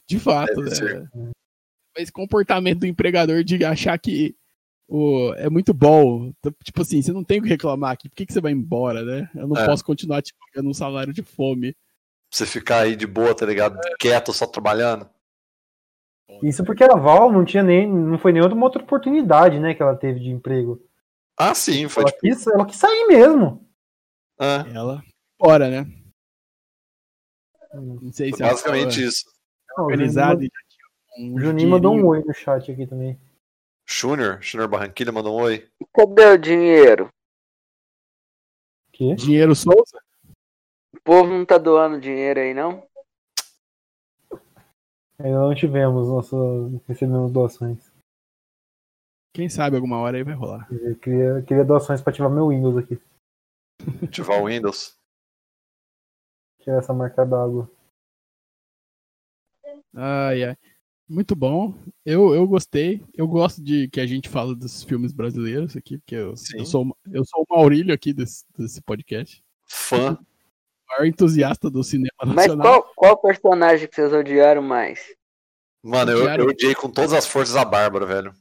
S4: De fato,
S2: Deve
S4: né?
S2: ser.
S4: Mas comportamento do empregador de achar que o, é muito bom. T- Tipo assim, você não tem o que reclamar aqui. Por que, que você vai embora, né? Eu não
S2: É.
S4: posso continuar te pagando um salário de fome.
S2: Você ficar aí de boa, tá ligado? Quieto, só trabalhando.
S3: Isso porque a Val não tinha nem. não foi nenhuma outra oportunidade, né, que ela teve de emprego.
S2: Ah, sim, foi
S3: Ela
S2: tipo.
S3: quis, ela quis sair mesmo.
S2: ah,
S4: Ela fora, né?
S3: Hum.
S4: Não sei se
S2: foi
S4: ela
S2: basicamente
S4: tava
S2: isso. é
S3: Não, o Juninho
S4: organizada. e já tinha
S3: O
S4: um
S3: Juninho mandou um
S4: dinheirinho.
S3: oi no chat aqui também.
S2: Júnior, Júnior Barranquilha mandou um oi.
S6: Cadê o dinheiro?
S3: Que? um
S4: Dinheiro Souza?
S6: povo não tá doando dinheiro aí, não?
S3: Ainda não tivemos, nossas, recebemos doações.
S4: Quem sabe alguma hora aí vai rolar.
S3: Eu queria, queria doações pra ativar meu Windows aqui.
S2: Ativar o Windows.
S3: Tirar essa marca d'água.
S4: Ai, ai. Muito bom. Eu, eu gostei. Eu gosto de que a gente fala dos filmes brasileiros aqui, porque eu,
S2: Sim.
S4: eu sou, eu sou o Maurílio aqui desse, desse podcast.
S2: <laughs> Fã.
S4: O maior entusiasta do cinema
S6: Mas
S4: nacional.
S6: qual, qual personagem que vocês odiaram mais?
S2: Mano, eu,
S4: Odiaram.
S2: eu odiei com todas as forças a Bárbara, velho.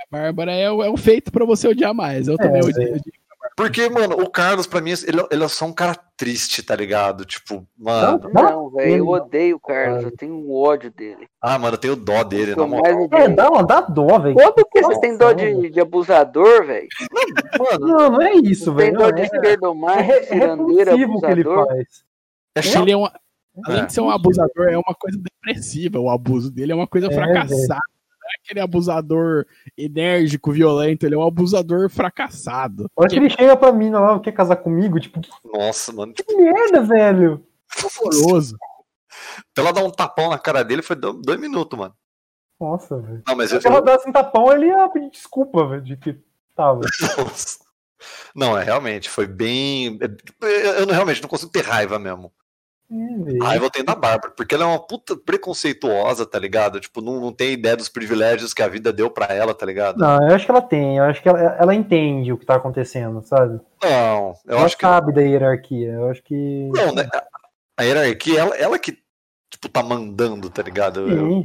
S4: A Bárbara é, o- é um feito pra você odiar mais.
S3: É,
S4: Eu também odio. odio.
S2: Porque, mano, o Carlos, pra mim, ele, ele é só um cara triste, tá ligado? Tipo, mano.
S3: Não, não.
S6: Não, velho, eu
S3: não.
S6: odeio o Carlos, eu tenho um ódio dele.
S2: Ah, mano, eu tenho dó dele, na
S6: Eu
S2: moral.
S6: mais
S3: É,
S6: odeio.
S3: dá, um dá dó, velho.
S6: Como que vocês
S3: Nossa,
S6: têm dó de, de abusador, velho?
S2: Mano,
S3: Não, não é isso,
S6: Tem
S3: velho. Não,
S6: dó
S3: É,
S6: de
S3: é,
S6: esquerdomar,
S3: é
S6: cirandeiro,
S3: repulsivo o que ele
S6: tá abusador.
S3: faz.
S2: é chato.
S4: Ele é um, além
S2: É.
S4: de ser um abusador, é uma coisa depressiva. O abuso dele é uma coisa
S3: É,
S4: fracassada. Não é aquele abusador enérgico, violento. Ele é um abusador fracassado.
S3: A hora que ele chega pra mina lá, quer casar comigo, tipo, que
S2: Nossa, mano. Tipo,
S3: merda, velho.
S4: horroroso.
S2: pra ela dar um tapão na cara dele foi do- dois minutos, mano.
S3: Nossa, velho.
S2: Não, mas eu.
S3: Se ela desse um tapão, ele ia pedir desculpa, velho, de que
S2: <laughs>
S3: tava.
S2: Nossa. Não, é realmente, foi bem. é- Eu não- realmente não consigo ter raiva mesmo.
S3: É, velho.
S2: Raiva eu tenho da Bárbara, porque ela é uma puta preconceituosa, tá ligado? Tipo, não, não tem ideia dos privilégios que a vida deu pra ela, tá ligado?
S3: Não, eu acho que ela tem, eu acho que ela, ela entende o que tá acontecendo, sabe?
S2: Não, eu
S3: ela
S2: acho que.
S3: sabe da hierarquia, eu acho que.
S2: Não, né? A- A hierarquia, ela, ela que, tipo, tá mandando, tá ligado? Eu-
S3: Sim,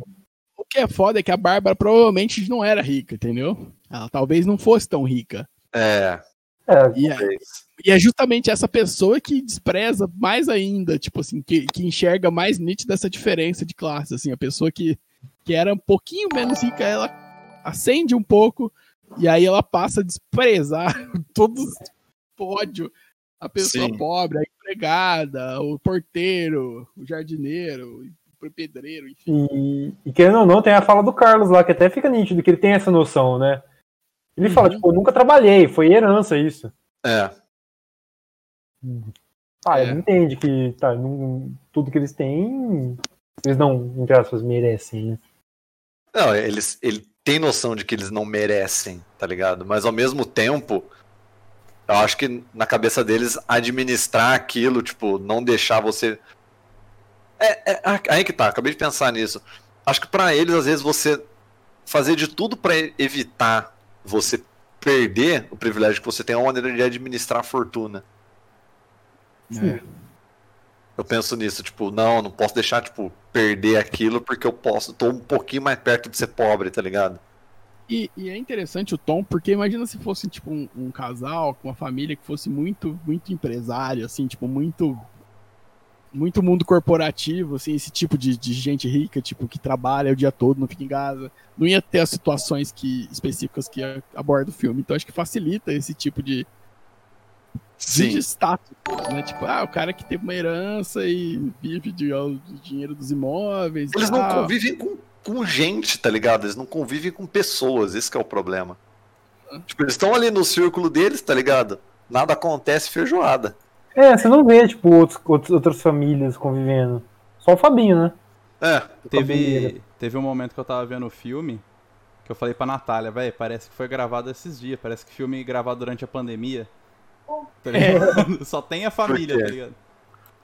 S4: O que é foda é que a Bárbara provavelmente não era rica, entendeu? Ela talvez não fosse tão rica.
S2: É,
S3: é,
S4: E é,
S2: talvez.
S4: e é justamente essa pessoa que despreza mais ainda, tipo assim, que, que enxerga mais nítida essa diferença de classe, assim, a pessoa que, que era um pouquinho menos rica, ela acende um pouco e aí ela passa a desprezar <laughs> todo o ódio. A pessoa
S2: Sim.
S4: pobre, a empregada, o porteiro, o jardineiro, o pedreiro, enfim.
S3: e, e querendo ou não, tem a fala do Carlos lá, que até fica nítido que ele tem essa noção, né? Ele fala,
S4: Uhum.
S3: tipo, eu nunca trabalhei, foi herança isso.
S2: É.
S3: Ah,
S4: É.
S3: ele entende que tá, não- tudo que eles têm, eles não, entre aspas, merecem, né?
S2: Não, eles, ele tem noção de que eles não merecem, tá ligado? Mas ao mesmo tempo, eu acho que na cabeça deles administrar aquilo, tipo, não deixar você. É, é, a- aí que tá, acabei de pensar nisso. Acho que pra eles, às vezes, você fazer de tudo pra evitar você perder o privilégio que você tem é uma maneira de administrar a fortuna.
S4: É.
S2: Eu penso nisso, tipo, não, não posso deixar, tipo, perder aquilo porque eu posso, tô um pouquinho mais perto de ser pobre, tá ligado?
S4: E, e é interessante o tom, porque imagina se fosse tipo um, um casal com uma família que fosse muito, muito empresário, assim, tipo, muito. Muito mundo corporativo, assim, esse tipo de, de gente rica, tipo, que trabalha o dia todo, não fica em casa. Não ia ter as situações que, específicas que a- aborda o filme. Então acho que facilita esse tipo de, de status, né? Tipo, ah, o cara que teve uma herança e vive de, de dinheiro dos imóveis.
S2: Eles não
S4: tal.
S2: convivem com, com gente, tá ligado? Eles não convivem com pessoas, esse que é o problema. Tipo, eles estão ali no círculo deles, tá ligado? Nada acontece feijoada.
S3: É, você não vê, tipo, outros, outros- outras famílias convivendo. Só o Fabinho, né?
S2: É,
S1: Teve, teve um momento que eu tava vendo o filme que eu falei pra Natália, velho, parece que foi gravado esses dias, parece que filme gravado durante a pandemia. Tá ligado? <laughs> Só tem a família,
S2: quê?
S1: tá ligado?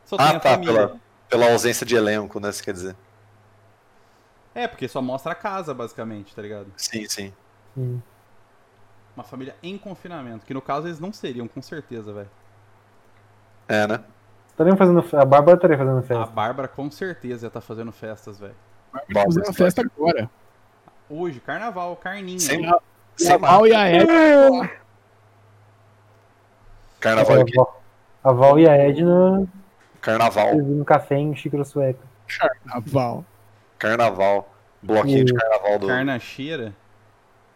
S1: Só
S2: É. Ah,
S1: tem a
S2: tá,
S1: família.
S2: pela- pela ausência de elenco, né? Você quer dizer?
S1: É, porque só mostra a casa, basicamente, tá ligado?
S2: Sim, sim.
S3: Sim.
S1: Uma família em confinamento, que no caso eles não seriam, com certeza, velho.
S2: É, né?
S3: Estariam fazendo fe- A Bárbara estaria fazendo
S2: É.
S1: A
S3: festa.
S1: Bárbara com certeza ia tá fazendo festas, velho.
S4: Vamos fazer
S2: né?
S4: uma festa agora.
S1: Hoje, carnaval, carninha.
S2: Sem,
S4: E
S2: sem
S4: a É Val e a Ed,
S2: carnaval,
S3: a,
S2: aqui.
S3: Val, a Val e a Edna
S2: carnaval,
S3: servindo café em xícara sueca.
S4: a Val.
S2: carnaval, bloquinho de carnaval do.
S1: Carnaxeira.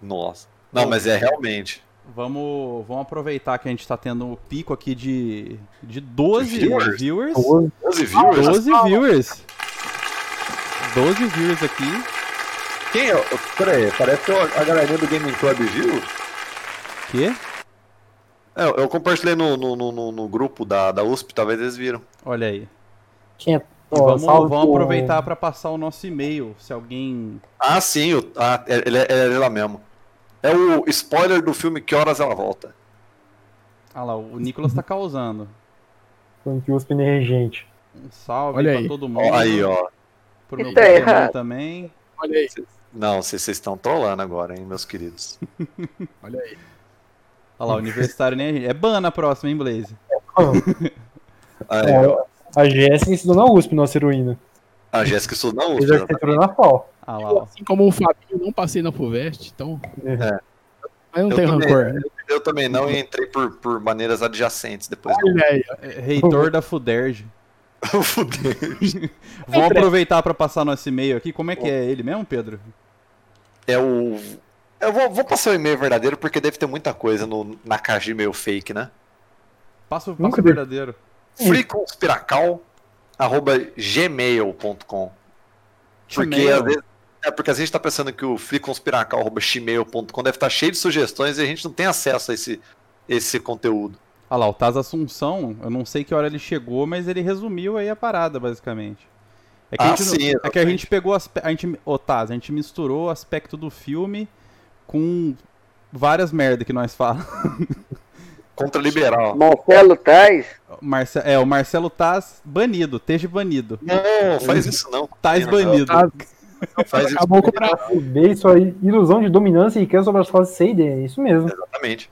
S2: Nossa. Não, mas é realmente.
S1: Vamos, vamos aproveitar que a gente tá tendo o pico aqui de, de 12
S2: Viewers.
S1: viewers.
S2: 12 viewers?
S1: 12 viewers. 12 viewers aqui.
S2: Quem é? Peraí, parece que a galerinha do Gaming Club viu?
S1: Que?
S2: É, eu compartilhei no, no, no, no- no grupo da, da USP, talvez eles viram.
S1: Olha aí.
S3: Quinto.
S1: E vamos, vamos aproveitar para passar o nosso e-mail, se alguém.
S2: Ah, sim, o- ah, é- ele, é, ele é lá mesmo. É o spoiler do filme Que Horas Ela Volta.
S1: Ah lá, o Nicolas tá causando.
S3: Que USP energente.
S1: Um salve
S4: Olha
S1: pra
S4: aí.
S1: todo mundo.
S2: Ó, aí, ó.
S1: Pro
S6: Que
S1: meu
S6: tá
S1: Pokémon
S6: errado.
S1: também.
S4: Olha aí.
S2: Não, vocês vocês estão trolando agora, hein, meus <laughs> queridos.
S1: Olha Ah lá, o universitário nem a gente. É ban na próxima, hein, Blaze?
S2: Ah, é.
S3: É, a Jéssica ensinou na USP, nossa heroína.
S2: A Jéssica estudou na
S3: Fez
S2: USP. né?
S3: arquitetura na FAO.
S1: Ah lá,
S4: Eu,
S1: ó.
S4: assim como o Fabinho, não passei na FUVEST, então.
S2: É.
S4: Mas eu não
S2: Eu
S4: tenho
S2: também.
S4: rancor. né?
S2: Eu também não e entrei por, por maneiras adjacentes depois. <laughs>
S4: Olha aí, ó.
S1: É, Reitor da Fuderge.
S2: Fudeu.
S1: Vamos aproveitar para passar nosso e-mail aqui. Como é que é ele mesmo, Pedro?
S2: É o. Eu vou, vou passar o e-mail verdadeiro porque deve ter muita coisa no, na caixa de e-mail fake, né?
S1: Passa, o- passa
S3: Nunca
S1: o
S3: vi.
S1: verdadeiro.
S2: freeconspiracal.gmail.com Porque
S1: Gmail.
S2: às vezes. É porque às vezes a gente tá pensando que o freeconspiracal.gmail.com deve estar cheio de sugestões e a gente não tem acesso a esse, esse conteúdo.
S1: Olha lá, o Taz Assunção, eu não sei que hora ele chegou, mas ele resumiu aí a parada, basicamente. É que,
S2: Ah,
S1: a, gente não-
S2: sim,
S1: é que a gente pegou. aspe- A gente, ô, Taz, a gente misturou o aspecto do filme com várias merda que nós falamos.
S2: Contra liberal.
S6: Marcelo Tais?
S1: <laughs> Marce... É, o Marcelo Taz banido, esteja banido.
S2: Não, faz isso não.
S1: Taz
S2: Não,
S1: banido.
S4: Taz-
S2: Não faz isso
S4: Acabou com o Brasil.
S3: Vê isso aí, ilusão de dominância e riqueza sobre as classes C e D. É isso mesmo.
S2: exatamente.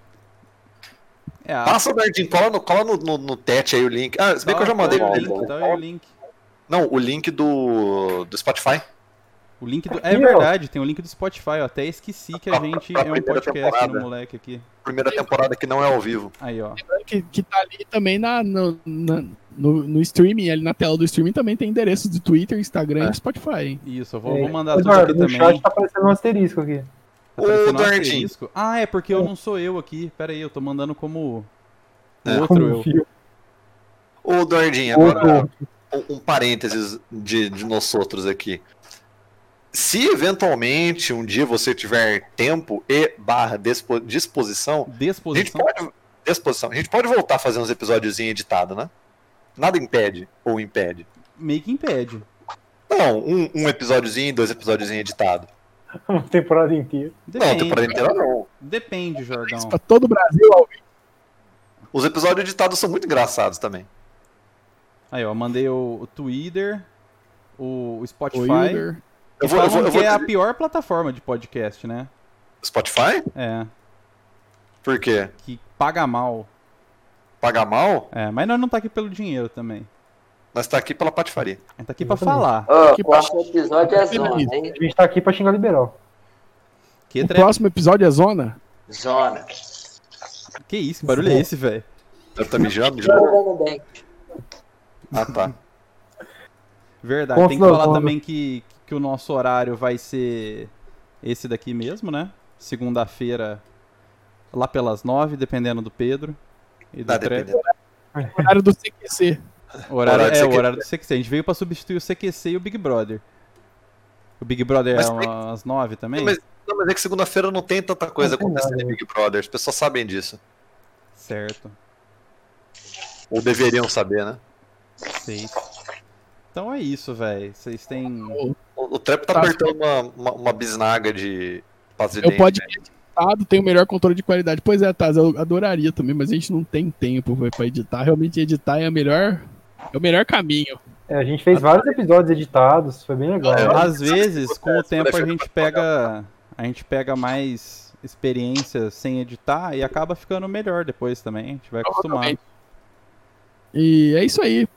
S1: É, a-
S2: Passa o Bardinho, cola no, cola no, no, no tete aí o link. Ah, se bem que eu já mandei
S1: Tá o
S2: o
S1: link.
S2: link.
S1: Dá aí o link.
S2: Não, o link do, do Spotify.
S1: O link do... É
S3: Aqui, ó.
S1: verdade, tem o link do Spotify, eu até esqueci
S2: <laughs>
S1: que a gente
S2: Pra
S1: é um
S2: primeira
S1: podcast
S2: temporada.
S1: no moleque aqui.
S2: Primeira temporada que não é ao vivo.
S1: Aí, ó.
S4: que, que tá ali também na, no, na- no, no streaming, ali na tela do streaming também tem endereços de Twitter, Instagram
S2: É.
S4: e Spotify, hein?
S1: Isso, eu vou, vou
S3: É.
S1: mandar tudo
S3: Eduardo,
S1: aqui
S3: no
S1: também.
S3: chat tá aparecendo um asterisco aqui.
S1: Tá aparecendo um
S2: Eduardinho.
S1: asterisco. Ah, é porque eu não sou eu aqui. Pera aí, eu tô mandando como o
S2: É.
S1: outro eu.
S3: Confio.
S2: Ô, Dordinho, agora um, um parênteses de, de nós outros aqui. Se eventualmente um dia você tiver tempo e barra dispo- disposição, a gente
S1: Disposição.
S2: pode. Disposição, a gente pode voltar a fazer uns episódios editados, né? Nada impede, ou impede.
S1: Meio que impede.
S2: Não, um, um episódiozinho, dois episódiozinhos editado.
S3: <laughs> Uma temporada inteira.
S2: Não,
S1: Depende,
S2: temporada inteira não.
S1: Depende Jordão.
S4: Pra todo o Brasil, ó,
S2: Os episódios editados são muito engraçados também.
S1: Aí, ó, mandei o, o Twitter, o, o
S4: o
S1: Spotify.
S4: Wilder.
S2: Eu
S1: Eu
S2: vou, eu vou, eu
S1: que
S2: vou...
S1: é a pior plataforma de podcast, né?
S2: Spotify?
S1: É,
S2: Por quê?
S1: que paga mal.
S2: Pagar mal?
S1: É, mas nós não tá aqui pelo dinheiro também.
S2: Nós tá aqui pela patifaria.
S1: A gente tá aqui pra
S3: Exatamente.
S1: falar.
S6: Ó,
S4: Que
S6: o próximo episódio é Zona, hein?
S3: A gente tá aqui pra xingar liberal.
S1: Que,
S4: O
S1: tre...
S4: próximo episódio é Zona.
S6: Zona.
S1: que isso, que barulho é esse, velho?
S2: Ela tá mijando de novo?
S6: Jogando bem.
S2: Ah, tá.
S1: Verdade, tem que
S3: Confusão.
S1: falar também que, que o nosso horário vai ser esse daqui mesmo, né? Segunda-feira, lá pelas nove, dependendo do Pedro. E do
S2: Tá
S1: Trevor.
S2: dependendo.
S4: Horário do CQC.
S1: O horário,
S2: Horário do
S1: é, o
S2: CQC.
S1: horário do CQC. A gente veio pra substituir o CQC e o Big Brother. O Big Brother
S2: Mas
S1: é
S2: tem-
S1: umas nove também?
S2: Mas, não, mas é que segunda-feira não tem tanta coisa
S3: Não tem
S2: acontecendo
S3: nada,
S2: em Big Brother. As pessoas sabem disso.
S1: Certo.
S2: Ou deveriam saber, né?
S1: Sei. Então é isso, velho. Vocês têm.
S2: O, o Trap tá
S4: Tá.
S2: apertando uma, uma, uma bisnaga de
S4: É
S2: presidente. né?
S4: o podcast editado, tem o melhor controle de qualidade. Pois é, Taz, eu adoraria também, mas a gente não tem tempo véi, pra editar. Realmente editar é a melhor. É o melhor caminho.
S3: É, a gente fez
S1: Ah.
S3: vários episódios editados, foi bem legal.
S2: É,
S1: Às vezes, com o tempo, a
S2: deixa
S1: gente pega. A gente pega mais experiência sem editar e acaba ficando melhor depois também. A gente vai acostumar.
S4: E é isso aí.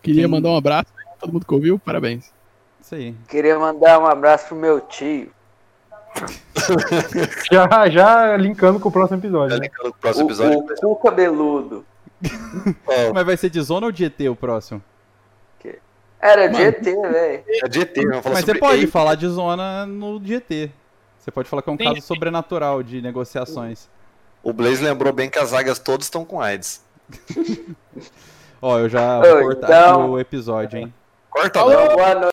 S4: Queria
S1: Quem-
S4: mandar um abraço pra todo mundo que ouviu, parabéns.
S1: Isso aí.
S6: Queria mandar um abraço pro meu tio.
S3: Já, já linkando com o próximo
S2: Tá
S1: É
S3: episódio. Né?
S2: linkando com o
S6: O,
S2: próximo episódio. É,
S6: o cu cabeludo.
S2: Ó,
S1: Mas vai ser de zona ou de ET o próximo?
S6: Era
S4: Mano.
S6: GT, velho.
S2: é de ET, vamos falar
S1: Mas
S2: sobre
S1: você pode
S2: ET.
S1: falar de zona no de ET. Você pode falar que é um
S4: Tem-
S1: caso sobrenatural de negociações.
S2: O Blaze lembrou bem que as águias todas estão com AIDS.
S1: Ó, eu já vou
S6: Ô,
S1: cortar
S6: então-
S1: aqui o episódio, hein?
S2: Corta,
S6: Boa
S2: não.
S6: noite.